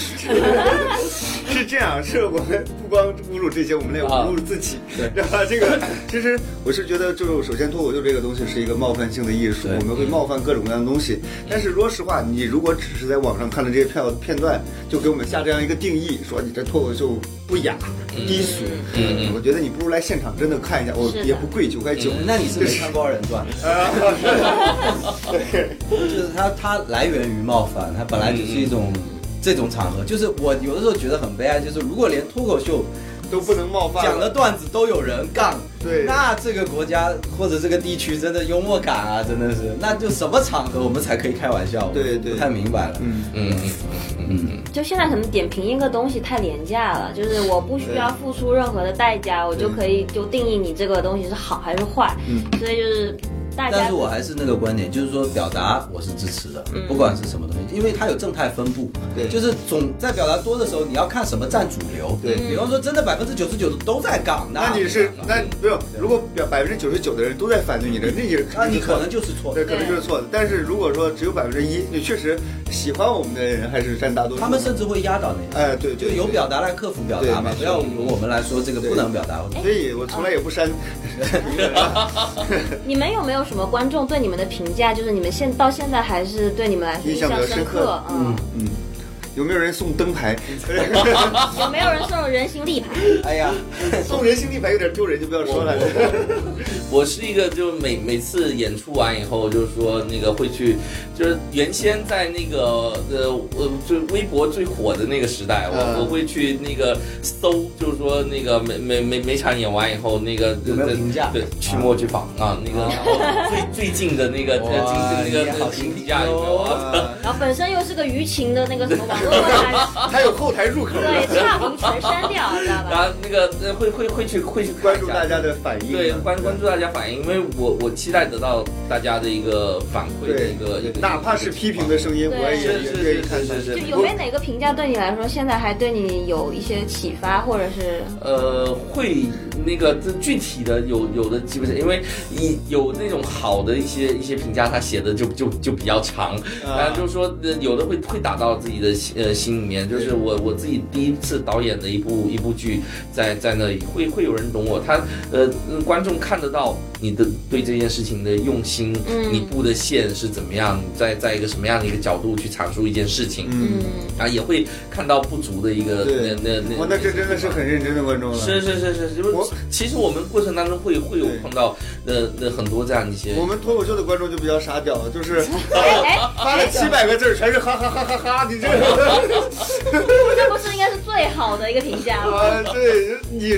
是这样，是我们不光侮辱这些，我们也侮辱自己，对吧？这个其实我是觉得，就是首先脱口秀这个东西是一个冒犯性的艺术
对，
我们会冒犯各种各样的东西。但是说实话，你如果只是在网上看了这些片片段，就给我们下这样一个定义，说你这脱口秀不雅、低俗，
嗯嗯
我觉得你不如来现场真的看一下，我
是的
也不贵，九块九。
那你是没看过二人 转，就是它它来源于冒犯，它本来就是一种
嗯
这种场合，就是我有的时候觉得很悲哀，就是如果连脱口秀
都不能冒犯了。
讲的段子都有人杠，
对
那这个国家或者这个地区真的幽默感啊，真的是，那就什么场合我们才可以开玩笑？
对对
不太明白了。
嗯，
嗯
就现在可能点评一个东西太廉价了，就是我不需要付出任何的代价，我就可以就定义你这个东西是好还是坏。
嗯
所以就是大家
但是我还是那个观点，就是说表达我是支持的，
嗯
不管是什么东西，因为它有正态分布，
对
就是总在表达多的时候，你要看什么占主流。
对
比方说真的百分之九十九的都在杠，
那你是那不用，
对
如果表百分之九十九的人都在反对你的，那你
那你可能就是错的
对，。可能就是错的。但是如果说只有百分之一，你确实喜欢我们的人还是占大多数。
他们甚至会压倒你，
哎，对，
就
对
由表。达来克服表达嘛，
对
不要由我们来说这个
对
不能表达。
对所以我从来也不删。
你们有没有什么观众对你们的评价？就是你们现到现在还是对你们来说
印
象
象比较
深
深刻
嗯，
嗯，有没有人送灯牌？
有没有人送人形立牌？
哎呀，
送人形立牌有点丢人，就不要说了。
我是一个，就是每每次演出完以后，就是说那个会去，就是原先在那个呃，我就微博最火的那个时代，我、
嗯
我会去那个搜，就是说那个每每每每场演完以后，那个
有没有评价
对，曲末去访啊，那个
嗯
然后最最近的那个
哇
呃，近那
你也
个那
好
个评
心
评
机
价有没有
哦
啊？
然后本身又是个舆情的那个什么网络论坛，
他有后台入口
对，
的，
差评全删掉，知道
然
吧？
后那个呃会会会去会去看
关
一
注
下
大家的反应。啊
对，关关注大家反应，因为我我期待得到大家的一个反馈的
对
一个一个，
哪怕是批评的声音，
对
我也
是是
也愿意
是
看
是
看
是。，
就是有没有哪个评价对你来说现在还对你有一些启发，或者是
呃，会那个这具体的有有的基本上，因为一有那种好的一些一些评价，他写的就就就比较长，啊，就是说呃有的会会打到自己的心呃心里面，就是我我自己第一次导演的一部一部剧，在在那里会会有人懂我，他呃嗯观众看得到道你的对这件事情的用心，
嗯
你布的线是怎么样，你在在一个什么样的一个角度去阐述一件事情，
嗯，
啊，也会看到不足的一个
对哦
那那那。
哇，那这真的是很认真的观众了。
是是是是，就是
我
其实我们过程当中会会有
对
碰到呃那很多这样一些
我们脱口秀的观众就比较傻屌了，就是
哎哎，
发了七百个字儿全是哈哈哈哈哈，你这个
这不是应该是最好的一个评 价吗？
啊，对你你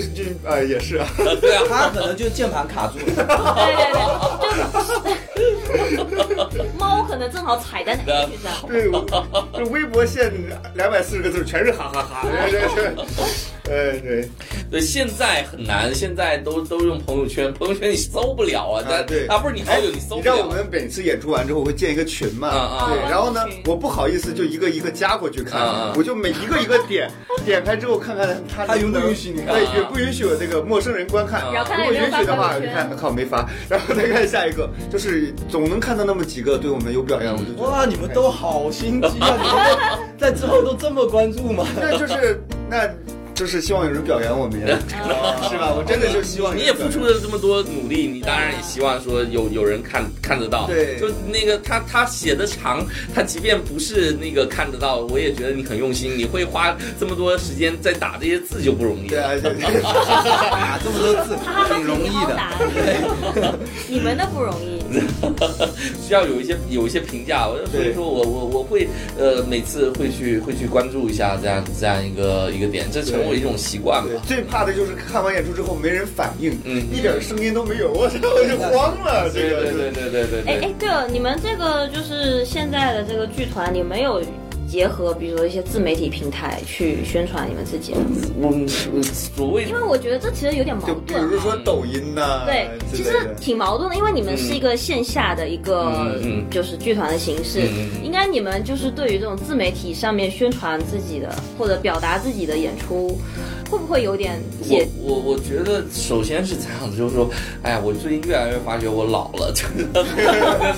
啊也是啊，
对啊，
他可能就是键盘卡住了，
对对对，就猫可能正好踩在哪个上。
对，我这微博限两百四十个字儿全是哈哈哈，这这这，哎对，
对，现在很难，现在都都用朋友圈，朋友圈你搜不了啊，
啊对哎
但啊不是你好友你搜
你
不
知道我
了啊，
们每次演出完之后会建一个群嘛？
嗯嗯
对，
嗯
然后呢
嗯嗯，
我不好意思就一个一个加过去看
嗯嗯，
我就每一个一个点，点开之后看看他
他
能
允
不
不
能
允许你看？
对，也不允许有那个陌生人观看。
然后
看
如
有
果
没有
允许的
发
话，
朋友
你
圈
看，靠，没发。 然后再看下一个，就是总能看到那么几个对我们有表扬，我就觉得
哇，你们都好心机啊！你们在之后都这么关注吗？
那就是那就是希望有人表扬我们呀，是吧？我真的就希望
你
有
也
人
付
表扬
出了这么多努力，你当然也希望说有有人看看得到。啊
对
就那个他他写的长，他即便不是那个看得到，我也觉得你很用心，你会花这么多时间在打这些字就不容易。
对啊，对对对
打啊这么多字
哈哈哈，
挺容易的。
你们的不容易。
需要有一些有一些评价，我所以
对
说我我我会呃每次会去会去关注一下这样这样一个一个点，这成为一种习惯
对
吧。
最怕的就是看完演出之后没人反应，
嗯
一点声音都没有，我操，我就慌了。这
对
个
对对对对对
哎
对。
哎，对了，你们这个就是现在的这个剧团，你们有结合比如说一些自媒体平台去宣传你们自己吗？
我们所谓
因为我觉得这其实有点矛
就比
盾
如
啊。
说抖音呐、
对，
呃
之
其
类
实
的。
挺矛盾的，因为你们是一个线下的一个
嗯嗯嗯
就是剧团的形式
嗯嗯，嗯
应该你们就是对于这种自媒体上面宣传自己的或者表达自己的演出，会不会有点
我
解？
我我觉得首先是这样子，就是说，哎呀，我最近越来越发觉我老了，就是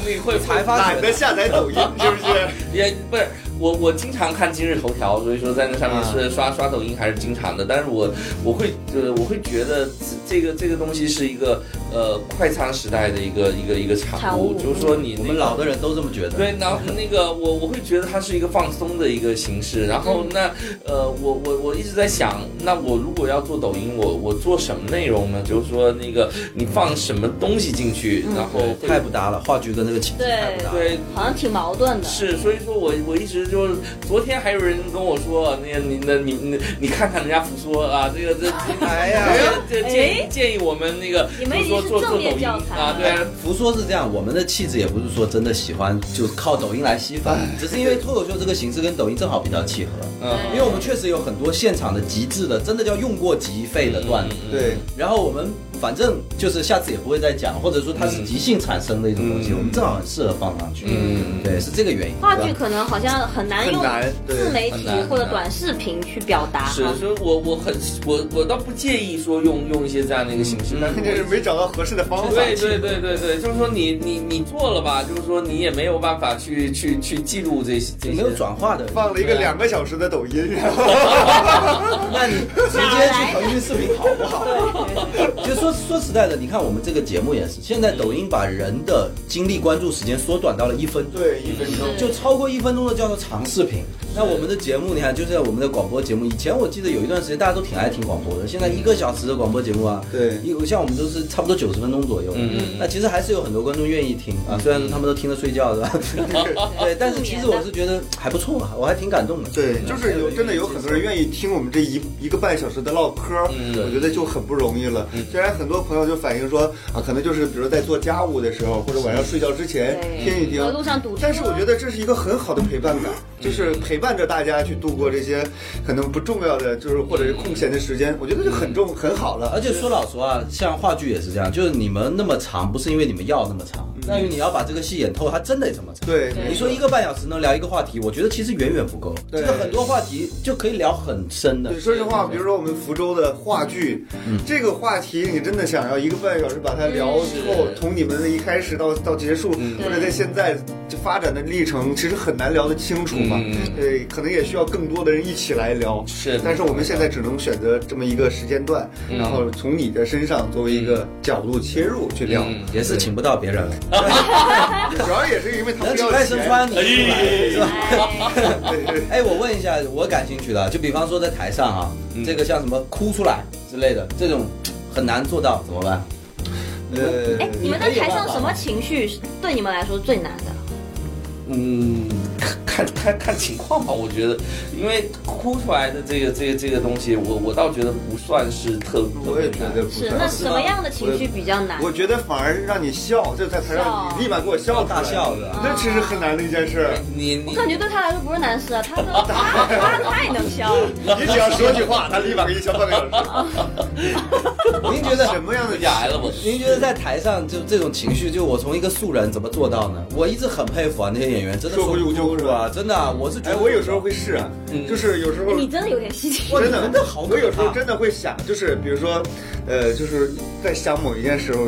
你会
才发
懒
觉
得下载 抖音，是不是？
也不是我，我经常看今日头条，所以说在那上面
啊
是刷、刷抖音还是经常的。但是我我会呃，我会觉得这这个这个东西是一个呃快餐时代的一个一个一个产
产物
物，就是说你
我
那
们
个
老的人都这么觉得。
对，然后那个我我会觉得它是一个放松的一个形式，然后那呃，我我我一直在想，那我如果要做抖音，我我做什么内容呢？就是说那个你放什么东西进去，然后会
太不搭了，话剧跟那个情绪
对
太不搭了。
对
好像挺矛盾的。
是，所以说我我一直就是，昨天还有人跟我说，那个你那你你你看看人家福说啊，这个这
哎呀，
这这建议建议我们那个，
哎你们已经
就说
是
做做
正
抖
面
音
教材
啊，
了
对啊，
福说是这样，我们的气质也不是说真的喜欢就靠抖音来吸粉，只是因为脱口秀这个形式跟抖音正好比较契合。因
嗯，
因为我们确实有很多现场的极致的，真的叫用过即废的段子。
对，
然后我们反正就是下次也不会再讲，或者说它是即兴产生的一种东西，
嗯
我们正好很适合放上去。
嗯
对，是这个原因。
话剧
对吧
可能好像很难用
很难对
自媒体
很难
或者短视频去表达
是
哈，。
所以我我很我我倒不介意说用用一些这样的一个形式，但是
这是
我。
没找到合适的方法。
嗯对对对对对，就是说你你你做了吧，就是说你也没有办法去去去记录这些这些，
没有转化的，
放了一个
对啊
两个小时的抖音，然后
那 你直接去腾讯视频好不好？ 其实说说实在的，你看我们这个节目也是，现在抖音把人的精力关注时间缩短到了一分钟。
对一分钟，
就超过一分钟的叫做长视频。那我们的节目，你看，就是我们的广播节目。以前我记得有一段时间大家都挺爱听广播的，现在一个小时的广播节目啊，
对
一像我们都是差不多九十分钟左右。
嗯嗯
那其实还是有很多观众愿意听
嗯
啊，虽然他们都听着睡觉，是吧？对，但是其实我是觉得还不错啊，我还挺感动的。
对，就是有真的有很多人愿意听我们这一一个半小时的唠嗑儿，
嗯
我觉得就很不容易了。虽然很多朋友就反映说啊，可能就是比如在做家务的时候，或者晚上睡觉之前
对
听一
或者
听
路。上堵车。
但是我觉得这是一个很好的陪伴感，就是陪伴着大家去度过这些可能不重要的，就是或者是空闲的时间，我觉得就很重很好了。
嗯
嗯
而且说老实话，像话剧也是这样，就是你们那么长，不是因为你们要那么长，在于你要把这个戏演透，它真得怎么唱。
对，
对
你说一个半小时能聊一个话题，我觉得其实远远不够。
对
这个很多话题就可以聊很深的
对，。说实话，比如说我们福州的话剧，
嗯
这个话题你真的想要一个半小时把它聊透，从你们的一开始到到结束，
嗯
或者在现在就发展的历程，其实很难聊得清楚嘛。
嗯
对，可能也需要更多的人一起来聊。
是
但是我们现在只能选择这么一个时间段，
嗯
然后从你的身上作为一个角度切入去聊。
嗯
也是请不到别人了，
主要也是因为他
能
们
请
要
赖声川你出来是吧？
哎
对
哎，我问一下，我感兴趣的，就比方说在台上啊，
嗯
这个像什么哭出来之类的，这种很难做到，怎么办？
呃，
哎，你们在台上什么情绪是对你们来说最难的？
嗯，看看看情况吧，我觉得，因为哭出来的这个这个这个东西，我我倒觉得不算是特特
我
别
也觉
难
得不
是
算
那
是
什
吗
么样的情绪比较难？
我觉得反而让你笑，就在台上
笑
你立马给我笑出来啊
大笑的
这其实很难的一件事。
你你
我感觉对他来说不是难事啊，他 都他他太能笑啊了。
嗯
你只要说句话，他立马给你 笑半个小
您觉得
时。什么样的
你来 了我。
您觉得在台上就这种情绪，就我从一个素人怎么做到呢？我一直很佩服啊，那些演员真的
说
说
不
不
出
出
是
是
吧
吧？真的啊，我是觉
哎，
得
我有时候会试啊，就是有时候
你真的有点戏精。
真
嗯哎哇你真的好可怕
我有时候真的会想，就是比如说，呃，就是在想某一件事候，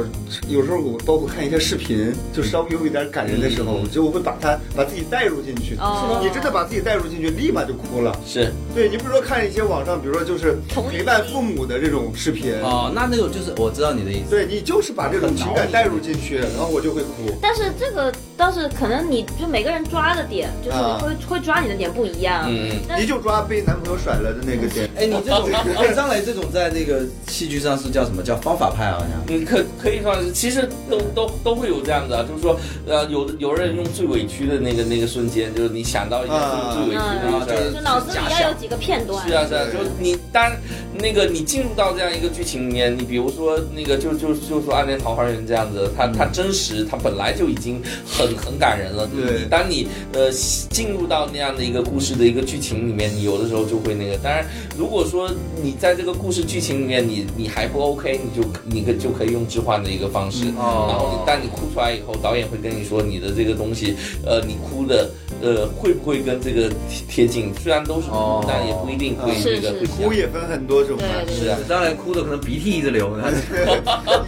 有时候我包括看一些视频，就稍微有一点感人的时候，
嗯
我就会把它把自己带入进去。
哦是吗
你真的把自己带入进去，立马就哭了。
是
对你比如说看一些网上，比如说就是
同理
陪伴父母的这种视频，
哦，那那种就是我知道你的意思。
对你就是把这种情感带入进去，然后我就会哭。
但是这个倒是可能，你就每个人抓的点，就是
啊
会会抓你的点不一样。
嗯
但
你就抓被男朋友甩了的那个点。
哎，你这 种，哎，张磊这种在那个戏剧上是叫什么？叫方法派啊好像。
嗯，可可以算是，其实都都都会有这样的，就是说，呃，有的有人用最委屈的那个那个瞬间，就是你想到一个
啊
最委屈的一个事
嗯就
儿，
是脑子里
嗯假
要
想
有几个片段。
是啊是啊，
对
就是你当那个你进入到这样一个剧情里面，你比如说那个就就就说《暗恋桃花源》这样子，
嗯
它它真实，它本来就已经很很感人了。
对
你当你呃进入到那样的一个故事的一个剧情里面，你有的时候就会那个。当然，如果说你在这个故事剧情里面你你还不 OK，你就你可就可以用置换的一个方式。
哦
然后你当你哭出来以后，导演会跟你说你的这个东西，呃，你哭的呃会不会跟这个贴贴近？虽然都是哭
哦，
但也不一定会
啊是
这个
是
会
哭也分很多种啊，
对对
是啊
张磊哭的可能鼻涕一直流 呢。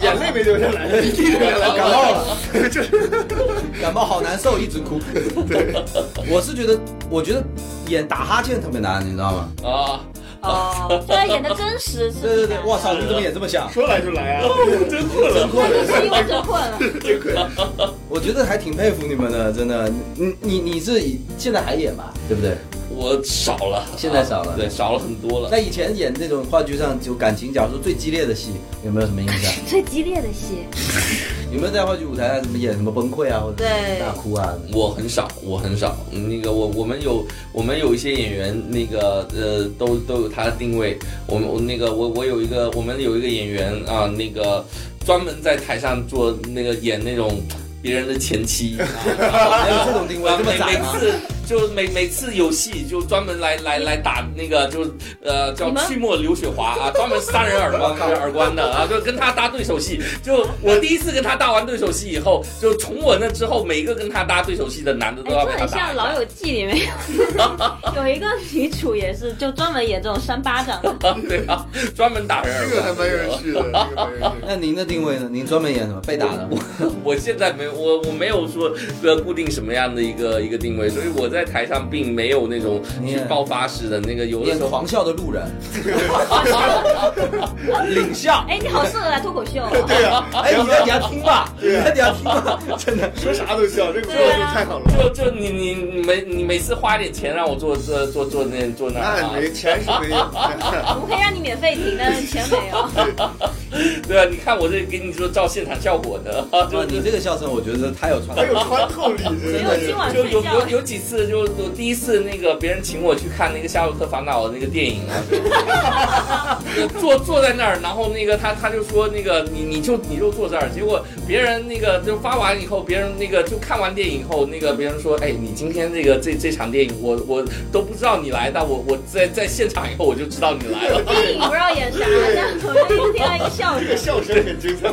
眼泪没流下来，鼻涕流下来，感冒 了。
感冒好难受，一直哭。我是觉得，我觉得演打哈欠特别难，你知道吗？
啊，
哦，就要演的真实。
对对对，哇
哇，
操，你怎么也这么想？
说来就来啊，
真困了。
那就是因为这困了。
这个
我觉得还挺佩服你们的，真的。你你你是以现在还演吧，对不对？
我少了，
现在少了
啊对，少了很多了。
在以前演那种话剧上，就感情，假如说最激烈的戏，有没有什么印象？
最激烈的戏，
有没有在话剧舞台上怎么演什么崩溃啊，或者
对
大哭啊？
我很少，我很少。嗯那个我我们有我们有一些演员，那个呃，都都有他的定位。我们我那个我我有一个，我们有一个演员啊、那个专门在台上做那个演那种别人的前妻。
还有这种定位
啊
这么
每
窄
每
吗？
次就每每次有戏就专门来来来打那个就呃叫
你们
去末刘雪华啊，专门杀人耳光耳光的啊，就跟他搭对手戏。就我第一次跟他搭完对手戏以后，就从我那之后，每一个跟他搭对手戏的男的
哎，
都要
这
被他
很
打
像《
一
老
下。
友记》里面有有一个女主也是，就专门演这种扇巴掌的。
对啊，专门打人耳
这个还蛮
光。
有人趣的，这个蛮有人趣的。
那您的定位呢？您专门演什么？被打的吗？
我现在没有，我我没有说呃固定什么样的一个一个定位，所以我在台上并没有那种
你
去
也
爆发式的那个，有的
演
时候
狂笑的路人， 领笑。
哎，你好适合来脱口秀啊！
对呀，
哎，你在底下听吧，你在底下听吧，
啊
真的。
说啥都笑，这个说的太好了。
就就你你你每你每次花点钱让我做这做做那做那
那
啊，
没钱是没有，
我们可以让你免费听，但是钱没有。
对啊，你看我这给你说照现场效果的，啊
哇，
就
啊你
就
这个笑声，我觉得太有传
没有
染力。
穿透力，
只
真
有
的
今晚
就
睡
有
觉
有。有几次次就我第一次那个别人请我去看那个《夏洛特烦恼》的那个电影啊，就坐坐在那儿，然后那个他他就说那个你你就你就坐这儿，结果别人那个就发完以后，别人那个就看完电影以后，那个别人说哎你今天这个这这场电影我我都不知道你来的，我我在在现场以后我就知道你来了。
电影不知道演啥，但我们听到一笑声，
笑声很精 彩。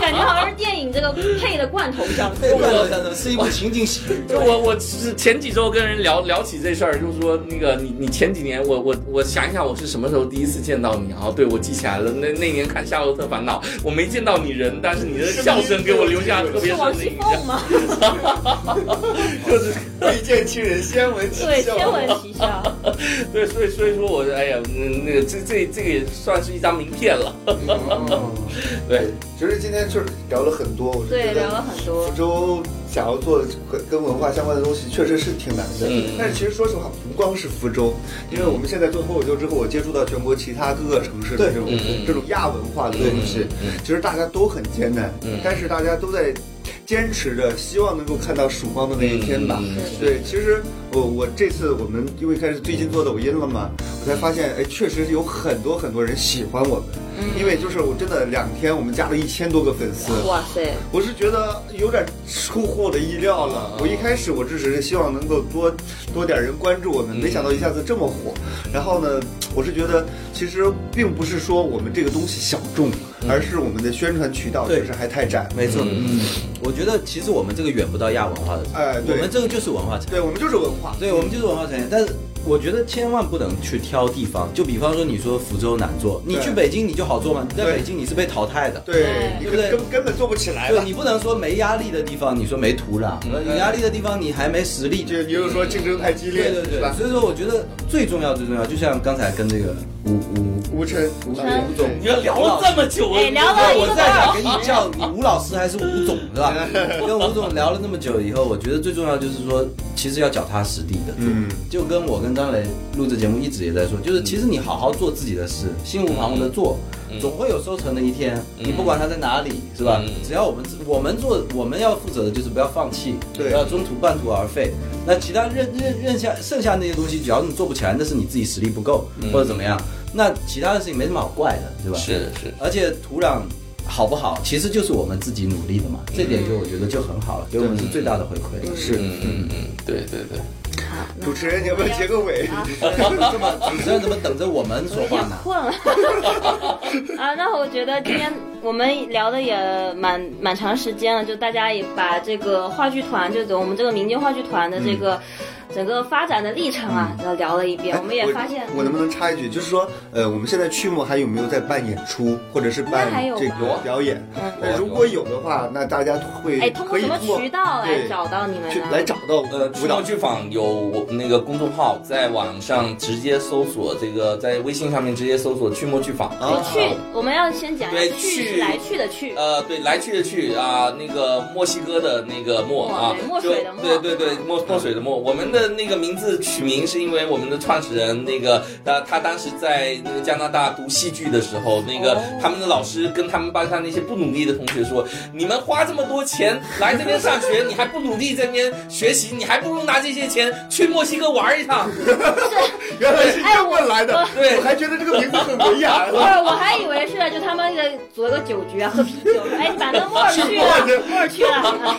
感觉好像是电影这个配的罐头笑声。
是一部情景喜剧。
就我我是前几周跟人聊聊起这事儿，就是说那个你你前几年我我我想一想我是什么时候第一次见到你啊？对，我记起来了，那那年看《夏洛特烦恼》，我没见到你人，但是你的笑声给我留下特别
是
深
王
的
熙
印
凤
象。
吗？
就是
未见亲人先闻其
对，
笑。
先闻 其笑。
对，所以所以说我哎呀，嗯那个这这这个也算是一张名片了。
哦
对，
其实今天就是聊了很多，我是
对，
觉
聊
得
了很多
福。州想要做跟跟文化相关的东西，确实是挺难的。
嗯
但是其实说实话，不光是福州，因为我们现在做脱口秀之后，我接触到全国其他各个城市的这种、
嗯
这种亚文化的东西，其实大家都很艰难，
嗯
但是大家都在坚持着，希望能够看到曙光的那一天吧。
嗯
是
对，其实我我这次我们因为开始最近做抖音了嘛，我才发现，哎，确实有很多很多人喜欢我们，
嗯
因为就是我真的两天我们加了一千多个粉丝，
哇塞，
我是觉得有点出乎我的意料了。
嗯
我一开始我只是希望能够多多点人关注我们，没想
嗯
到一下子这么火。然后呢，我是觉得其实并不是说我们这个东西小众，而是我们的宣传渠道
嗯对
就是还太窄。
没错，嗯，我觉得其实我们这个远不到亚文化的程度，
哎对
我们这个就是文化产业，
对我们就是文化，
对，我们就是文化产业。但是我觉得千万不能去挑地方，就比方说你说福州难做，你
对
去北京你就好做吗？你在
对
北京你是被淘汰的，
对，你
对
根
不对
根根本做不起来
对，
了。
你不能说没压力的地方，你说没土壤，
嗯
有压力的地方你还没实力呢，
就你就说竞争太激烈，
对对
是
对，
吧？
所以说我觉得最重要最重要，就像刚才跟那个吴吴
吴啊琛，吴
琛
吴总，
你要聊了这么久，啊
哎，聊了一
我
个
在
半
想
小
给
时
你。叫你吴老师还是吴总是 吧？跟吴总聊了那么久以后，我觉得最重要就是说，其实要脚踏实地的做。
嗯
就跟我跟张磊录这节目一直也在说，
嗯
就是其实你好好做自己的事，心无旁骛的做，总会有收成的一天。你不管它在哪里，是吧
嗯？
只要我们我们做，我们要负责的就是不要放弃，
对
不要中途半途而废。那其他任任任下剩下那些东西，只要你做不起来，那是你自己实力不够或者怎么样。那其他的事情没什么好怪的，对吧？
嗯是是，
而且土壤好不好，其实就是我们自己努力的嘛，这点就我觉得就很好了，给我们是最大的回馈。
是
嗯嗯嗯，对对对。
主持人，你要不要结个 尾？
啊
这么主持人怎么等着我们说
有
话
点
呢？
困了啊，那我觉得今天我们聊的也蛮蛮长时间了，就大家也把这个话剧团，就我们这个民间话剧团的这个、
嗯
整个发展的历程啊，然后聊了一遍，
哎
我们也发现
我能不能插一句，就是说，呃，我们现在曲目还有没有在办演出，或者是办
应该还有吧嗯
这个表演？那如果有的话，那大家会
哎，通过
可以
什么
通过
渠道来
对
找到你们
去
呢？
来找到
呃，
舞
舞
蹈
蹈剧坊有我那个公众号，在网上直接搜索这个，在微信上面直接搜索“去墨剧坊”
啊
去，我们要先讲一下
对
去
去
是来去的去，
呃，对，来去的去啊、那个墨西哥的那个墨
墨
啊
对，墨
就
水的墨
对对对，
嗯
墨墨水的墨。我们的那个名字取名是因为我们的创始人那个他他当时在那个加拿大读戏剧的时候，那个、
哦
他们的老师跟他们班上那些不努力的同学说：“你们花这么多钱来这边上学，你还不努力这边学习，你还不如拿这些钱去墨西哥玩一 趟。”
原来是
哎
英文来的
我，
对
我还觉得这个名字很文雅
不是，我还以为是就他们那个组了个酒局啊，喝啤酒，说哎，你 把那个墨儿去了，墨儿去了，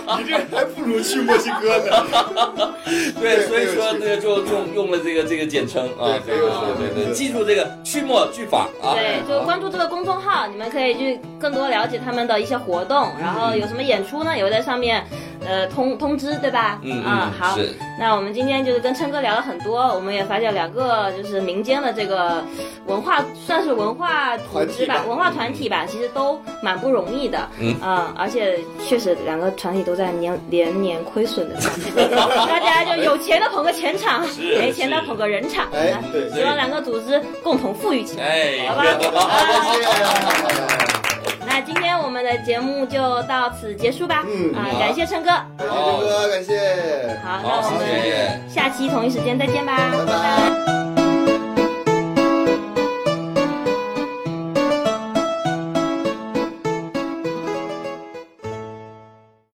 啊你这还不如去墨西哥 呢。
对，
对
所以
很有
说
趣
那个就用用了这个这个简称啊，
对很有趣
对对
对
对，记住这个去墨剧坊啊，
对，就关注这个公众号，你们可以去更多了解他们的一些活动，然后
嗯
有什么演出呢，也会在上面，呃，通通知，对吧？
嗯
啊
嗯，
好
是，
那我们今天就是跟琛哥聊了很多，我们也发现两个就是民间的这个文化，算是文化组织吧
团体吧，
文化团体吧，其实都蛮不容易的，啊
嗯
而且确实两个团体都在年连年亏损的状态，大家就有钱的捧个钱场，没钱的捧个人场，
哎
啊，
对，
希望两个组织共同富裕起来。
哎，
好吧，啊
谢谢
那今天我们的节目就到此结束吧。
嗯
啊、
好
感谢琛哥。
感谢郑哥，感谢。
好，那我
好，
们
谢谢。
下期同一时间再见吧，
拜拜